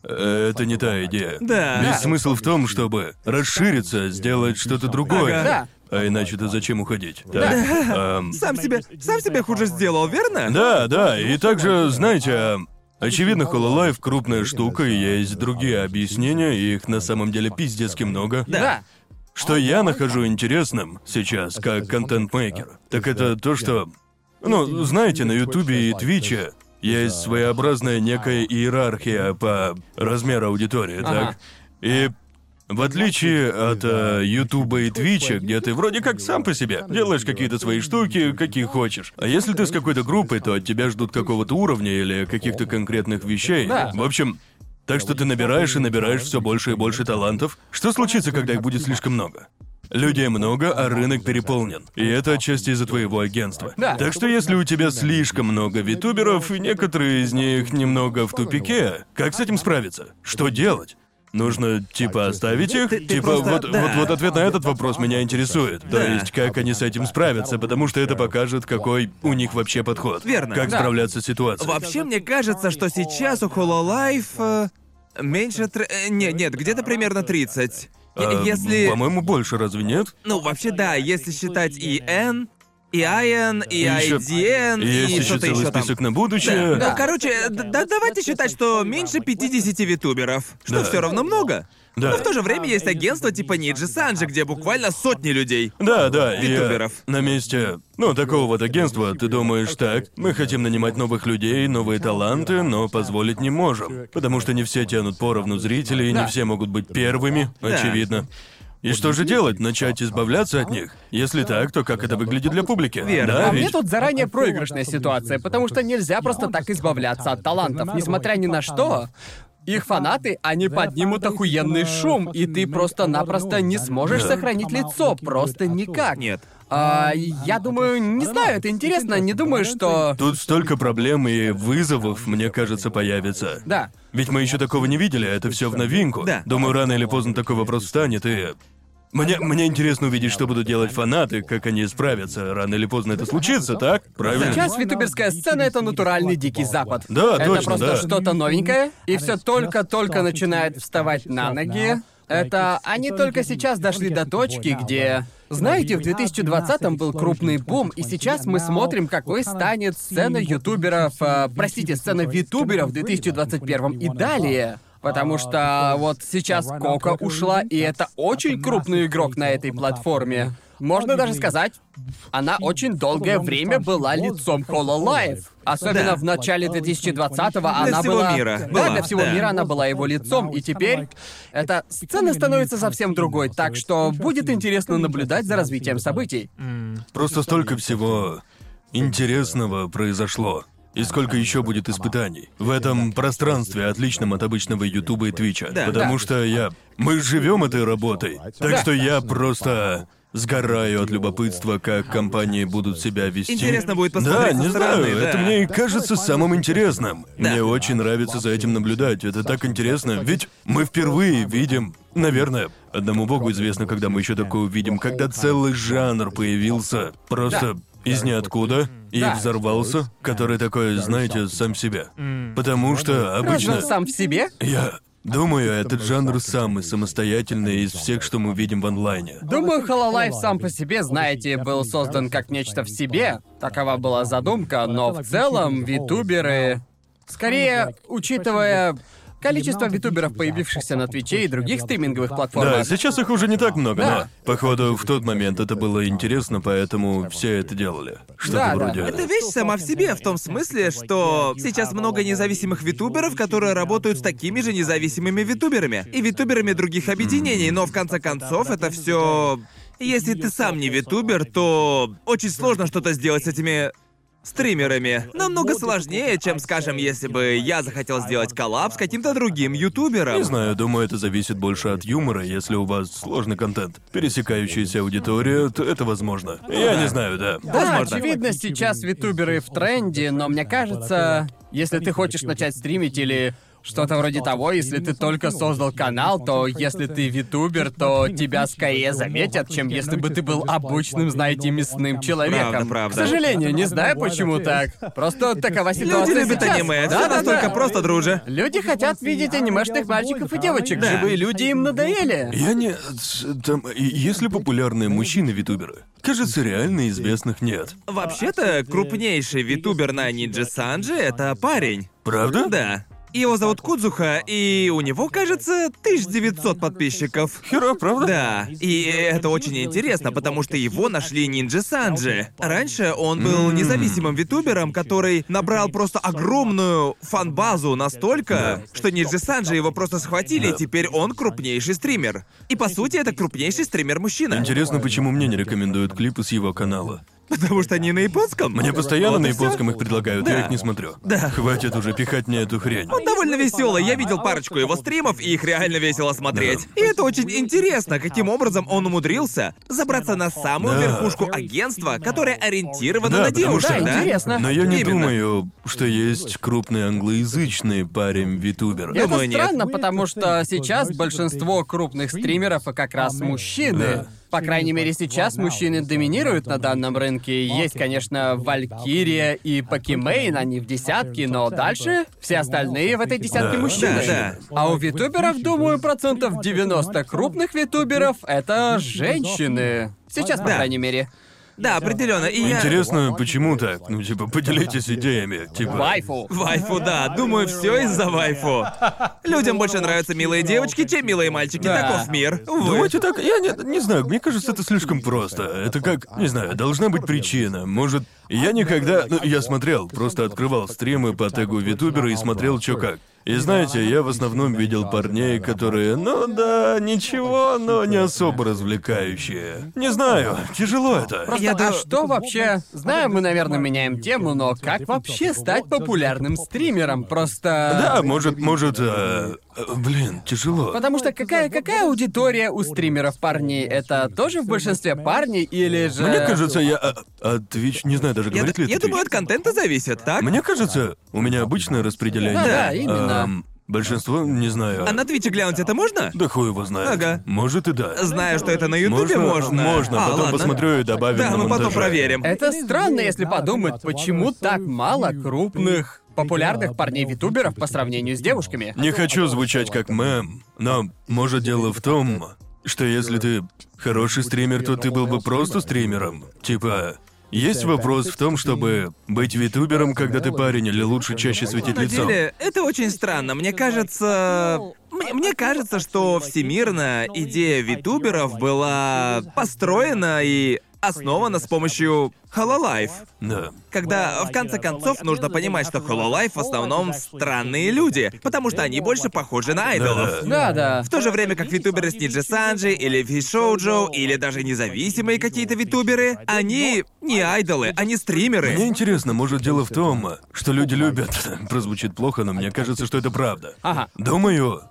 Speaker 1: э, это не та идея.
Speaker 3: Да.
Speaker 1: Весь смысл в том, чтобы расшириться, сделать что-то другое.
Speaker 2: Ага.
Speaker 1: А иначе-то зачем уходить? Так, эм,
Speaker 3: Сам себе, сам себе хуже сделал, верно?
Speaker 1: Да, да, и также, знаете, э, очевидно, Hololive крупная штука, и есть другие объяснения, и их на самом деле пиздецки много.
Speaker 2: Да.
Speaker 1: Что я нахожу интересным сейчас, как контент-мейкер, так это то, что... Ну, знаете, на Ютубе и Твиче есть своеобразная некая иерархия по размеру аудитории,
Speaker 2: Ага.
Speaker 1: так? И в отличие от э, Ютуба и Твича, где ты вроде как сам по себе делаешь какие-то свои штуки, какие хочешь. А если ты с какой-то группой, то от тебя ждут какого-то уровня или каких-то конкретных вещей.
Speaker 2: Да.
Speaker 1: В общем, так что ты набираешь и набираешь все больше и больше талантов. Что случится, когда их будет слишком много? Людей много, а рынок переполнен. И это отчасти из-за твоего агентства.
Speaker 2: Да.
Speaker 1: Так что если у тебя слишком много витуберов, и некоторые из них немного в тупике, как с этим справиться? Что делать? Нужно типа оставить их?
Speaker 3: Ты- ты
Speaker 1: типа
Speaker 3: просто-
Speaker 1: вот,
Speaker 3: да.
Speaker 1: вот вот ответ на этот вопрос меня интересует. То есть как они с этим справятся, потому что это покажет, какой у них вообще подход.
Speaker 3: Верно.
Speaker 1: Как
Speaker 2: Да.
Speaker 1: справляться с ситуацией.
Speaker 3: Вообще, мне кажется, что сейчас у Hololive э, меньше... тр- э, Нет, нет, где-то примерно 30. Е-
Speaker 1: Э,
Speaker 3: Если...
Speaker 1: По-моему, больше, разве нет?
Speaker 3: Ну, вообще, да, если считать и N, и IN, и
Speaker 1: ещё-
Speaker 3: IDN,
Speaker 1: Есть
Speaker 3: и
Speaker 1: еще
Speaker 3: что-то
Speaker 1: целый
Speaker 3: еще там.
Speaker 1: список на будущее.
Speaker 3: Ну, короче, д- да, давайте считать, что меньше 50 витуберов, что
Speaker 1: Да.
Speaker 3: все равно много.
Speaker 1: Да.
Speaker 3: Но Ну, в то же время есть агентство типа Ниджи Санджи, где буквально сотни людей.
Speaker 1: Да, да, и э,
Speaker 3: Ютуберов.
Speaker 1: на месте, ну, такого вот агентства, ты думаешь так, мы хотим нанимать новых людей, новые таланты, но позволить не можем. Потому что не все тянут поровну зрителей,
Speaker 2: Да.
Speaker 1: не все могут быть первыми,
Speaker 3: Да.
Speaker 1: очевидно. И что же делать? Начать избавляться от них? Если так, то как это выглядит для публики?
Speaker 3: Верно.
Speaker 1: Да,
Speaker 2: А мне
Speaker 1: ведь?
Speaker 2: тут заранее проигрышная ситуация, потому что нельзя просто так избавляться от талантов, несмотря ни на что. Их фанаты, они поднимут охуенный шум, и ты просто-напросто не сможешь
Speaker 1: Да.
Speaker 2: сохранить лицо, просто никак.
Speaker 3: Нет.
Speaker 2: А, я думаю, не знаю, это интересно, не думаю, что...
Speaker 1: Тут столько проблем и вызовов, мне кажется, появится.
Speaker 2: Да.
Speaker 1: Ведь мы еще такого не видели, это все в новинку.
Speaker 3: Да.
Speaker 1: Думаю, рано или поздно такой вопрос встанет, и. Мне, мне интересно увидеть, что будут делать фанаты, как они справятся. Рано или поздно это случится, так? Правильно?
Speaker 2: Сейчас витуберская сцена — это натуральный дикий запад.
Speaker 1: Да,
Speaker 2: это
Speaker 1: точно,
Speaker 2: просто
Speaker 1: да.
Speaker 2: что-то новенькое, и все только-только начинает вставать на ноги. Это они только сейчас дошли до точки, где... Знаете, в 2020-м был крупный бум, и сейчас мы смотрим, какой станет сцена ютуберов... э, простите, сцена витуберов в 2021 и далее. Потому что А, вот сейчас Кока ушла, и это очень крупный игрок на этой платформе. Можно даже сказать, она очень долгое время была лицом Hololive. Особенно
Speaker 4: Да.
Speaker 2: в начале 2020-го она
Speaker 3: Для всего
Speaker 2: была...
Speaker 3: мира
Speaker 2: Да,
Speaker 3: была,
Speaker 2: для всего
Speaker 3: да.
Speaker 2: мира она была его лицом, и теперь эта сцена становится совсем другой, так что будет интересно наблюдать за развитием событий.
Speaker 1: Просто столько всего интересного произошло. И сколько еще будет испытаний в этом пространстве, отличном от обычного Ютуба и Твича.
Speaker 3: Да.
Speaker 1: Потому
Speaker 2: Да.
Speaker 1: что я. Мы живем этой работой. Так
Speaker 5: Да.
Speaker 1: что я просто. Сгораю от любопытства, как компании будут себя вести.
Speaker 3: Интересно будет
Speaker 1: Да,
Speaker 3: посмотреть со
Speaker 1: не
Speaker 3: стороны,
Speaker 1: знаю,
Speaker 3: да.
Speaker 1: это мне и кажется самым интересным.
Speaker 3: Да.
Speaker 1: Мне очень нравится за этим наблюдать, это так интересно, ведь мы впервые видим, наверное, одному богу известно, когда мы еще такое увидим, когда целый жанр появился, просто из ниоткуда и
Speaker 2: Да.
Speaker 1: взорвался, который такой, знаете, сам себя. Потому что
Speaker 2: Разве
Speaker 1: обычно...
Speaker 2: он сам в себе?
Speaker 1: Я думаю, этот жанр самый самостоятельный из всех, что мы видим в онлайне.
Speaker 2: Думаю, Hololive сам по себе, знаете, был создан как нечто в себе. Такова была задумка, но в целом витуберы... Скорее, учитывая количество витуберов, появившихся на Твиче и других стриминговых
Speaker 1: Да,
Speaker 2: платформах,
Speaker 1: сейчас их уже не так много,
Speaker 2: Да.
Speaker 1: но, походу, в тот момент это было интересно, поэтому все это делали. Что-то
Speaker 2: Да, да.
Speaker 1: вроде...
Speaker 3: Это вещь сама в себе, в том смысле, что сейчас много независимых витуберов, которые работают с такими же независимыми витуберами и витуберами других объединений, но в конце концов это все... Если ты сам не витубер, то очень сложно что-то сделать с этими стримерами. Намного сложнее, чем, скажем, если бы я захотел сделать коллаб с каким-то другим ютубером.
Speaker 1: Не знаю, думаю, это зависит больше от юмора, если у вас сложный контент. Пересекающаяся аудитория, то это возможно. Я не знаю, да.
Speaker 2: Да,
Speaker 3: Возможно.
Speaker 2: очевидно, сейчас витуберы в тренде, но мне кажется, если ты хочешь начать стримить или что-то вроде того, если ты только создал канал, то если ты витубер, то тебя скорее заметят, чем если бы ты был обычным, знаете, мясным человеком.
Speaker 3: Правда, правда.
Speaker 2: К сожалению, не знаю, почему так. Просто такова
Speaker 3: Люди
Speaker 2: ситуация
Speaker 3: любят
Speaker 2: сейчас.
Speaker 3: аниме,
Speaker 2: Да,
Speaker 3: все
Speaker 2: да,
Speaker 3: настолько
Speaker 2: да.
Speaker 3: просто, друже.
Speaker 2: Люди хотят видеть анимешных мальчиков и девочек.
Speaker 4: Да.
Speaker 2: Живые люди им надоели.
Speaker 1: Я не... с- Там... и- Если популярные мужчины-витуберы, кажется, реально известных нет.
Speaker 3: Вообще-то, крупнейший витубер на Ниджи Санджи — это парень.
Speaker 1: Правда?
Speaker 3: Да. Его зовут Кудзуха, и у него, кажется, 1900 подписчиков.
Speaker 1: Хера, правда?
Speaker 3: Да, и это очень интересно, потому что его нашли Нинджи Санджи. Раньше он был независимым витубером, который набрал просто огромную фан-базу настолько, что Нинджи Санджи его просто схватили, и теперь он крупнейший стример. И по сути это крупнейший стример-мужчина.
Speaker 1: Интересно, почему мне не рекомендуют клипы с его канала.
Speaker 3: Потому что они на японском.
Speaker 1: Мне постоянно
Speaker 3: Вот и
Speaker 1: на
Speaker 3: всё.
Speaker 1: японском их предлагают, я
Speaker 3: Да.
Speaker 1: их не смотрю. Да. Хватит уже пихать мне эту хрень.
Speaker 3: Он довольно веселый. Я видел парочку его стримов, и их реально весело смотреть. И это очень интересно, каким образом он умудрился забраться на самую
Speaker 1: Да.
Speaker 3: верхушку агентства, которое ориентировано
Speaker 1: Да,
Speaker 3: на
Speaker 1: потому
Speaker 3: девушек,
Speaker 1: что-
Speaker 3: да?
Speaker 2: интересно.
Speaker 1: Но я не
Speaker 3: Именно.
Speaker 1: думаю, что есть крупный англоязычный парень витубер.
Speaker 2: Это
Speaker 3: Думаю, нет.
Speaker 2: странно, потому что сейчас большинство крупных стримеров и как раз мужчины.
Speaker 4: Да.
Speaker 2: По крайней мере, сейчас мужчины доминируют на данном рынке. Есть, конечно, Валькирия и Покемейн, они в десятке, но дальше все остальные в этой десятке
Speaker 1: Да.
Speaker 2: мужчины.
Speaker 3: Да,
Speaker 2: А у витуберов, думаю, процентов 90 крупных витуберов — это женщины. Сейчас, по
Speaker 4: Да.
Speaker 2: крайней мере.
Speaker 3: Да, определенно. И я...
Speaker 1: Интересно, почему так? Ну, типа, поделитесь идеями, типа.
Speaker 2: Вайфу.
Speaker 3: Вайфу, да. Думаю, все из-за вайфу. Людям больше нравятся милые девочки, чем милые мальчики.
Speaker 2: Да.
Speaker 3: Таков мир. Увы.
Speaker 1: Думаете так? Я не, не знаю, мне кажется, это слишком просто. Это как, не знаю, должна быть причина. Может, я никогда... Ну, я смотрел, просто открывал стримы по тегу витубера и смотрел, чё как. И знаете, я в основном видел парней, которые, ну да, ничего, но не особо развлекающие. Не знаю, тяжело это.
Speaker 2: Просто,
Speaker 3: Я
Speaker 2: а
Speaker 3: дум-
Speaker 2: что вообще? Знаю, мы, наверное, меняем тему, но как вообще стать популярным стримером? Просто...
Speaker 1: Да, может, может... э, э, блин, тяжело.
Speaker 2: Потому что какая какая аудитория у стримеров парней? Это тоже в большинстве парней или же?
Speaker 1: Мне кажется, я... А, а Twitch, не знаю даже,
Speaker 3: Я,
Speaker 1: говорит ли
Speaker 3: я
Speaker 1: это Twitch.
Speaker 3: думаю, от контента зависит, так?
Speaker 1: Мне кажется, у меня обычное распределение.
Speaker 2: Да, да, именно.
Speaker 1: Эм, большинство, не знаю.
Speaker 3: А на Твиче глянуть это можно?
Speaker 1: Да хуй его знает.
Speaker 3: Ага.
Speaker 1: Может и да.
Speaker 3: Знаю, что это на Ютубе можно.
Speaker 1: Можно,
Speaker 3: А,
Speaker 1: потом
Speaker 3: ладно.
Speaker 1: посмотрю и добавим
Speaker 3: Да,
Speaker 1: на
Speaker 3: мы потом
Speaker 1: монтаже.
Speaker 3: проверим.
Speaker 2: Это странно, если подумать, почему так мало крупных популярных парней витуберов по сравнению с девушками.
Speaker 1: Не хочу звучать как мэм, но может дело в том, что если ты хороший стример, то ты был бы просто стримером. Типа, есть вопрос в том, чтобы быть витубером, когда ты парень, или лучше чаще светить
Speaker 3: На
Speaker 1: лицом?
Speaker 3: деле, это очень странно. Мне кажется... Мне, мне кажется, что всемирно идея витуберов была построена и основана с помощью Hololive.
Speaker 1: Да.
Speaker 3: Когда, в конце концов, нужно понимать, что Hololive в основном странные люди, потому что они больше похожи на айдолов.
Speaker 2: Да, да.
Speaker 3: В то же время как витуберы с Ниджи Санджи или Вишоуджо, или даже независимые какие-то витуберы, они не айдолы, они стримеры.
Speaker 1: Мне интересно, может дело в том, [laughs] что люди любят... Прозвучит плохо, но мне кажется, что это правда.
Speaker 2: Ага.
Speaker 1: Думаю,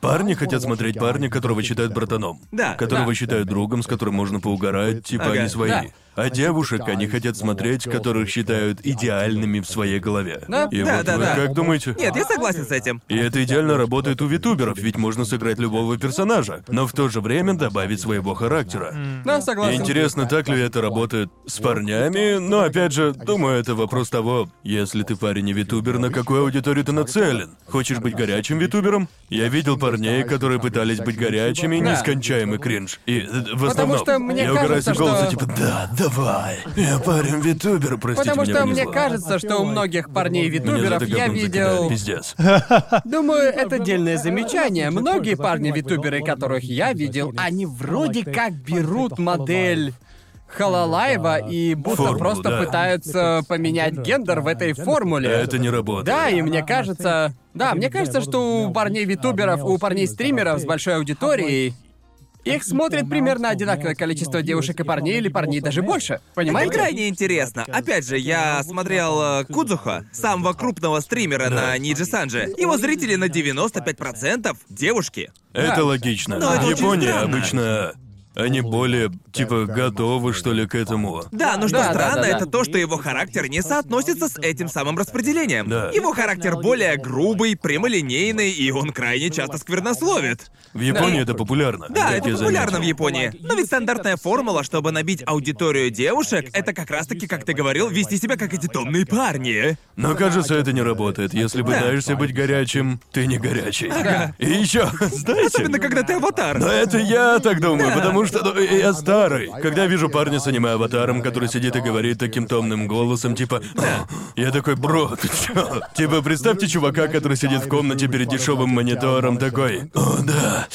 Speaker 1: Парни хотят смотреть парня, которого считают братаном.
Speaker 3: Да,
Speaker 1: Которого
Speaker 3: да.
Speaker 1: считают другом, с которым можно поугарать, типа
Speaker 3: Ага.
Speaker 1: они свои.
Speaker 2: Да.
Speaker 1: А девушек они хотят смотреть, которых считают идеальными в своей голове.
Speaker 2: Да.
Speaker 1: И
Speaker 3: Да,
Speaker 1: вот
Speaker 3: да,
Speaker 1: вы
Speaker 3: да.
Speaker 1: как думаете?
Speaker 3: Нет, я согласен с этим.
Speaker 1: И это идеально работает у витуберов, ведь можно сыграть любого персонажа, но в то же время добавить своего характера.
Speaker 2: Да, согласен.
Speaker 1: Интересно, так ли это работает с парнями, но опять же, думаю, это вопрос того, если ты парень и витубер, на какую аудиторию ты нацелен? Хочешь быть горячим витубером? Я видел парней, которые пытались быть горячими, и
Speaker 2: Да.
Speaker 1: нескончаемый кринж. И э, в
Speaker 2: Потому
Speaker 1: основном,
Speaker 2: что мне
Speaker 1: я угораю
Speaker 2: кажется,
Speaker 1: с голоса,
Speaker 2: что-
Speaker 1: типа, да, давай, я парень витубер, простите
Speaker 2: Потому
Speaker 1: меня
Speaker 2: что
Speaker 1: понесло».
Speaker 2: мне кажется, что у многих парней
Speaker 1: Меня за
Speaker 2: витуберов
Speaker 1: это
Speaker 2: я
Speaker 1: говном закидают,
Speaker 2: видел.
Speaker 1: пиздец.
Speaker 2: Думаю, это дельное замечание. Многие парни-витуберы, которых я видел, они вроде как берут модель Халалаева и будто
Speaker 1: Формулу,
Speaker 2: просто
Speaker 1: да.
Speaker 2: пытаются поменять гендер в этой формуле.
Speaker 1: Это не работает.
Speaker 2: Да, и мне кажется... Да, мне кажется, что у парней-витуберов, у парней-стримеров с большой аудиторией их смотрит примерно одинаковое количество девушек и парней, или парней даже больше.
Speaker 3: Это
Speaker 2: Понимаете?
Speaker 3: крайне интересно. Опять же, я смотрел э, Кудзуха, самого крупного стримера на Ниджи Санджи. Его зрители на 95% девушки.
Speaker 1: Это
Speaker 2: Да.
Speaker 1: логично.
Speaker 3: Но это очень
Speaker 1: Япония
Speaker 3: странно.
Speaker 1: обычно они более типа готовы что ли к этому.
Speaker 3: Да, но что
Speaker 2: Да, да,
Speaker 3: странно,
Speaker 2: да, да.
Speaker 3: это то, что его характер не соотносится с этим самым распределением.
Speaker 1: Да.
Speaker 3: Его характер более грубый, прямолинейный, и он крайне часто сквернословит.
Speaker 1: В Японии это популярно.
Speaker 3: Да,
Speaker 1: как
Speaker 3: это
Speaker 1: я
Speaker 3: популярно в
Speaker 1: заметил.
Speaker 3: Японии. Но ведь стандартная формула, чтобы набить аудиторию девушек, это как раз-таки, как ты говорил, вести себя как эти томные парни.
Speaker 1: Но кажется, это не работает. Если
Speaker 3: Да.
Speaker 1: пытаешься быть горячим, ты не горячий. И еще,
Speaker 3: Особенно,
Speaker 1: знаете.
Speaker 3: когда ты аватар. [laughs]
Speaker 1: Но это я так думаю,
Speaker 3: Да.
Speaker 1: потому что ну, я старый. Когда вижу парня с аниме-аватаром, который сидит и говорит таким томным голосом, типа, «О, я такой, бро, ты чё?» Типа, представьте чувака, который сидит в комнате перед дешевым монитором, такой, о, да,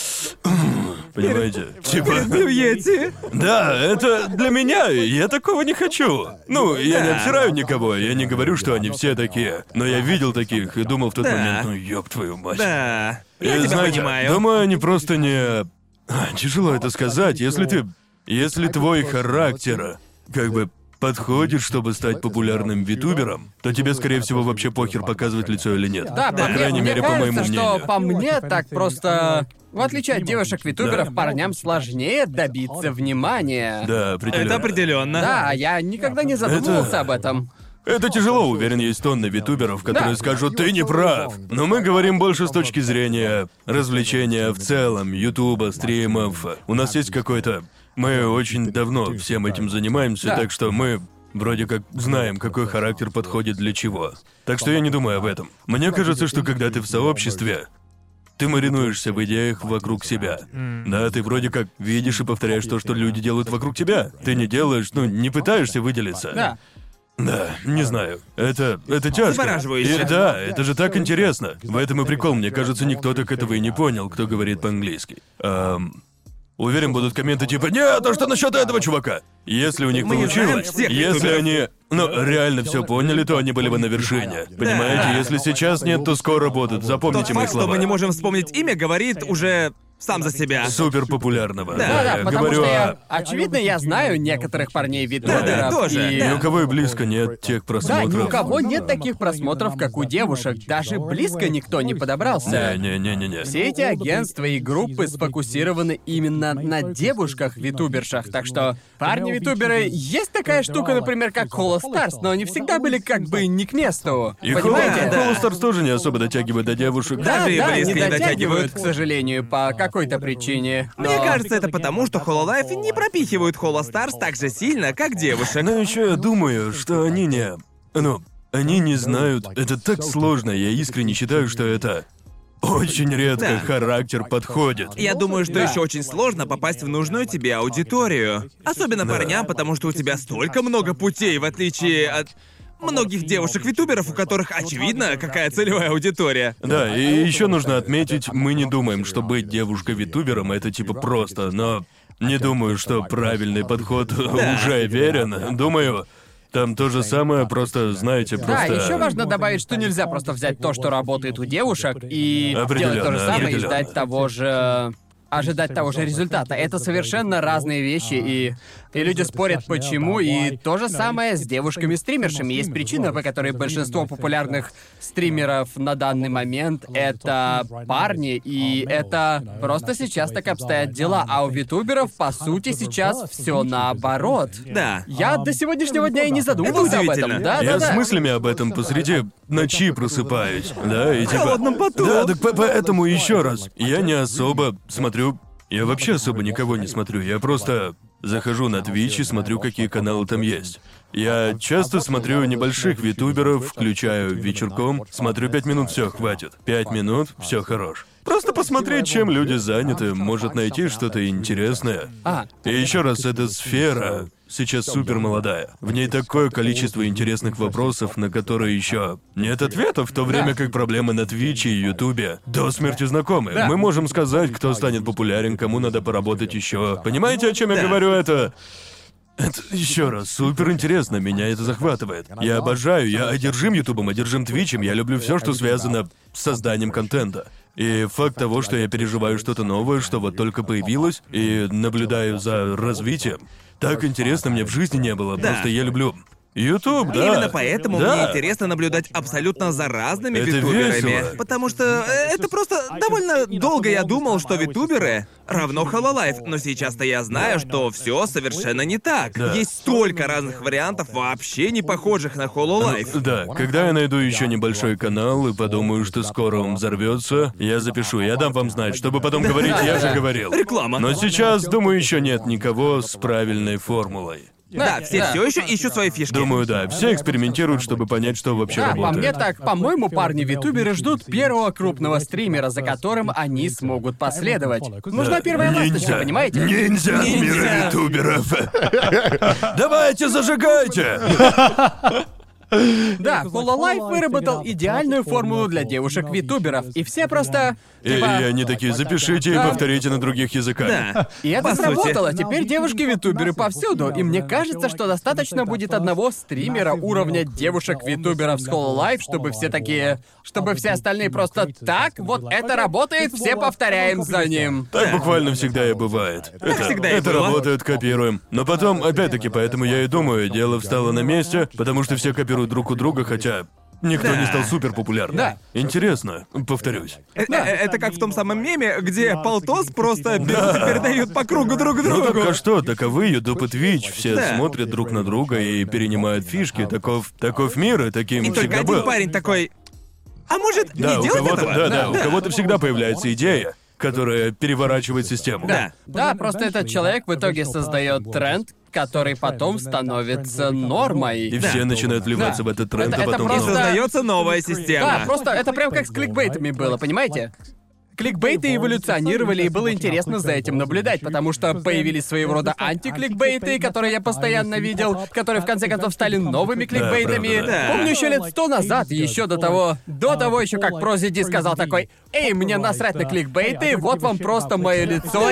Speaker 1: м». понимаете? Типа,
Speaker 3: Люблю Йети.
Speaker 1: Да, это для меня, и я такого не хочу. Ну, я не обсираю никого, я не говорю, что они все такие. Но я видел таких и думал в тот
Speaker 3: Да.
Speaker 1: момент, ну ёб твою мать.
Speaker 3: Да.
Speaker 1: И,
Speaker 3: Я тебя
Speaker 1: знаете,
Speaker 3: понимаю.
Speaker 1: Думаю, они просто не... А, Тяжело это сказать, если ты... Если твой характер, как бы, подходит, чтобы стать популярным витубером, то тебе, скорее всего, вообще похер, показывать лицо или нет.
Speaker 2: Да,
Speaker 1: А По
Speaker 2: по мне-
Speaker 1: крайней
Speaker 2: мне
Speaker 1: мере, по
Speaker 2: кажется,
Speaker 1: моему
Speaker 2: что
Speaker 1: мнению.
Speaker 2: по мне так просто... В отличие от девушек-витуберов,
Speaker 1: Да.
Speaker 2: парням сложнее добиться внимания.
Speaker 1: Да, определенно.
Speaker 3: Это определенно.
Speaker 2: Да, я никогда не задумывался об этом.
Speaker 1: Это тяжело, уверен, есть тонны витуберов, которые
Speaker 2: Да.
Speaker 1: скажут, ты не прав. Но мы говорим больше с точки зрения развлечения в целом, ютуба, стримов. У нас есть какой-то... Мы очень давно всем этим занимаемся,
Speaker 2: Да.
Speaker 1: так что мы вроде как знаем, какой характер подходит для чего. Так что я не думаю об этом. Мне кажется, что когда ты в сообществе, ты маринуешься в идеях вокруг себя. Да, ты вроде как видишь и повторяешь то, что люди делают вокруг тебя. Ты не делаешь, ну, не пытаешься выделиться.
Speaker 2: Да.
Speaker 1: Да, не знаю. Это это тяжко.
Speaker 3: Завораживающе.
Speaker 1: И да, это же так интересно. В этом и прикол. Мне кажется, никто так этого и не понял, кто говорит по-английски. Эм, Уверен, будут комменты типа «Нет, а что насчет этого чувака?» Если у них
Speaker 3: Мы знаем
Speaker 1: получилось,
Speaker 3: всех
Speaker 1: если
Speaker 3: ютуберов.
Speaker 1: они, ну, реально все поняли, то они были бы на вершине. Понимаете, если сейчас нет, то скоро будут.
Speaker 3: Тот
Speaker 1: Запомните мои
Speaker 3: факт, что
Speaker 1: слова.
Speaker 3: мы не можем вспомнить имя, говорит уже сам за себя.
Speaker 1: Супер популярного.
Speaker 2: Да, да,
Speaker 1: я
Speaker 2: потому
Speaker 1: говорю а,
Speaker 2: что я.
Speaker 1: о...
Speaker 2: Очевидно, я знаю некоторых парней витуберов.
Speaker 3: Да, да, тоже,
Speaker 2: и-
Speaker 1: Ни у кого и близко нет тех
Speaker 2: Да,
Speaker 1: просмотров.
Speaker 2: ни у кого нет таких просмотров, как у девушек. Даже близко никто не подобрался.
Speaker 1: Не-не-не-не-не.
Speaker 2: Все эти агентства Ну, и группы сфокусированы именно на Ну, девушках-витубершах, так что парни-витуберы... Есть такая штука, например, как Холла Старс, но они всегда были как бы не к месту.
Speaker 1: И
Speaker 2: понимаете?
Speaker 1: Холл-
Speaker 3: да.
Speaker 1: Холл Старс тоже не особо дотягивает до девушек.
Speaker 2: Да,
Speaker 3: Даже и
Speaker 2: да,
Speaker 3: близко
Speaker 2: не
Speaker 3: не дотягивают.
Speaker 2: дотягивают, к сожалению, по какой-то причине.
Speaker 3: Мне
Speaker 2: Но-
Speaker 3: кажется, это потому, что Hololive не пропихивают Hollow Stars так же сильно, как девушек.
Speaker 1: Но еще я думаю, что они не... Ну, они не знают. Это так сложно. Я искренне считаю, что это... Очень редко
Speaker 3: Да.
Speaker 1: характер подходит.
Speaker 3: Я думаю, что
Speaker 2: Да.
Speaker 3: еще очень сложно попасть в нужную тебе аудиторию. Особенно
Speaker 4: Да.
Speaker 3: парням, потому что у тебя столько много путей, в отличие от многих девушек-витуберов, у которых очевидно, какая целевая аудитория.
Speaker 1: Да, и еще нужно отметить, мы не думаем, что быть девушкой-витубером это типа просто, но не думаю, что правильный подход [laughs] уже верен. Думаю, там то же самое, просто, знаете,
Speaker 2: Да,
Speaker 1: просто...
Speaker 2: еще важно добавить, что нельзя просто взять то, что работает у девушек, и делать то
Speaker 1: Определенно,
Speaker 2: же самое и
Speaker 1: определенно.
Speaker 2: ждать того же ожидать того же результата. Это совершенно разные вещи, и И люди спорят, почему, и то же самое с девушками-стримершами. Есть причина, по которой большинство популярных стримеров на данный момент — это парни, и это просто сейчас так обстоят дела. А у витуберов, по сути, сейчас все наоборот.
Speaker 3: Да.
Speaker 2: Я до сегодняшнего дня и не задумывался об этом.
Speaker 3: удивительно.
Speaker 2: Да,
Speaker 1: Я
Speaker 2: да, да.
Speaker 1: с мыслями об этом посреди ночи просыпаюсь. Да, и типа...
Speaker 3: холодном поту.
Speaker 1: Да, так по- поэтому еще раз. Я не особо смотрю... Я вообще особо никого не смотрю. Я просто захожу на Twitch и смотрю, какие каналы там есть. Я часто смотрю небольших витуберов, включаю вечерком, смотрю пять минут, все, хватит. Пять минут, все хорош. Просто посмотреть, чем люди заняты, может найти что-то интересное.
Speaker 2: А.
Speaker 1: И еще раз, эта сфера сейчас супер молодая. В ней такое количество интересных вопросов, на которые еще нет ответов, в то время как проблемы на Твиче и Ютубе до смерти знакомы. Мы можем сказать, кто станет популярен, кому надо поработать еще. Понимаете, о чем я говорю? Это это еще раз супер интересно, меня это захватывает. Я обожаю, я одержим Ютубом, одержим Твичем, я люблю все, что связано с созданием контента. И факт того, что я переживаю что-то новое, что вот только появилось, и наблюдаю за развитием, так интересно мне в жизни не было, просто я люблю Ютуб, да.
Speaker 3: Именно поэтому
Speaker 1: Да.
Speaker 3: мне интересно наблюдать абсолютно за разными
Speaker 1: Это
Speaker 3: витуберами.
Speaker 1: весело.
Speaker 3: Потому что э, это просто довольно долго я думал, что витуберы равно Хололайф, но сейчас-то я знаю, что все совершенно не так.
Speaker 1: Да.
Speaker 3: Есть столько разных вариантов, вообще не похожих на Хололайф.
Speaker 1: Да, когда я найду еще небольшой канал и подумаю, что скоро он взорвется, я запишу, я дам вам знать, чтобы потом говорить, я же говорил.
Speaker 3: Реклама.
Speaker 1: Но сейчас, думаю, еще нет никого с правильной формулой.
Speaker 3: Да, все
Speaker 2: да.
Speaker 3: все еще ищут свои фишки.
Speaker 1: Думаю, да. Все экспериментируют, чтобы понять, что вообще
Speaker 2: Да, по
Speaker 1: работает.
Speaker 2: мне так, по-моему, парни-витуберы ждут первого крупного стримера, за которым они смогут последовать. Нужна
Speaker 1: Да.
Speaker 2: первая ласточка,
Speaker 1: Ниндзя.
Speaker 2: понимаете?
Speaker 1: Ниндзя,
Speaker 3: Ниндзя.
Speaker 1: мира ютуберов. [laughs] Давайте, зажигайте!
Speaker 2: Да, Хололайф выработал идеальную формулу для девушек-витуберов, и все просто...
Speaker 1: И, и
Speaker 2: типа,
Speaker 1: они такие, запишите и
Speaker 2: Да.
Speaker 1: повторите на других языках.
Speaker 3: Да.
Speaker 2: И это
Speaker 3: По сути.
Speaker 2: сработало. Теперь девушки-витуберы повсюду. И мне кажется, что достаточно будет одного стримера уровня девушек-витуберов с Hololive, чтобы все такие... Чтобы все остальные просто так, вот это работает, все повторяем за ним.
Speaker 1: Так буквально всегда и бывает. это
Speaker 3: всегда и
Speaker 1: это
Speaker 3: было.
Speaker 1: работает, копируем. Но потом, опять-таки, поэтому я и думаю, дело встало на месте, потому что все копируют друг у друга, хотя никто не стал супер популярным.
Speaker 2: Да.
Speaker 1: Интересно, повторюсь.
Speaker 3: Э, э, Это как в том самом меме, где полтос просто берут и передают по кругу друг
Speaker 1: Ну
Speaker 3: другу.
Speaker 1: так а что, таковы Ютуб и Твич, все
Speaker 3: Да.
Speaker 1: смотрят друг на друга и перенимают фишки, таков, таков мир, и таким
Speaker 3: И только
Speaker 1: всегда
Speaker 3: один
Speaker 1: был.
Speaker 3: парень такой. А может,
Speaker 1: Да,
Speaker 3: не
Speaker 1: у
Speaker 3: делать
Speaker 1: кого-то,
Speaker 3: этого?
Speaker 1: да, да, у кого-то всегда появляется идея, которая переворачивает систему.
Speaker 3: Да.
Speaker 2: Да, просто этот человек в итоге создает тренд, который потом становится
Speaker 1: И
Speaker 2: нормой.
Speaker 1: все начинают вливаться
Speaker 2: Да.
Speaker 1: в этот тренд,
Speaker 2: Это-
Speaker 1: а
Speaker 2: это
Speaker 1: потом
Speaker 3: И
Speaker 2: просто-
Speaker 1: снова.
Speaker 3: создается новая система.
Speaker 2: Да, просто это прям как с кликбейтами было, понимаете? Кликбейты эволюционировали, и было интересно за этим наблюдать, потому что появились своего рода антикликбейты, которые я постоянно видел, которые в конце концов стали новыми кликбейтами.
Speaker 1: Да, правда,
Speaker 3: да.
Speaker 2: Помню еще лет сто назад, еще до того, до того еще как Прозиди сказал такой, «Эй, мне насрать на кликбейты, вот вам просто мое лицо
Speaker 3: Да.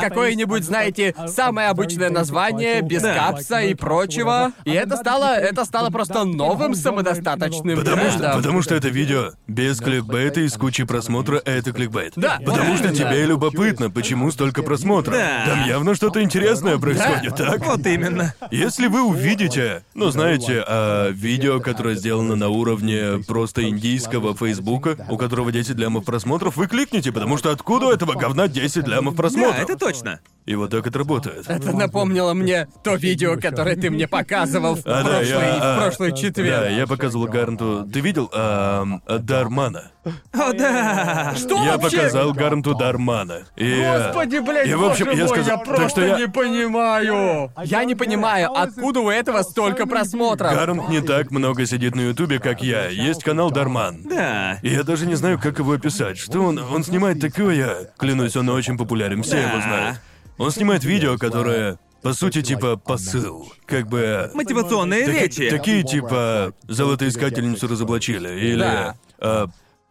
Speaker 2: и какое-нибудь, знаете, самое обычное название, без
Speaker 3: Да.
Speaker 2: капса и прочего». И это стало, это стало просто новым самодостаточным
Speaker 1: Потому что,
Speaker 2: брендом.
Speaker 1: потому что это видео без кликбейта и с кучей просмотра это кликбейт.
Speaker 2: Да,
Speaker 1: Потому
Speaker 2: вот
Speaker 1: что
Speaker 2: именно.
Speaker 1: тебе любопытно, почему столько просмотра.
Speaker 3: Да.
Speaker 1: Там явно что-то интересное происходит, так?
Speaker 3: Вот именно.
Speaker 1: Если вы увидите, ну знаете, а, видео, которое сделано на уровне просто индийского Фейсбука, у которого 10 лямов просмотров, вы кликните, потому что откуда у этого говна 10 лямов просмотров?
Speaker 3: Да, это точно.
Speaker 1: И вот так это работает.
Speaker 2: Это напомнило мне то видео, которое ты мне показывал в
Speaker 1: [laughs] А, да,
Speaker 2: прошлый,
Speaker 1: я, а,
Speaker 2: в прошлый четверг.
Speaker 1: Да, я показывал Гарнту. Ты видел ам, Дармана?
Speaker 3: О, да.
Speaker 2: Что
Speaker 1: Я
Speaker 2: вообще?
Speaker 1: показал Гарнту Дармана. И, э,
Speaker 2: Господи, блядь,
Speaker 1: и, в общем,
Speaker 2: боже
Speaker 1: я
Speaker 2: мой,
Speaker 1: сказал-
Speaker 2: я
Speaker 1: так
Speaker 2: просто
Speaker 1: что я-
Speaker 2: не понимаю. Я не понимаю, откуда у этого столько просмотров.
Speaker 1: Гарнт не так много сидит на Ютубе, как я. Есть канал Дарман.
Speaker 3: Да.
Speaker 1: И Я даже не знаю, как его описать. Что он... Он снимает такое... Клянусь, он очень популярен, все
Speaker 3: Да.
Speaker 1: его знают. Он снимает видео, которое... По сути, типа посыл. Как бы...
Speaker 3: Мотивационные
Speaker 1: таки-
Speaker 3: речи.
Speaker 1: Такие типа... Золотоискательницу разоблачили. Или...
Speaker 2: Да.
Speaker 1: а,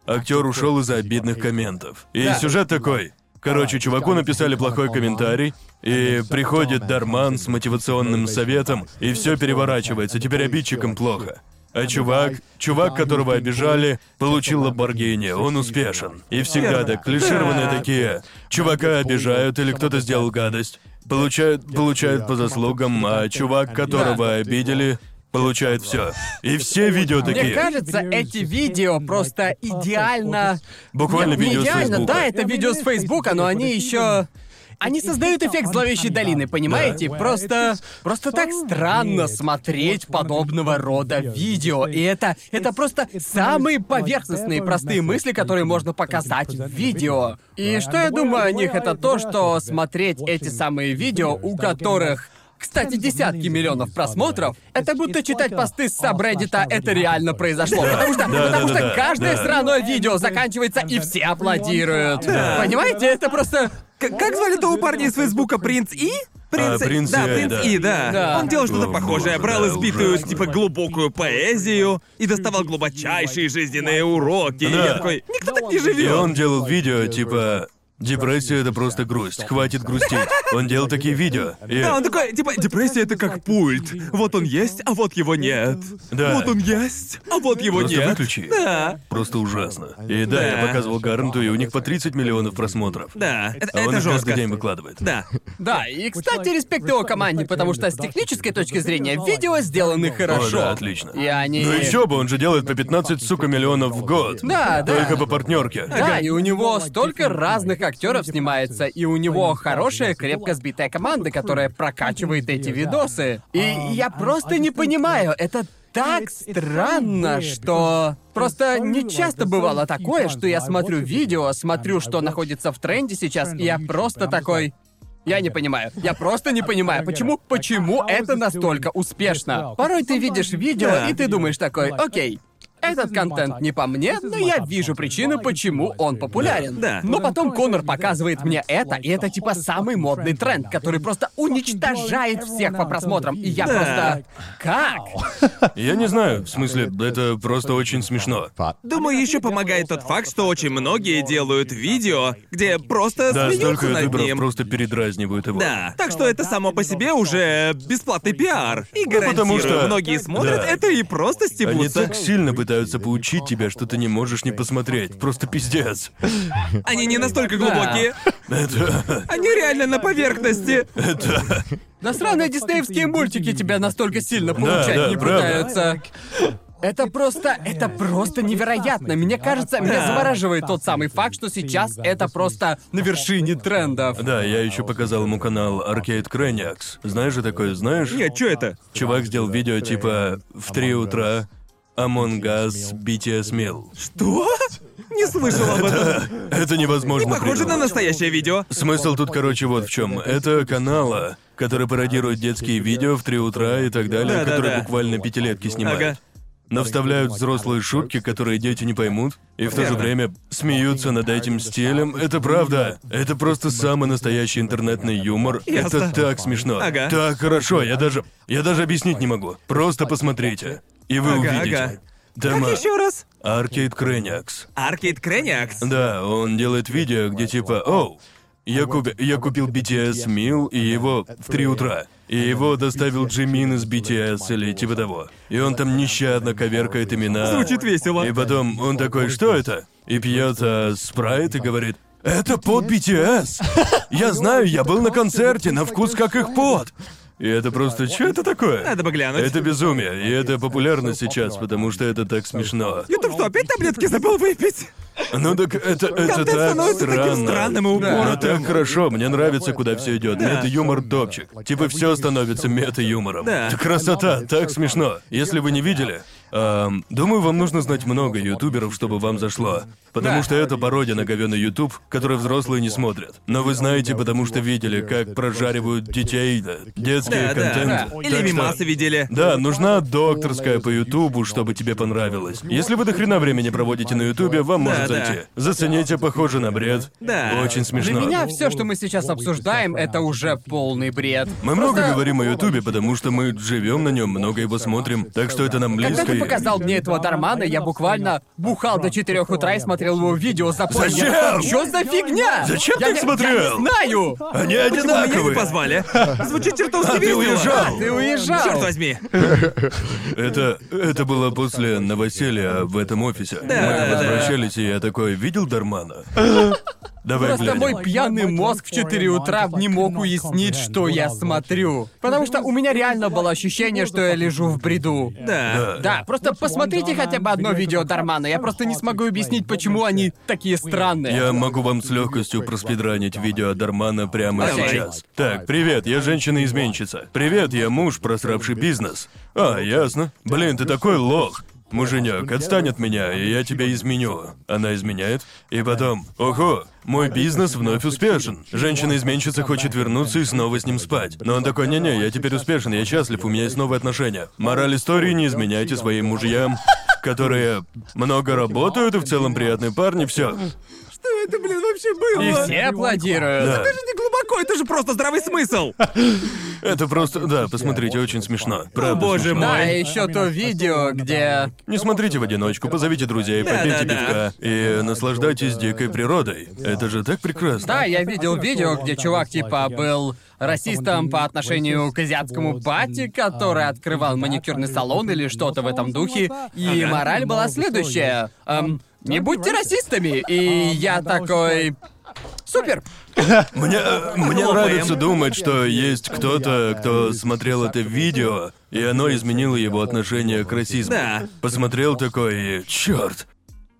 Speaker 1: актер ушел из-за обидных комментов. И
Speaker 2: Да.
Speaker 1: сюжет такой. Короче, чуваку написали плохой комментарий, и приходит Дарман с мотивационным советом, и все переворачивается. Теперь обидчикам плохо. А чувак, чувак, которого обижали, получил Ламборгини, он успешен. И всегда так, клишированные такие. Чувака обижают или кто-то сделал гадость. Получают, получают по заслугам, а чувак, которого
Speaker 2: Да.
Speaker 1: обидели, получает все. И все видео
Speaker 2: Мне
Speaker 1: такие.
Speaker 2: кажется, эти видео просто идеально...
Speaker 1: Буквально
Speaker 2: Не- не
Speaker 1: видео с
Speaker 2: идеально,
Speaker 1: Фейсбука.
Speaker 2: да, это видео с Фейсбука, но они еще... Они создают эффект зловещей долины, понимаете? Просто... Просто так странно смотреть подобного рода видео. И это... Это просто самые поверхностные, простые мысли, которые можно показать в видео. И что я думаю о них, это то, что смотреть эти самые видео, у которых кстати, десятки миллионов просмотров. Это будто читать посты с сабреддита «Это реально произошло». Потому что,
Speaker 1: да,
Speaker 2: потому
Speaker 1: да,
Speaker 2: что
Speaker 1: да,
Speaker 2: каждое
Speaker 1: да.
Speaker 2: сраное видео заканчивается, и все аплодируют.
Speaker 3: Да.
Speaker 2: Понимаете, это просто...
Speaker 3: К- как звали того парня из Фейсбука Принц И?
Speaker 1: А, Принц
Speaker 3: да,
Speaker 1: И,
Speaker 3: Принц
Speaker 1: да.
Speaker 3: И, да.
Speaker 2: Да.
Speaker 3: Он делал
Speaker 1: О,
Speaker 3: что-то похожее,
Speaker 1: боже,
Speaker 3: брал
Speaker 1: да,
Speaker 3: избитую,
Speaker 1: ужасно.
Speaker 3: типа, глубокую поэзию и доставал глубочайшие жизненные уроки. И
Speaker 1: Да.
Speaker 3: я такой, никто так не
Speaker 1: И
Speaker 3: живет.
Speaker 1: он делал видео, типа... Депрессия — это просто грусть. Хватит
Speaker 3: [laughs]
Speaker 1: грустить. Он делал такие видео. И-
Speaker 3: Да, он такой, типа, депрессия это как пульт. Вот он есть, а вот его нет.
Speaker 1: Да.
Speaker 3: Вот он есть, а вот его
Speaker 1: Просто
Speaker 3: нет.
Speaker 1: выключи.
Speaker 3: Да, А
Speaker 1: Просто ужасно. И да,
Speaker 3: Да.
Speaker 1: я показывал Гарнту, и у них по 30 миллионов просмотров.
Speaker 3: да, это,
Speaker 1: А он
Speaker 3: это
Speaker 1: их
Speaker 3: жестко.
Speaker 1: каждый день выкладывает.
Speaker 3: Да.
Speaker 2: Да, и, кстати, респект его команде, потому что с технической точки зрения видео сделаны
Speaker 1: О, да,
Speaker 2: хорошо.
Speaker 1: отлично.
Speaker 2: И они...
Speaker 1: Ну еще бы, он же делает по 15, сука, миллионов в год.
Speaker 2: Да, да.
Speaker 1: Только по партнерке.
Speaker 2: Да, и у него столько разных актеров снимается, и у него хорошая, крепко сбитая команда, которая прокачивает эти видосы. И я просто не понимаю, это так странно, что... Просто не часто бывало такое, что я смотрю видео, смотрю, что находится в тренде сейчас, и я просто такой... Я не понимаю. Я просто не понимаю, почему, почему это настолько успешно. Порой ты видишь видео, и ты думаешь такой, окей, этот контент не по мне, но я вижу причину, почему он популярен.
Speaker 3: Да.
Speaker 2: Но потом Конор показывает мне это, и это типа самый модный тренд, который просто уничтожает всех по просмотрам. И я
Speaker 4: Да.
Speaker 2: просто... Как?
Speaker 1: Я не знаю, в смысле, это просто очень смешно.
Speaker 3: Думаю, еще помогает тот факт, что очень многие делают видео, где просто
Speaker 1: Да, столько
Speaker 3: смеются над
Speaker 1: ютуберов
Speaker 3: ним.
Speaker 1: просто передразнивают его.
Speaker 3: Да. Так что это само по себе уже бесплатный пиар. И
Speaker 4: Ну,
Speaker 3: гарантирую,
Speaker 1: потому что-
Speaker 3: многие смотрят
Speaker 1: Да.
Speaker 3: это и просто
Speaker 1: Они
Speaker 3: стебутся.
Speaker 1: так [laughs] сильно пытаются поучить тебя, что ты не можешь не посмотреть. Просто пиздец.
Speaker 3: Они не настолько глубокие.
Speaker 1: Это...
Speaker 3: [laughs] Они реально на поверхности.
Speaker 2: Да сраные диснеевские мультики тебя настолько сильно получать
Speaker 1: да,
Speaker 2: не
Speaker 1: правда.
Speaker 2: пытаются. Это просто, это просто невероятно. Мне кажется, меня
Speaker 4: Да.
Speaker 2: завораживает тот самый факт, что сейчас это просто на вершине трендов.
Speaker 1: Да, я еще показал ему канал Arcade Craniacs. Знаешь же такое, знаешь?
Speaker 3: Нет, что это?
Speaker 1: Чувак сделал видео типа в 3 утра Among Us BTS Meal.
Speaker 3: Что? Не слышал об этом.
Speaker 1: Это невозможно.
Speaker 3: Похоже на
Speaker 1: придумать.
Speaker 3: настоящее видео.
Speaker 1: Смысл тут, короче, вот в чем. Это канала, который пародирует детские видео в 3 утра и так далее,
Speaker 3: Да-да-да.
Speaker 1: которые буквально пятилетки снимают.
Speaker 3: Ага.
Speaker 1: Но вставляют взрослые шутки, которые дети не поймут, и в то же
Speaker 3: Верно.
Speaker 1: время смеются над этим стилем. Это правда. Это просто самый настоящий интернетный юмор.
Speaker 3: Ясно.
Speaker 1: Это так смешно.
Speaker 3: Ага.
Speaker 1: Так хорошо, я даже. Я даже объяснить не могу. Просто посмотрите. И вы
Speaker 3: Ага, ага.
Speaker 1: увидите. Там
Speaker 3: Как еще раз?
Speaker 1: Аркейд Крэнякс.
Speaker 3: Аркейд Крэниакс.
Speaker 1: Да, он делает видео, где типа «Оу, я, купи- я купил BTS Мил и его в 3 утра». И его доставил Джимин из BTS или типа того. И он там нещадно коверкает имена.
Speaker 3: Звучит весело.
Speaker 1: И потом он такой «Что это?» И пьет а, спрайт и говорит «Это под BTS! Я знаю, я был на концерте, на вкус как их пот!» И это просто «Чё это такое?»
Speaker 3: Надо бы глянуть.
Speaker 1: Это безумие, и это популярно сейчас, потому что это так смешно.
Speaker 3: Ютуб что, опять таблетки забыл выпить?
Speaker 1: Ну так это, это
Speaker 3: Контент
Speaker 1: так
Speaker 3: становится таким
Speaker 1: странно.
Speaker 3: странным и
Speaker 1: Но
Speaker 3: упоротым.
Speaker 1: так хорошо, мне нравится, куда все идет. Мета-юмор топчик. Типа все становится мета-юмором.
Speaker 3: Да.
Speaker 1: Это красота, так смешно. Если вы не видели, эм, думаю, вам нужно знать много ютуберов, чтобы вам зашло. Потому
Speaker 2: Да.
Speaker 1: что это пародия на говёный ютуб, который взрослые не смотрят. Но вы знаете, потому что видели, как прожаривают детей, да, детские
Speaker 3: Да, да.
Speaker 1: контенты.
Speaker 3: да.
Speaker 1: Так
Speaker 3: Или
Speaker 1: что-
Speaker 3: мимасы видели.
Speaker 1: да, нужна докторская по Ютубу, чтобы тебе понравилось. Если вы до хрена времени проводите на Ютубе, вам
Speaker 3: Да,
Speaker 1: может
Speaker 3: да.
Speaker 1: зайти. Зацените, похоже на бред.
Speaker 3: Да.
Speaker 1: Очень
Speaker 2: Для
Speaker 1: смешно.
Speaker 2: меня все, что мы сейчас обсуждаем, это уже полный бред.
Speaker 1: Мы
Speaker 2: Просто
Speaker 1: много говорим о Ютубе, потому что мы живем на нем, много его смотрим, так что это нам близко.
Speaker 2: Когда ты
Speaker 1: и-
Speaker 2: показал мне этого Дармана, я буквально бухал до 4 утра и смотрел его видео за
Speaker 1: Зачем?
Speaker 2: Что за фигня?
Speaker 1: Зачем
Speaker 2: Я
Speaker 1: ты
Speaker 2: не-
Speaker 1: смотрел?
Speaker 2: Я не знаю!
Speaker 1: Они
Speaker 3: Почему меня не
Speaker 1: одинаковые.
Speaker 3: позвали? [laughs] Звучит чертовски
Speaker 1: А ты
Speaker 3: весело.
Speaker 1: уезжал.
Speaker 2: Ты уезжал!
Speaker 3: Черт возьми.
Speaker 1: Это это было после новоселья в этом офисе.
Speaker 3: Да,
Speaker 1: мы
Speaker 3: да, да. [laughs]
Speaker 1: возвращались, и я такой видел Дармана. Давай
Speaker 2: Просто
Speaker 1: глянем.
Speaker 2: мой пьяный мозг в 4 утра не мог уяснить, что я смотрю. Потому что у меня реально было ощущение, что я лежу в бреду.
Speaker 3: Да.
Speaker 2: Да, просто посмотрите хотя бы одно видео Дармана. Я просто не смогу объяснить, почему они такие странные.
Speaker 1: Я могу вам с легкостью проспидранить видео Дармана прямо
Speaker 3: Давай.
Speaker 1: сейчас. Так, привет, я женщина-изменщица. Привет, я муж, просравший бизнес. А, ясно. Блин, ты такой лох. Муженек, отстань от меня, и я тебя изменю. Она изменяет. И потом, ого, мой бизнес вновь успешен. Женщина-изменщица хочет вернуться и снова с ним спать. Но он такой, не-не, я теперь успешен, я счастлив, у меня есть новые отношения. Мораль истории, не изменяйте своим мужьям, которые много работают и в целом приятные парни, все.
Speaker 3: Что это, блин, вообще было?
Speaker 2: И все аплодируют.
Speaker 1: Да.
Speaker 3: Это же не глубоко, это же просто здравый смысл.
Speaker 1: Это просто, да, посмотрите, очень смешно. Правда,
Speaker 3: боже
Speaker 1: смешно.
Speaker 2: Да,
Speaker 3: мой.
Speaker 2: и еще то видео, где...
Speaker 1: Не смотрите в одиночку, позовите друзей,
Speaker 3: Да,
Speaker 1: попейте
Speaker 3: да, да.
Speaker 1: пивка и наслаждайтесь дикой природой. Это же так прекрасно.
Speaker 2: Да, я видел видео, где чувак типа был расистом по отношению к азиатскому бате, который открывал маникюрный салон или что-то в этом духе. И
Speaker 3: Ага.
Speaker 2: мораль была следующая. Эм, не будьте расистами. И я такой... Супер!
Speaker 1: Мне, э, мне
Speaker 3: Хлопаем.
Speaker 1: нравится думать, что есть кто-то, кто смотрел это видео, и оно изменило его отношение к расизму.
Speaker 3: Да.
Speaker 1: Посмотрел такой и... Черт!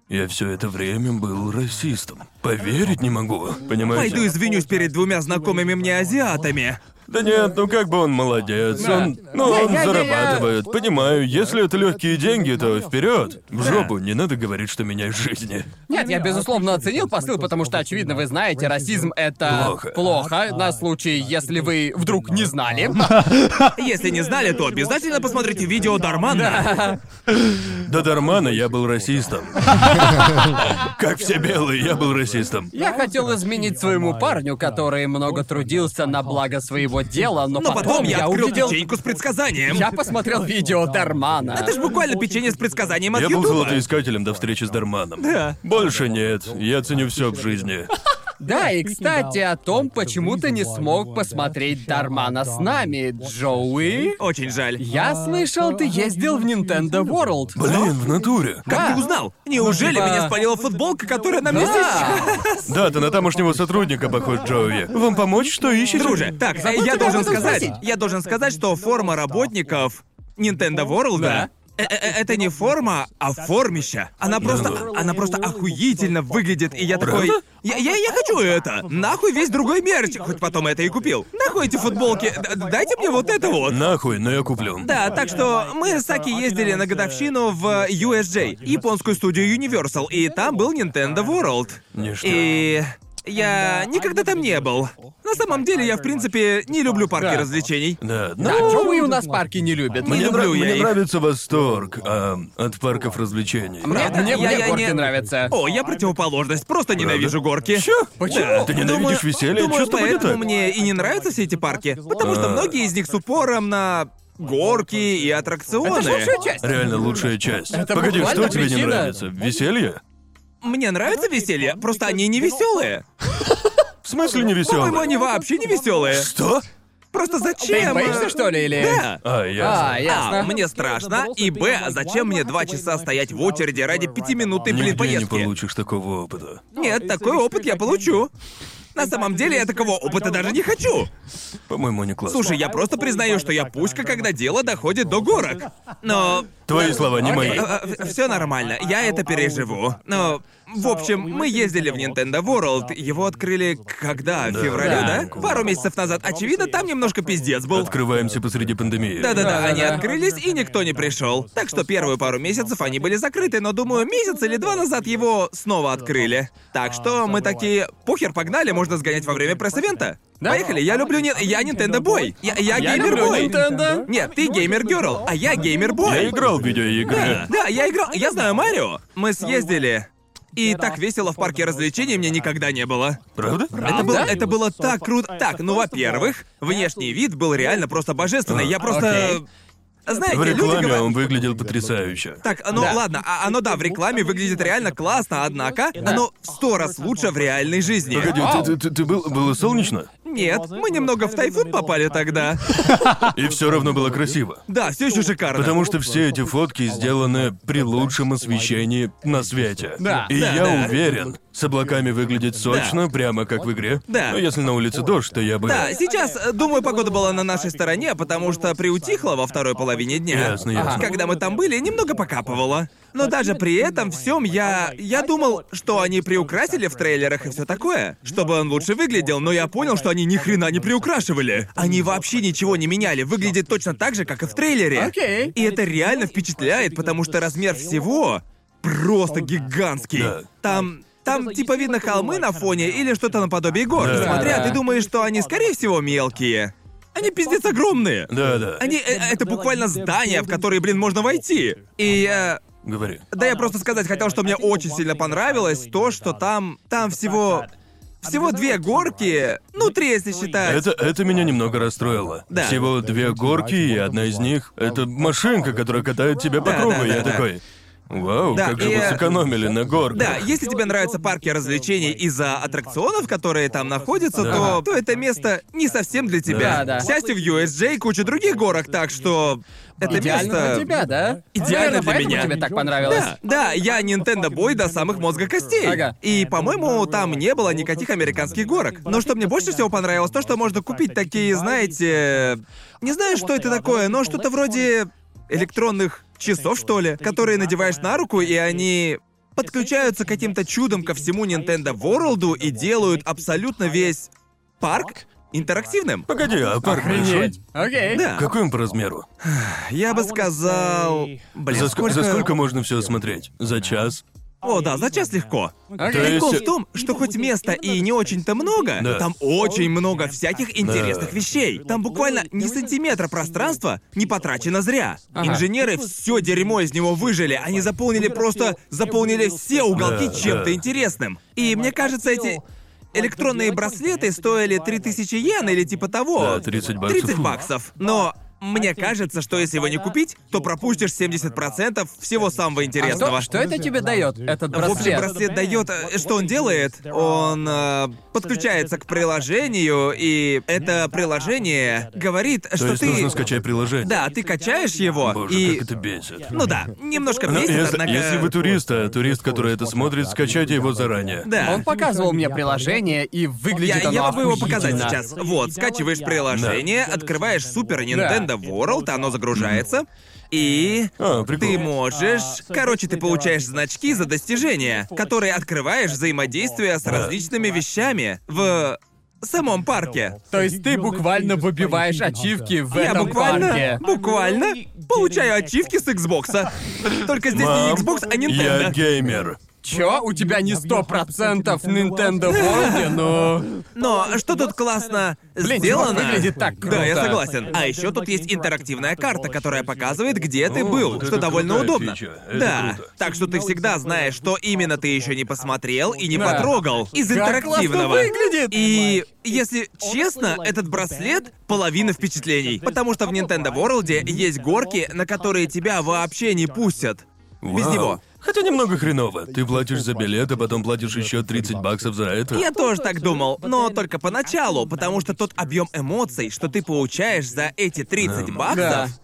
Speaker 1: Я все это время был расистом. Поверить не могу. Понимаете?
Speaker 3: Пойду извинюсь перед двумя знакомыми мне азиатами.
Speaker 1: Да нет, ну как бы он молодец, он, ну
Speaker 2: Я-
Speaker 1: он
Speaker 2: я- я-
Speaker 1: зарабатывает, понимаю. Если это легкие деньги, то вперед, в жопу. Не надо говорить, что меняешь жизни.
Speaker 2: Нет, я безусловно оценил посыл, потому что, очевидно, вы знаете, расизм это
Speaker 1: Плохо.
Speaker 2: плохо на случай, если вы вдруг не знали.
Speaker 3: Если не знали, то обязательно посмотрите видео Дармана.
Speaker 1: До Дармана я был
Speaker 3: [laughs]
Speaker 1: расистом. Как все белые, я был расистом.
Speaker 2: Я хотел изменить своему парню, который много трудился на благо своего дела, но,
Speaker 3: Но Ну, потом я открыл
Speaker 2: увидел...
Speaker 3: печеньку с предсказанием.
Speaker 2: Я посмотрел видео Дармана.
Speaker 3: Это же буквально печенье с предсказанием от
Speaker 1: Я был
Speaker 3: Ютуба.
Speaker 1: золотоискателем до встречи с Дарманом. Больше нет, я ценю все в жизни.
Speaker 2: Да, и кстати, о том, почему ты не смог посмотреть Дармана с нами, Джоуи.
Speaker 3: Очень жаль.
Speaker 2: Я слышал, ты ездил в Nintendo World.
Speaker 1: Блин, в натуре.
Speaker 3: Как
Speaker 2: Да.
Speaker 3: ты узнал? Неужели
Speaker 2: Типа-
Speaker 3: меня спалила футболка, которая на мне сейчас?
Speaker 2: Да.
Speaker 1: Да, ты на тамошнего сотрудника похож, Джоуи. Вам помочь, что ищете?
Speaker 3: Друже, так,
Speaker 2: забыл
Speaker 3: э, я
Speaker 2: тебя
Speaker 3: должен
Speaker 2: об этом
Speaker 3: сказать,
Speaker 2: спросить.
Speaker 3: я должен сказать, что форма работников Nintendo World,
Speaker 2: Да.
Speaker 3: э, э, э, Это не форма, а формища. Она просто, она просто охуительно выглядит, и я такой, я, я, я хочу это. Нахуй весь другой мерч, хоть потом это и купил. Нахуй эти футболки, Д- дайте мне вот это вот.
Speaker 1: Нахуй, но я куплю.
Speaker 3: Да, так что мы с Саки ездили на годовщину в USJ, японскую студию Universal, и там был Nintendo World.
Speaker 1: Ништяк.
Speaker 3: И я никогда там не был. На самом деле, я, в принципе, не люблю парки
Speaker 2: Да.
Speaker 3: развлечений.
Speaker 1: Да,
Speaker 2: [laughs] Да,
Speaker 1: ну,
Speaker 2: Джоуи у нас парки не любят.
Speaker 3: Мне
Speaker 1: Мне,
Speaker 3: люблю
Speaker 1: нрав-
Speaker 3: я
Speaker 1: мне
Speaker 3: их.
Speaker 1: нравится восторг а, от парков развлечений.
Speaker 2: Мне,
Speaker 3: Правда?
Speaker 2: мне,
Speaker 3: Я-
Speaker 2: мне
Speaker 3: я
Speaker 2: горки
Speaker 3: не-
Speaker 2: нравятся.
Speaker 3: О, я противоположность, просто ненавижу горки.
Speaker 1: Чё?
Speaker 3: Почему?
Speaker 1: Э, Ты ненавидишь веселье?
Speaker 3: Думаю,
Speaker 1: Чё с тобой не
Speaker 3: поэтому
Speaker 1: так?
Speaker 3: мне и не нравятся все эти парки, потому что
Speaker 1: А.
Speaker 3: многие из них с упором на горки и аттракционы.
Speaker 2: Это же лучшая часть.
Speaker 1: Реально лучшая часть.
Speaker 2: Это
Speaker 1: Погоди, что
Speaker 2: буквально
Speaker 1: тебе не
Speaker 2: причина.
Speaker 1: нравится? Веселье?
Speaker 3: Мне нравится веселье, просто они не веселые.
Speaker 1: В смысле не
Speaker 3: По-моему,
Speaker 1: веселое?
Speaker 3: они вообще не веселые.
Speaker 1: Что?
Speaker 3: Просто
Speaker 2: Ты
Speaker 3: зачем?
Speaker 2: боишься, что ли, или...
Speaker 3: Да.
Speaker 1: А,
Speaker 2: А,
Speaker 1: я.
Speaker 2: ясно.
Speaker 3: А, мне страшно, и Б, а зачем мне два часа стоять в очереди ради пятиминутной, блин,
Speaker 1: Нигде не
Speaker 3: поездки?
Speaker 1: получишь такого опыта.
Speaker 3: Нет, такой опыт я получу. На самом деле, я такого опыта даже не хочу.
Speaker 1: По-моему, не классно.
Speaker 3: Слушай, я просто признаю, что я пушка, когда
Speaker 1: Ну,
Speaker 3: дело доходит до горок. Но...
Speaker 1: Твои слова не мои.
Speaker 3: Все э, нормально,
Speaker 1: а,
Speaker 3: я это переживу. Но, в общем, мы ездили в Nintendo World. Его открыли когда? В
Speaker 1: Да.
Speaker 3: феврале, да?
Speaker 1: Да.
Speaker 3: Пару месяцев назад. Очевидно, там немножко пиздец был.
Speaker 1: Открываемся посреди пандемии.
Speaker 3: Да-да-да,
Speaker 2: Да-да-да.
Speaker 3: они открылись, и никто не пришел. Так что первые пару месяцев они были закрыты, но думаю, месяц или два назад его снова открыли. Так что мы такие, похер, погнали, можно сгонять во время пресс-ивента. Поехали, я люблю... Нет, я Nintendo Boy. Я, я
Speaker 2: Я
Speaker 3: геймер
Speaker 2: люблю
Speaker 3: бой.
Speaker 2: Nintendo.
Speaker 3: Нет, ты геймер герл, а я геймер бой.
Speaker 1: Я играл в
Speaker 3: Да,
Speaker 1: видеоигры.
Speaker 3: да, я играл. Я знаю Марио. Мы съездили. И так весело в парке развлечений мне никогда не было.
Speaker 1: Правда?
Speaker 3: Это было,
Speaker 2: Да?
Speaker 3: это было так круто. Так, ну, во-первых, внешний вид был реально просто божественный. Я просто... э, Знаете,
Speaker 1: А, В
Speaker 3: люди
Speaker 1: рекламе
Speaker 3: говорят...
Speaker 1: он выглядел потрясающе.
Speaker 3: Так, ну
Speaker 2: Да.
Speaker 3: ладно, а оно да, в рекламе выглядит реально классно, однако оно в сто раз лучше в реальной жизни.
Speaker 1: Погоди,
Speaker 2: Вау.
Speaker 1: ты, ты- ты был, было солнечно?
Speaker 3: нет, мы немного в тайфун попали тогда.
Speaker 1: И все равно было красиво.
Speaker 3: Да, все еще шикарно.
Speaker 1: Потому что все эти фотки сделаны при лучшем освещении на свете.
Speaker 2: Да,
Speaker 1: И
Speaker 3: да,
Speaker 1: я
Speaker 3: да.
Speaker 1: уверен, с облаками выглядит сочно, прямо как в игре.
Speaker 3: Да.
Speaker 1: Но если на улице дождь, то я бы...
Speaker 3: Да, сейчас, э, думаю, погода была на нашей стороне, потому что приутихла во второй половине дня.
Speaker 1: Ясно, ясно.
Speaker 3: Ага. Когда мы там были, немного покапывало. Но даже при этом всем я... Я думал, что они приукрасили в трейлерах и все такое, чтобы он лучше выглядел, но я понял, что они ни хрена не приукрашивали. Они вообще ничего не меняли, выглядит точно так же, как и в трейлере.
Speaker 2: Окей.
Speaker 3: И это реально впечатляет, потому что размер всего просто гигантский.
Speaker 1: Да.
Speaker 3: Там... Там типа видно холмы на фоне или что-то наподобие гор.
Speaker 1: Да.
Speaker 3: Смотря,
Speaker 2: Да.
Speaker 3: ты думаешь, что они, скорее всего, мелкие. Они пиздец огромные.
Speaker 1: Да-да.
Speaker 3: Они... э, э, Это буквально здания, в которые, блин, можно войти. И... э,
Speaker 1: Говори.
Speaker 3: да я просто сказать хотел, что мне очень сильно понравилось то, что там... Там всего... Всего две горки. Ну, три, если считать.
Speaker 1: Это, это меня немного расстроило.
Speaker 3: Да.
Speaker 1: Всего две горки, и одна из них — это машинка, которая катает тебя по
Speaker 3: Да,
Speaker 1: кругу.
Speaker 3: да, да,
Speaker 1: я
Speaker 3: да.
Speaker 1: такой... Вау,
Speaker 3: Да,
Speaker 1: как же
Speaker 3: и,
Speaker 1: вы
Speaker 3: э,
Speaker 1: сэкономили на горках.
Speaker 3: Да, если тебе нравятся парки развлечений из-за аттракционов, которые там находятся,
Speaker 1: Да.
Speaker 3: то, то это место не совсем для
Speaker 2: Да,
Speaker 3: тебя.
Speaker 2: да.
Speaker 3: К счастью, в USJ куча других горок, так что это
Speaker 2: Идеально
Speaker 3: место...
Speaker 2: для тебя, да?
Speaker 3: Идеально
Speaker 2: Наверное,
Speaker 3: для
Speaker 2: поэтому
Speaker 3: меня.
Speaker 2: тебе так понравилось.
Speaker 3: Да, да, я Nintendo Boy до самых мозга костей.
Speaker 2: Ага.
Speaker 3: И, по-моему, там не было никаких американских горок. Но что мне больше всего понравилось, то, что можно купить такие, знаете... Не знаю, что это такое, но что-то вроде электронных часов, что ли, которые надеваешь на руку, и они подключаются каким-то чудом ко всему Nintendo World и делают абсолютно весь парк интерактивным.
Speaker 1: Погоди, а парк большой?
Speaker 2: Охренеть. Окей.
Speaker 3: Да.
Speaker 1: Какой он по размеру?
Speaker 3: Я бы сказал... Блин,
Speaker 1: за, ск- за сколько можно все осмотреть? За час?
Speaker 3: О, да, за час легко.
Speaker 1: То
Speaker 2: Окей.
Speaker 1: есть-
Speaker 3: Прикол в том, что хоть места и не очень-то много,
Speaker 1: Да.
Speaker 3: там очень много всяких интересных
Speaker 1: Да.
Speaker 3: вещей. Там буквально ни сантиметра пространства не потрачено зря.
Speaker 2: Ага.
Speaker 3: Инженеры все дерьмо из него выжили, они заполнили просто... заполнили все уголки
Speaker 1: Да,
Speaker 3: чем-то
Speaker 1: да.
Speaker 3: интересным. И мне кажется, эти... Электронные браслеты стоили 3000 йен или типа того.
Speaker 1: Да, 30 баксов.
Speaker 3: 30 баксов. Но мне кажется, что если его не купить, то пропустишь 70% всего самого
Speaker 2: А
Speaker 3: интересного.
Speaker 2: что, что это тебе дает, этот
Speaker 3: В
Speaker 2: браслет?
Speaker 3: общем, браслет дает... э, Что он делает? Он э, подключается к приложению, и это приложение говорит,
Speaker 1: То
Speaker 3: что
Speaker 1: есть
Speaker 3: ты...
Speaker 1: нужно скачать приложение?
Speaker 3: Да, ты качаешь его,
Speaker 1: Боже,
Speaker 3: и...
Speaker 1: как это бесит.
Speaker 3: Ну да, немножко
Speaker 1: Ну,
Speaker 3: бесит,
Speaker 1: если,
Speaker 3: однако...
Speaker 1: если вы турист, а турист, который это смотрит, скачайте его заранее.
Speaker 3: Да.
Speaker 2: Он показывал мне приложение, и
Speaker 3: Я,
Speaker 2: выглядит
Speaker 3: я
Speaker 2: оно
Speaker 3: могу его
Speaker 2: охуительно.
Speaker 3: показать сейчас. Вот, скачиваешь приложение, открываешь Super Nintendo World, оно загружается, и...
Speaker 1: А, прикол.
Speaker 3: Ты
Speaker 2: А,
Speaker 3: можешь... Короче, ты получаешь значки за достижения, которые открываешь взаимодействие с различными вещами в самом парке.
Speaker 2: То есть ты буквально выбиваешь ачивки в
Speaker 3: Я
Speaker 2: этом
Speaker 3: буквально,
Speaker 2: парке. Ну
Speaker 3: буквально получаю ачивки с Xbox. Только здесь не
Speaker 1: Мам,
Speaker 3: Xbox, а
Speaker 1: Я
Speaker 3: Nintendo.
Speaker 1: геймер.
Speaker 2: Чё? У тебя не сто процентов Nintendo World, ну...
Speaker 3: Но что тут классно
Speaker 2: Блин,
Speaker 3: сделано?
Speaker 2: чувак, выглядит так круто.
Speaker 3: Да, я согласен. А еще тут есть интерактивная карта, которая показывает, где ты
Speaker 1: О,
Speaker 3: был,
Speaker 1: вот
Speaker 3: что
Speaker 1: это
Speaker 3: довольно
Speaker 1: крутая
Speaker 3: удобно.
Speaker 1: фича. Это
Speaker 3: да.
Speaker 1: круто.
Speaker 3: Так что ты всегда знаешь, что именно ты еще не посмотрел и не
Speaker 2: Да.
Speaker 3: потрогал из
Speaker 2: Как
Speaker 3: интерактивного.
Speaker 2: классно выглядит!
Speaker 3: И если честно, этот браслет половина впечатлений, потому что в Nintendo World есть горки, на которые тебя вообще не пустят. Без
Speaker 1: Вау.
Speaker 3: него.
Speaker 1: Хотя немного хреново. Ты платишь за билет, а потом платишь еще 30 баксов за это.
Speaker 3: Я тоже так думал, но только поначалу, потому что тот объем эмоций, что ты получаешь за эти 30
Speaker 2: Да.
Speaker 3: баксов,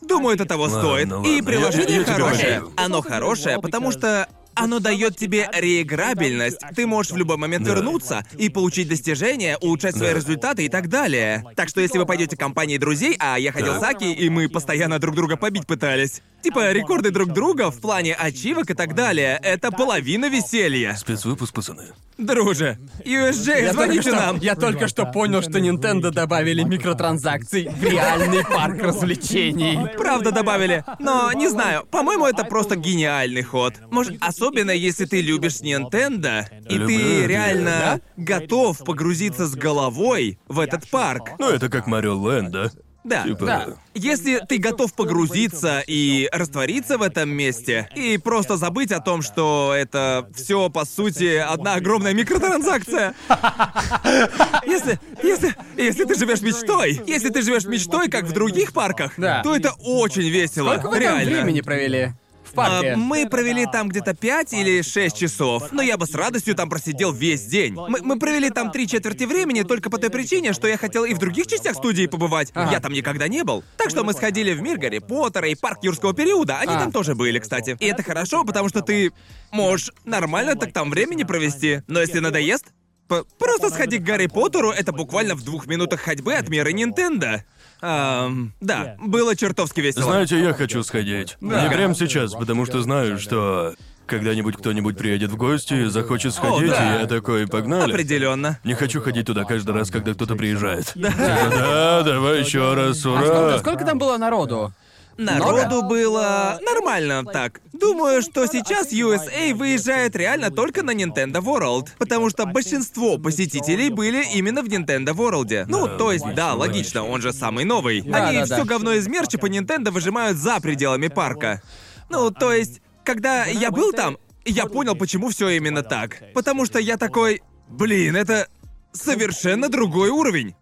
Speaker 3: думаю, это того
Speaker 1: Эм, Ладно,
Speaker 3: стоит.
Speaker 1: ладно,
Speaker 3: И
Speaker 1: я-
Speaker 3: приложение
Speaker 1: я- я тебя
Speaker 3: хорошее.
Speaker 1: понимаю.
Speaker 3: Оно хорошее, потому что оно дает тебе реиграбельность. Ты можешь в любой момент
Speaker 1: Да.
Speaker 3: вернуться и получить достижения, улучшать свои
Speaker 1: Да.
Speaker 3: результаты и так далее. Так что если вы пойдете компанией друзей, а я ходил
Speaker 1: Да.
Speaker 3: с Аки, и мы постоянно друг друга побить пытались. Типа рекорды друг друга в плане ачивок и так далее. Это половина веселья.
Speaker 1: Спецвыпуск, пацаны.
Speaker 3: Друже, USJ,
Speaker 2: Я только,
Speaker 3: звоните
Speaker 2: что,
Speaker 3: нам.
Speaker 2: я только что понял, что Nintendo добавили микротранзакции в реальный парк развлечений.
Speaker 3: [laughs] Правда добавили, но не знаю. По-моему, это просто гениальный ход. Может, особенно если ты любишь Nintendo и
Speaker 1: Люблю,
Speaker 3: ты
Speaker 1: люблю.
Speaker 3: реально готов погрузиться с головой в этот парк.
Speaker 1: Ну, это как Марио Лэнд, да?
Speaker 3: Да.
Speaker 1: Типа...
Speaker 2: Да.
Speaker 3: Если ты готов погрузиться и раствориться в этом месте, и просто забыть о том, что это все по сути одна огромная микротранзакция. [laughs] Если, если, если ты живешь мечтой, если ты живешь мечтой, как в других парках,
Speaker 2: Да.
Speaker 3: то это очень веесело.
Speaker 2: Сколько вы там
Speaker 3: Реально.
Speaker 2: времени провели? В парке?
Speaker 3: А, мы провели там где-то 5 или 6 часов, но я бы с радостью там просидел весь день. Мы, мы провели там три четверти времени только по той причине, что я хотел и в других частях студии побывать.
Speaker 2: Ага.
Speaker 3: Я там никогда не был. Так что мы сходили в мир Гарри Поттера и парк юрского периода. Они
Speaker 2: А.
Speaker 3: там тоже были, кстати. И это хорошо, потому что ты можешь нормально так там времени провести. Но если надоест, п- просто сходи к Гарри Поттеру, это буквально в двух минутах ходьбы от мира Нинтендо. Ам, да, было чертовски весело.
Speaker 1: Знаете, я хочу сходить.
Speaker 3: Да.
Speaker 1: Не прямо сейчас, потому что знаю, что когда-нибудь кто-нибудь приедет в гости и захочет сходить,
Speaker 3: да.
Speaker 1: и я такой, погнали.
Speaker 3: Определенно.
Speaker 1: Не хочу ходить туда каждый раз, когда кто-то приезжает. Да, [laughs] да давай еще раз, ура!
Speaker 2: А Сколько, сколько там было народу?
Speaker 3: Народу было нормально так. Думаю, что сейчас USA выезжает реально только на Nintendo World, потому что большинство посетителей были именно в Nintendo World. Ну, то есть, да, логично, он же самый новый.
Speaker 2: Да,
Speaker 3: Они
Speaker 2: да,
Speaker 3: все
Speaker 2: да.
Speaker 3: говно из мерча по Nintendo выжимают за пределами парка. Ну, то есть, когда я был там, я понял, почему все именно так. Потому что я такой, блин, это совершенно другой уровень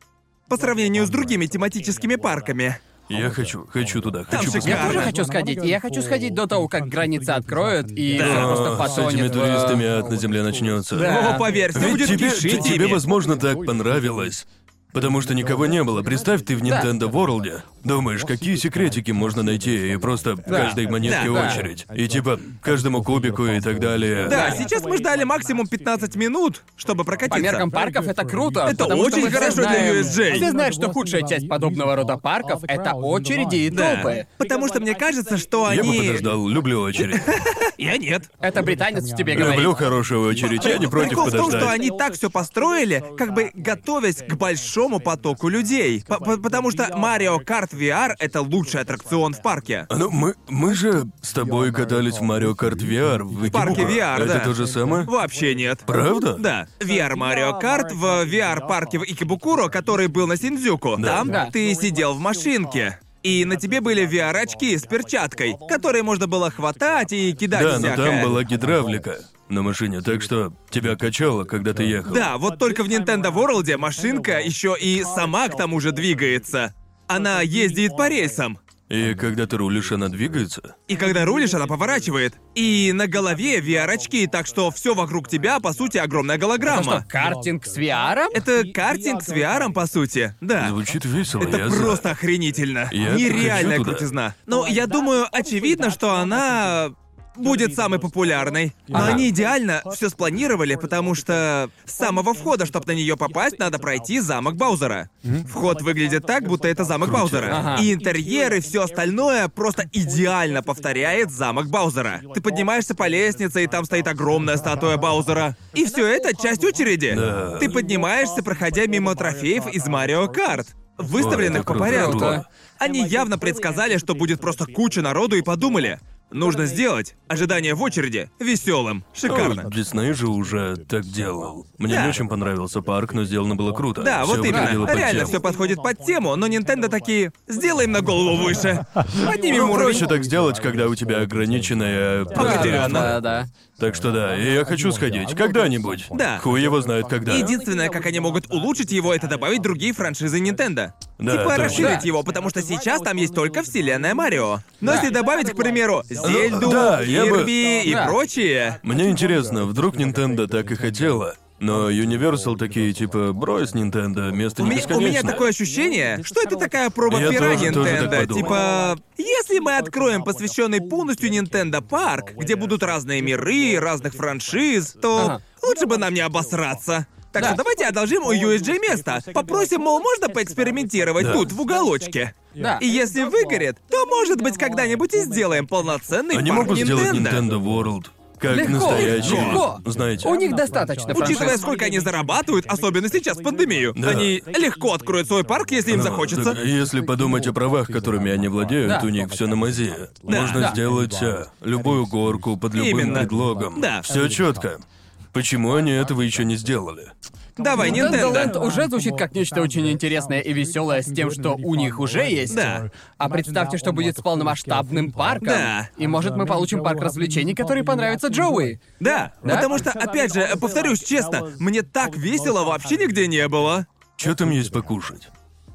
Speaker 3: по сравнению с другими тематическими парками.
Speaker 1: Я хочу, хочу туда, хочу
Speaker 3: же
Speaker 1: посмотреть.
Speaker 2: Я тоже
Speaker 3: Шикарно.
Speaker 2: хочу сходить. И я хочу сходить до того, как границы откроют, и
Speaker 3: Да.
Speaker 2: всё просто
Speaker 1: О, А, с этими
Speaker 2: потонет в-
Speaker 1: туристами ад на земле начнется.
Speaker 2: Да.
Speaker 3: О, Ну, поверь, все
Speaker 1: Ведь
Speaker 3: будет
Speaker 1: тебе,
Speaker 3: кишить
Speaker 1: тебе,
Speaker 3: ими.
Speaker 1: возможно, так понравилось. Потому что никого не было. Представь, ты в
Speaker 2: Да.
Speaker 1: Nintendo World. Думаешь, какие секретики можно найти, и просто каждой монетке
Speaker 2: да.
Speaker 1: очередь. И типа каждому кубику и так далее.
Speaker 3: Да, сейчас мы ждали максимум 15 минут, чтобы прокатиться.
Speaker 2: По меркам парков это круто.
Speaker 3: Это
Speaker 2: потому Типа, что
Speaker 3: очень
Speaker 2: мы все
Speaker 3: хорошо для
Speaker 2: знаем-
Speaker 3: USJ.
Speaker 2: Все знают, что худшая часть подобного рода парков — это очереди и
Speaker 3: Да.
Speaker 2: толпы.
Speaker 3: Потому что мне кажется, что
Speaker 1: Я
Speaker 3: они...
Speaker 1: бы подождал, люблю очередь.
Speaker 3: Я нет.
Speaker 2: Это британец в тебе говорит.
Speaker 1: Люблю хорошую очередь, А я не против
Speaker 3: Прикол в том, что
Speaker 1: подождать.
Speaker 3: они так все построили, как бы готовясь к большому потоку людей. По- по- Потому что Mario Kart VR — это лучший аттракцион в парке.
Speaker 1: А Ну, мы, мы же с тобой катались в Марио Карт VR в
Speaker 3: парке
Speaker 1: Экибуко.
Speaker 3: VR,
Speaker 1: Это
Speaker 3: да.
Speaker 1: то же самое?
Speaker 3: Вообще нет.
Speaker 1: Правда?
Speaker 3: Да. VR Mario Kart в VR-парке в Икебукуро, который был на Синдзюку.
Speaker 1: Да.
Speaker 3: Там
Speaker 2: Да.
Speaker 3: ты сидел в машинке. И на тебе были VR-очки с перчаткой, которые можно было хватать и кидать
Speaker 1: Да, но
Speaker 3: всякое.
Speaker 1: там была гидравлика на машине, так что тебя качало, когда ты ехал.
Speaker 3: Да, вот только в Nintendo World машинка еще и сама к тому же двигается. Она ездит по рельсам.
Speaker 1: И когда ты рулишь, она двигается.
Speaker 3: И когда рулишь, она поворачивает. И на голове VR-очки, так что все вокруг тебя, по сути, огромная
Speaker 2: Это что,
Speaker 3: голограмма.
Speaker 2: картинг с VR?
Speaker 3: Это картинг с VR, по сути. Да.
Speaker 1: Звучит весело, я
Speaker 3: Это
Speaker 1: за.
Speaker 3: просто охренительно.
Speaker 1: Я
Speaker 3: Нереальная
Speaker 1: хочу туда.
Speaker 3: крутизна. Но я думаю, очевидно, что она будет самой популярной. Но
Speaker 2: Ага.
Speaker 3: они идеально все спланировали, потому что с самого входа, чтобы на нее попасть, надо пройти замок Баузера. Вход выглядит так, будто это замок Баузера.
Speaker 2: Ага.
Speaker 3: И интерьер и все остальное просто идеально повторяет замок Баузера. Ты поднимаешься по лестнице, и там стоит огромная статуя Баузера. И все это часть очереди.
Speaker 1: Да.
Speaker 3: Ты поднимаешься, проходя мимо трофеев из Марио Карт
Speaker 1: Ой,
Speaker 3: выставленных
Speaker 1: это
Speaker 3: по
Speaker 1: круто,
Speaker 3: порядку.
Speaker 1: круто.
Speaker 3: Они явно предсказали, что будет просто куча народу и подумали. Нужно сделать ожидание в очереди веселым. Шикарно.
Speaker 1: Дисней же уже так делал. Мне
Speaker 3: Да.
Speaker 1: не очень понравился парк, но сделано было круто.
Speaker 3: Да,
Speaker 1: Всё
Speaker 3: вот
Speaker 1: выглядело
Speaker 3: именно.
Speaker 1: под
Speaker 3: Реально
Speaker 1: тему.
Speaker 3: все подходит под тему, но Nintendo такие «Сделаем на голову выше». Поднимем
Speaker 1: Ну, проще
Speaker 3: уровень.
Speaker 1: так сделать, когда у тебя ограниченная
Speaker 2: Да,
Speaker 3: Определенно.
Speaker 2: да, да.
Speaker 1: Так что да, и я хочу сходить. Когда-нибудь.
Speaker 3: Да.
Speaker 1: Хуй его знает когда.
Speaker 3: Единственное, как они могут улучшить его, это добавить другие франшизы Nintendo.
Speaker 1: Да,
Speaker 3: типа
Speaker 1: точно.
Speaker 3: расширить
Speaker 2: Да.
Speaker 3: его, потому что сейчас там есть только вселенная Марио. Но
Speaker 2: Да.
Speaker 3: если добавить, к примеру, Зельду,
Speaker 1: Ну, да, я бы-
Speaker 3: Кирби и
Speaker 2: Да.
Speaker 3: прочие,
Speaker 1: Мне интересно, вдруг Nintendo так и хотела, но Universal такие типа брось Nintendo, место
Speaker 3: У
Speaker 1: не
Speaker 3: меня, у
Speaker 1: бесконечно.
Speaker 3: меня такое ощущение, что это такая проба
Speaker 1: Я
Speaker 3: пера
Speaker 1: тоже- тоже так
Speaker 3: Nintendo.
Speaker 1: подумал.
Speaker 3: Типа, если мы откроем посвященный полностью Nintendo парк, где будут разные миры, разных франшиз, то
Speaker 2: Ага.
Speaker 3: лучше бы нам не обосраться. Так
Speaker 2: Да.
Speaker 3: что давайте одолжим у USJ место. Попросим, мол, можно поэкспериментировать
Speaker 4: Да.
Speaker 3: тут, в уголочке.
Speaker 2: Да.
Speaker 3: И если выгорит, то, может быть, когда-нибудь и сделаем полноценный
Speaker 1: Они
Speaker 3: парк
Speaker 1: могут сделать
Speaker 3: Nintendo.
Speaker 1: Nintendo World как
Speaker 2: Легко,
Speaker 1: настоящий.
Speaker 2: легко.
Speaker 1: Знаете.
Speaker 2: У них достаточно
Speaker 3: Учитывая,
Speaker 2: франшиз.
Speaker 3: сколько они зарабатывают, особенно сейчас, в пандемию,
Speaker 1: Да.
Speaker 3: они легко откроют свой парк, если им
Speaker 1: Ну,
Speaker 3: захочется.
Speaker 1: так если подумать о правах, которыми они владеют,
Speaker 2: Да.
Speaker 1: у них все на мази. Можно
Speaker 2: Да.
Speaker 1: сделать а, любую горку под любым
Speaker 3: Именно.
Speaker 1: предлогом.
Speaker 3: Да.
Speaker 1: Все четко. Почему они этого еще не сделали?
Speaker 3: Давай,
Speaker 2: Nintendo э, Land
Speaker 3: Nintendo.
Speaker 2: уже звучит как нечто очень интересное и веселое с тем, что у них уже есть.
Speaker 3: Да.
Speaker 2: А представьте, что будет с полномасштабным парком.
Speaker 3: Да.
Speaker 2: И может мы получим парк развлечений, который понравится Джоуи.
Speaker 3: Да,
Speaker 2: Да?
Speaker 3: потому что, опять же, повторюсь честно, мне так весело вообще нигде не было.
Speaker 1: Что там есть покушать?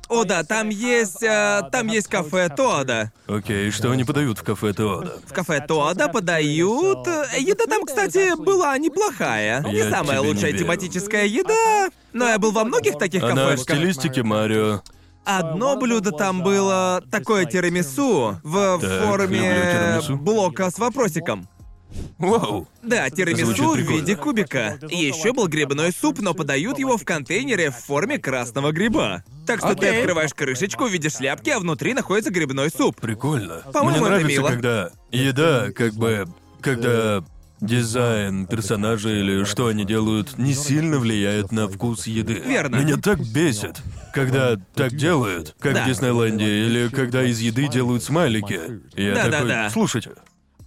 Speaker 3: Ода, там есть... э, там есть кафе Тода.
Speaker 1: Окей, что они подают в кафе Теода?
Speaker 3: В кафе Тода подают... э, Еда там, кстати, была неплохая. Не
Speaker 1: Я
Speaker 3: самая
Speaker 1: тебе не
Speaker 3: лучшая
Speaker 1: верю.
Speaker 3: тематическая еда, но я был во многих таких
Speaker 1: Она в
Speaker 3: кафешках.
Speaker 1: стилистике Марио.
Speaker 3: Одно блюдо там было такое тирамису в
Speaker 1: Так, люблю
Speaker 3: форме
Speaker 1: тирамису.
Speaker 3: блока с вопросиком.
Speaker 1: Вау.
Speaker 3: Да, тирамису
Speaker 1: Звучит
Speaker 3: в
Speaker 1: прикольно.
Speaker 3: виде кубика. И еще был грибной суп, но подают его в контейнере в форме красного гриба. Так что ты
Speaker 2: Окей.
Speaker 3: открываешь крышечку в виде шляпки, а внутри находится грибной суп.
Speaker 1: Прикольно.
Speaker 3: По-моему,
Speaker 1: Мне
Speaker 3: это
Speaker 1: нравится,
Speaker 3: мило.
Speaker 1: когда еда, как бы, когда дизайн персонажа или что они делают, не сильно влияет на вкус еды.
Speaker 3: Верно.
Speaker 1: Меня так бесит, когда так делают, как
Speaker 3: Да.
Speaker 1: в Диснейленде, или когда из еды делают смайлики. Я
Speaker 3: Да, да,
Speaker 1: такой,
Speaker 3: да.
Speaker 1: слушайте,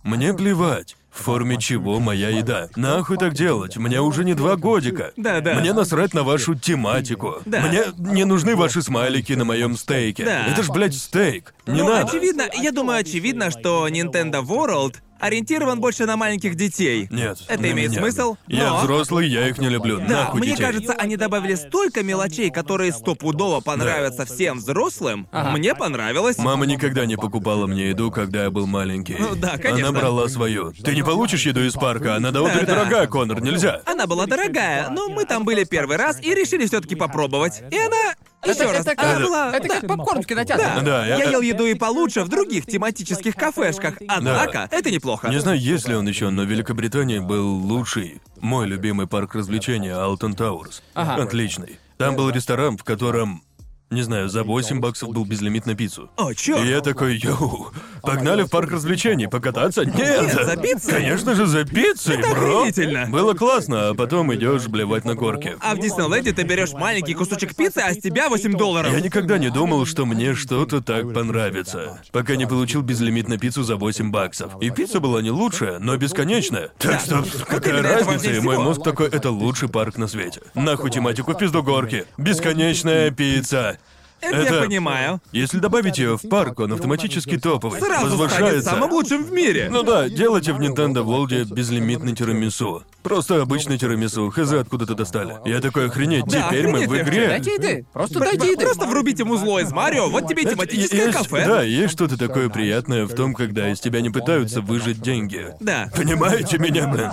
Speaker 1: мне плевать. В форме чего моя еда? Нахуй так делать? Мне уже не два годика.
Speaker 3: Да, да.
Speaker 1: Мне насрать на вашу тематику.
Speaker 3: Да.
Speaker 1: Мне не нужны ваши смайлики на моем стейке.
Speaker 3: Да.
Speaker 1: Это ж, блядь, стейк. Не
Speaker 3: Ну,
Speaker 1: надо.
Speaker 3: очевидно, я думаю, очевидно, что Nintendo World ориентирован больше на маленьких детей.
Speaker 1: Нет.
Speaker 3: Это
Speaker 1: на
Speaker 3: имеет
Speaker 1: меня.
Speaker 3: смысл,
Speaker 1: Я
Speaker 3: но-
Speaker 1: взрослый, я их не люблю.
Speaker 3: Да,
Speaker 1: Нахуй
Speaker 3: мне
Speaker 1: детей.
Speaker 3: кажется, они добавили столько мелочей, которые стопудово понравятся всем взрослым. Мне понравилось.
Speaker 1: Мама никогда не покупала мне еду, когда я был маленький.
Speaker 3: Ну да, конечно.
Speaker 1: Она брала свою. Ты не получишь еду из парка, она до
Speaker 3: Да,
Speaker 1: утра
Speaker 3: да. А
Speaker 1: дорогая, Конор, нельзя.
Speaker 3: Она была дорогая, но мы там были первый раз и решили все-таки попробовать. И она. Еще
Speaker 2: это,
Speaker 3: раз,
Speaker 2: это
Speaker 3: она
Speaker 2: как,
Speaker 3: была.
Speaker 2: это
Speaker 3: да.
Speaker 2: как попкорн в кинотеатре.
Speaker 3: Да.
Speaker 1: Да,
Speaker 3: я...
Speaker 1: я-
Speaker 3: ел еду и получше в других тематических кафешках, однако это неплохо.
Speaker 1: Не знаю, есть ли он еще, но в Великобритании был лучший, мой любимый парк развлечений Алтон Тауэрс.
Speaker 2: Ага.
Speaker 1: Отличный. Там был ресторан, в котором, не знаю, за 8 баксов был безлимит на пиццу.
Speaker 3: О, чёрт.
Speaker 1: И я такой, йоу, погнали в парк развлечений, покататься? Нет!
Speaker 3: за пиццей?
Speaker 1: Конечно же, за пиццей,
Speaker 3: Это
Speaker 1: бро!
Speaker 3: охренительно.
Speaker 1: Было классно, а потом идешь блевать на горке.
Speaker 3: А в Диснейленде ты берешь маленький кусочек пиццы, а с тебя 8 долларов.
Speaker 1: Я никогда не думал, что мне что-то так понравится, пока не получил безлимит на пиццу за 8 баксов. И пицца была не лучшая, но бесконечная. Так что какая
Speaker 3: именно это
Speaker 1: разница,
Speaker 3: важнее
Speaker 1: и мой
Speaker 3: всего.
Speaker 1: мозг такой, это лучший парк на свете. Нахуй тематику в пизду горки. Бесконечная пицца.
Speaker 3: Это я понимаю.
Speaker 1: Если добавить ее в парк, он автоматически топовый.
Speaker 3: Сразу станет
Speaker 1: возвышается.
Speaker 3: самым лучшим в мире.
Speaker 1: Ну да, делайте в Nintendo World безлимитный тирамису. Просто обычный тирамису, хз откуда-то достали. Я такой, охренеть,
Speaker 3: Да,
Speaker 1: теперь мы в
Speaker 3: охренеть,
Speaker 1: игре.
Speaker 2: Дайте еды. Просто
Speaker 3: Бр-
Speaker 2: дайте еды.
Speaker 3: Просто врубите музло из Марио, вот тебе
Speaker 1: Это
Speaker 3: тематическое
Speaker 1: есть-
Speaker 3: кафе.
Speaker 1: Да, есть что-то такое приятное в том, когда из тебя не пытаются выжать деньги.
Speaker 3: Да.
Speaker 1: Понимаете меня, блин?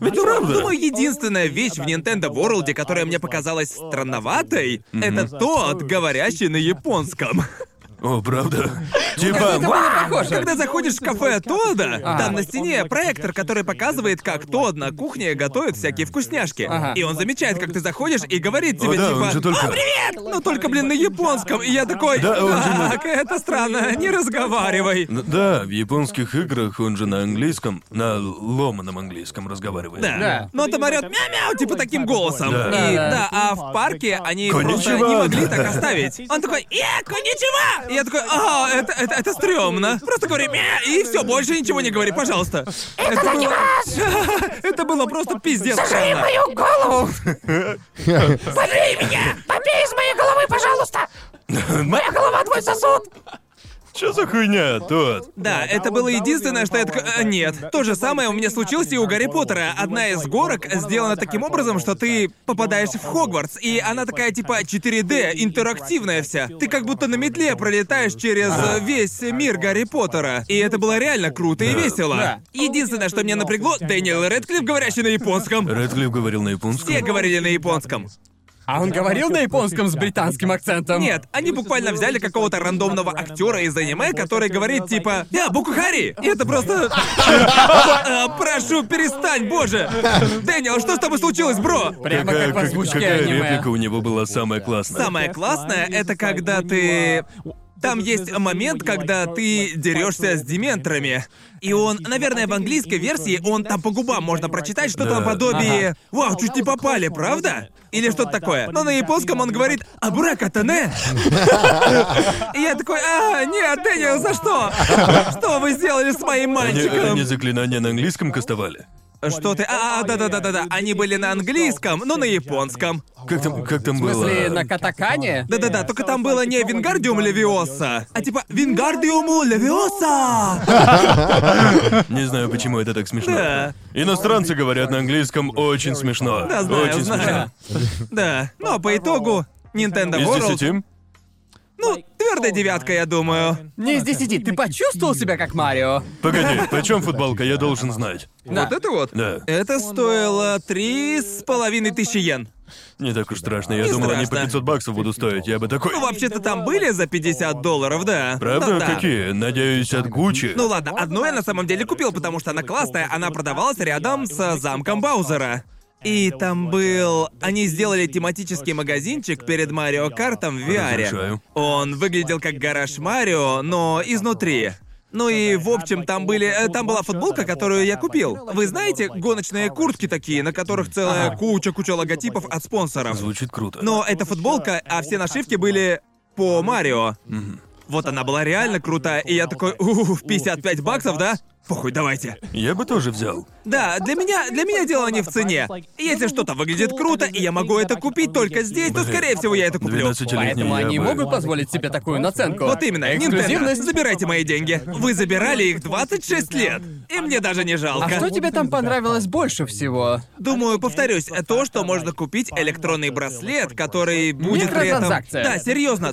Speaker 1: Ведь правда?
Speaker 3: Думаю, единственная вещь в Nintendo World, которая мне показалась странноватой, это тот, говорящий на японском.
Speaker 1: О, правда?
Speaker 2: Это было
Speaker 1: Типа...
Speaker 2: похоже.
Speaker 3: Когда заходишь в кафе Тода,
Speaker 2: А.
Speaker 3: там на стене проектор, который показывает, как Тод на кухне готовит всякие вкусняшки.
Speaker 2: Ага.
Speaker 3: И он замечает, как ты заходишь и говорит тебе
Speaker 1: О, да,
Speaker 3: типа
Speaker 1: он же только...
Speaker 3: «Ну только, блин, на японском». И я такой
Speaker 1: Да, он же на-
Speaker 3: «Так, это странно, не разговаривай».
Speaker 1: Н- Да, в японских играх он же на английском, на ломаном английском разговаривает.
Speaker 3: Да.
Speaker 2: Да.
Speaker 3: Но он там орёт мяу-мяу, типа таким голосом.
Speaker 1: Да.
Speaker 3: И
Speaker 2: Да,
Speaker 3: да,
Speaker 2: да.
Speaker 3: а в парке они просто
Speaker 1: Конничева.
Speaker 3: не могли так оставить. Он такой, э, коничева! Я такой, а, это, это, это стрёмно. Просто говори мя, и все, больше ничего не говори, пожалуйста. Это было... [laughs] Это было просто пиздец. странно.
Speaker 2: голову! Забей меня! Побей из моей головы, пожалуйста! Моя голова твой сосуд!
Speaker 1: Чё за хуйня, тот?
Speaker 3: Да, это было единственное, что я такой... «А, Нет, то же самое у меня случилось и у Гарри Поттера. Одна из горок сделана таким образом, что ты попадаешь в Хогвартс, и она такая типа 4D, интерактивная вся. Ты как будто на метле пролетаешь через э, весь мир Гарри Поттера. И это было реально круто и весело.
Speaker 2: Да.
Speaker 3: Единственное, что меня напрягло, Дэниел Рэдклифф, говорящий на японском.
Speaker 1: Рэдклифф говорил на японском?
Speaker 3: Все говорили на японском.
Speaker 2: А он говорил на японском с британским акцентом?
Speaker 3: Нет, они буквально взяли какого-то рандомного актера из аниме, который говорит типа «Я Букухари!» И это просто... А, Прошу, перестань, боже! Дэниел, что с тобой случилось, бро?
Speaker 2: Прямо
Speaker 1: Какая,
Speaker 2: как в
Speaker 1: как-
Speaker 2: озвучке
Speaker 1: какая
Speaker 2: аниме.
Speaker 1: реплика у него была самая классная?
Speaker 3: Самое классное — это когда ты... Там есть момент, когда ты дерешься с дементорами. И он, наверное, в английской версии, он там по губам можно прочитать что-то
Speaker 1: Да.
Speaker 3: наподобие «Вау, чуть не попали, правда?» Или что-то такое. Ну, Но на японском он говорит «Абракатане!» И я такой «А, нет, Дэниел, за что? Что вы сделали с моим
Speaker 1: Они,
Speaker 3: мальчиком?»
Speaker 1: они заклинания на английском кастовали?
Speaker 3: Что ты? А, да-да-да-да-да, они были на английском, но на японском.
Speaker 1: Как там, как там
Speaker 2: В смысле,
Speaker 1: было?
Speaker 2: на катакане?
Speaker 3: Да-да-да, только там было не Вингардиум Левиоса, а типа Вингардиуму Левиоса!
Speaker 1: Не знаю, почему это так смешно.
Speaker 3: Да.
Speaker 1: Иностранцы говорят на английском очень смешно.
Speaker 3: Да, знаю,
Speaker 1: очень
Speaker 3: знаю. Да, но по итогу Nintendo
Speaker 1: смешно. Из
Speaker 3: World...
Speaker 1: десяти?
Speaker 3: Ну, твердая девятка, я думаю.
Speaker 2: Не из десяти. Ты почувствовал себя как Марио?
Speaker 1: Погоди, почем футболка? Я должен знать.
Speaker 2: Да.
Speaker 3: Вот это вот.
Speaker 1: Да.
Speaker 3: Это стоило три с половиной тысячи йен.
Speaker 1: Не так уж страшно. Я
Speaker 3: Не
Speaker 1: думал, они по
Speaker 3: страшно.
Speaker 1: 500 баксов будут стоить. Я бы такой...
Speaker 3: Ну, вообще-то там были за 50 долларов, да.
Speaker 1: Правда?
Speaker 3: Ну да.
Speaker 1: Какие? Надеюсь, от Гуччи.
Speaker 3: Ну ладно, одну я на самом деле купил, потому что она классная, она продавалась рядом с э, замком Баузера. И там был... Они сделали тематический магазинчик перед Марио Картом в VR.
Speaker 1: Разрешаю.
Speaker 3: Он выглядел как гараж Марио, но изнутри. Ну и, в общем, там были... э, Там была футболка, которую я купил. Вы знаете, гоночные куртки такие, на которых целая куча-куча логотипов от спонсоров.
Speaker 1: Звучит круто.
Speaker 3: Но эта футболка, а все нашивки были по Марио. Вот она была реально крутая, и я такой, ух, 55 баксов, да? Похуй, давайте.
Speaker 1: Я бы тоже взял.
Speaker 3: Да, для меня, для меня дело не в цене. Если что-то выглядит круто, и я могу это купить только здесь, то, скорее всего, я это куплю.
Speaker 1: 12-летний
Speaker 2: Поэтому
Speaker 1: я
Speaker 2: они
Speaker 1: бы...
Speaker 2: могут позволить себе такую наценку.
Speaker 3: Вот именно, Nintendo,
Speaker 2: Эксклюзивность.
Speaker 3: забирайте мои деньги. Вы забирали их 26 лет, и мне даже не жалко.
Speaker 2: А что тебе там понравилось больше всего?
Speaker 3: Думаю, повторюсь,
Speaker 2: типа,
Speaker 3: то, что можно купить электронный браслет, который будет при этом...
Speaker 2: Микротранзакция.
Speaker 3: Да, серьезно,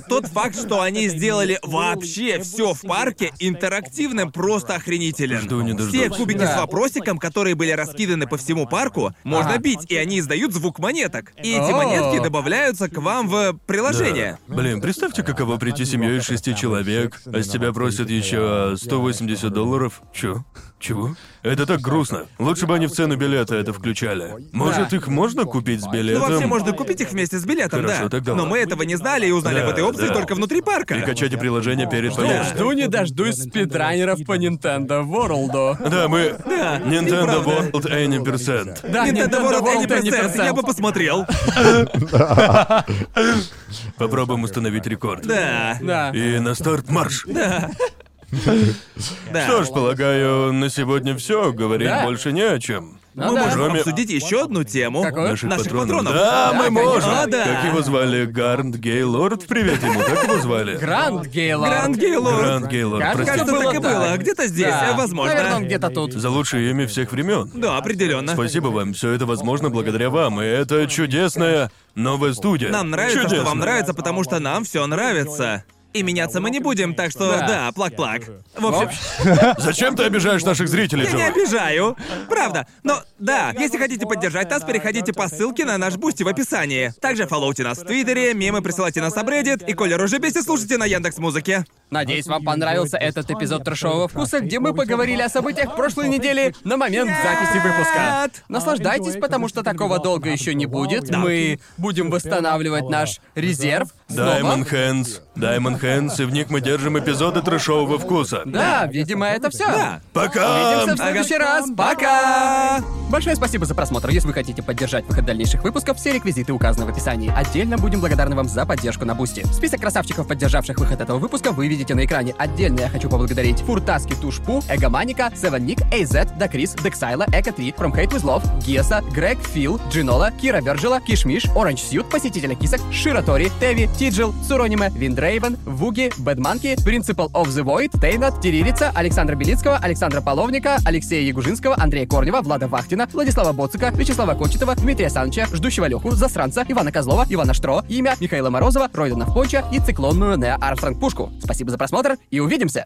Speaker 2: [laughs]
Speaker 3: тот факт, что они сделали вообще все в парке интерактивным, просто охренителен.
Speaker 1: Жду не дождусь.
Speaker 3: Все кубики
Speaker 2: Да.
Speaker 3: с вопросиком, которые были раскиданы по всему парку, можно бить, и они издают звук монеток. И эти
Speaker 2: О.
Speaker 3: монетки добавляются к вам в приложение.
Speaker 1: Да. Блин, представьте, каково прийти семьей из шести человек, а с тебя просят еще 180 долларов. Чё? Чего? Это так грустно. Лучше бы они в цену билета это включали. Может,
Speaker 2: Да.
Speaker 1: их можно купить с
Speaker 3: Ну,
Speaker 1: билетом?
Speaker 3: вообще, можно купить их вместе с билетом,
Speaker 1: Хорошо,
Speaker 3: да.
Speaker 1: тогда
Speaker 3: Но
Speaker 1: ладно.
Speaker 3: мы этого не знали и узнали
Speaker 1: Да,
Speaker 3: об этой опции
Speaker 1: да.
Speaker 3: только внутри парка.
Speaker 1: И качайте приложение перед поездкой.
Speaker 2: Жду не дождусь спидранеров по Nintendo World.
Speaker 1: Да, мы... Nintendo
Speaker 3: правда.
Speaker 1: World Any Percent.
Speaker 2: Да,
Speaker 3: Nintendo World Any Presents, я
Speaker 2: 1%.
Speaker 3: бы
Speaker 2: [laughs]
Speaker 3: посмотрел.
Speaker 1: Попробуем установить рекорд.
Speaker 3: Да,
Speaker 2: Да.
Speaker 1: И на старт марш.
Speaker 3: да.
Speaker 1: Что ж, полагаю, на сегодня все. Говорить
Speaker 2: Да.
Speaker 1: больше не о чем.
Speaker 2: Ну
Speaker 3: Мы
Speaker 2: да.
Speaker 3: можем
Speaker 1: Кроме-
Speaker 3: обсудить еще одну тему.
Speaker 2: Какую?
Speaker 1: Наших,
Speaker 3: А? Наших патронов.
Speaker 1: Да,
Speaker 2: Да,
Speaker 1: мы
Speaker 2: конечно.
Speaker 1: можем.
Speaker 3: А, да.
Speaker 1: Как его звали? Гарнт Гейлорд? Привет ему, как его звали?
Speaker 2: Гранд Гейлор.
Speaker 3: Гранд Гейлорд.
Speaker 1: Грант Гейлорд,
Speaker 2: Кажется,
Speaker 1: простите.
Speaker 3: Кажется,
Speaker 2: Было
Speaker 3: так и
Speaker 2: так.
Speaker 3: было. Где-то здесь,
Speaker 2: Да.
Speaker 3: э, возможно.
Speaker 2: Наверное, он где-то тут.
Speaker 1: За лучшее имя всех времен.
Speaker 3: Да, определенно.
Speaker 1: Спасибо вам, все это возможно благодаря вам, и это чудесная новая студия.
Speaker 3: Нам нравится,
Speaker 1: Чудесно.
Speaker 3: что вам нравится, потому что нам все нравится. И меняться мы не будем, так что
Speaker 2: Да.
Speaker 3: да, плак-плак. В общем,
Speaker 1: Зачем ты обижаешь наших зрителей,
Speaker 3: я не
Speaker 1: Джо?
Speaker 3: обижаю. Правда. Но да, если хотите поддержать нас, переходите по ссылке на наш бусти в описании. Также фоллоуте нас в Твиттере, мемы присылайте нас на Reddit, и Коля Рожебеси слушайте на Яндекс Музыке.
Speaker 2: Надеюсь, вам понравился этот эпизод трешового вкуса, где мы поговорили о событиях прошлой недели на момент записи выпуска.
Speaker 3: Нет!
Speaker 2: Наслаждайтесь, потому что такого долго еще не будет. Мы будем восстанавливать наш резерв.
Speaker 1: Даймон
Speaker 2: Снова.
Speaker 1: Хэнс. Даймон Хэнс, и в них мы держим эпизоды трэшового вкуса.
Speaker 2: Да, видимо, это все.
Speaker 3: Да.
Speaker 1: Пока!
Speaker 2: Увидимся в следующий раз. Пока! Большое спасибо за просмотр. Если вы хотите поддержать выход дальнейших выпусков, все реквизиты указаны в описании. Отдельно будем благодарны вам за поддержку на Бусти. Список красавчиков, поддержавших выход этого выпуска, вы видите на экране. Отдельно я хочу поблагодарить Фуртаски Тушпу, Эгоманика, Севенник, Эйзет, Дакрис, Дексайла, Эко 3, From Hate With Love, Геса, Грег, Фил, Джинола, Кира Вержила, Кишмиш, Оранж Сьют, Посетителя Кисок, Ширатори, Теви, Тиджил, Сурониме, Виндрейвен, Вуги, Бэдманки, Principal of the Void, Тейнат, Тиририца, Александра Белицкого, Александра Половника, Алексея Ягужинского, Андрея Корнева, Влада Вахтина, Владислава Боцика, Вячеслава Кочетова, Дмитрия Санча, Ждущего Леху, Засранца, Ивана Козлова, Ивана Штро, Имя, Михаила Морозова, Ройдана Понча и циклонную Нео Армстронг Пушку. Спасибо за просмотр и увидимся!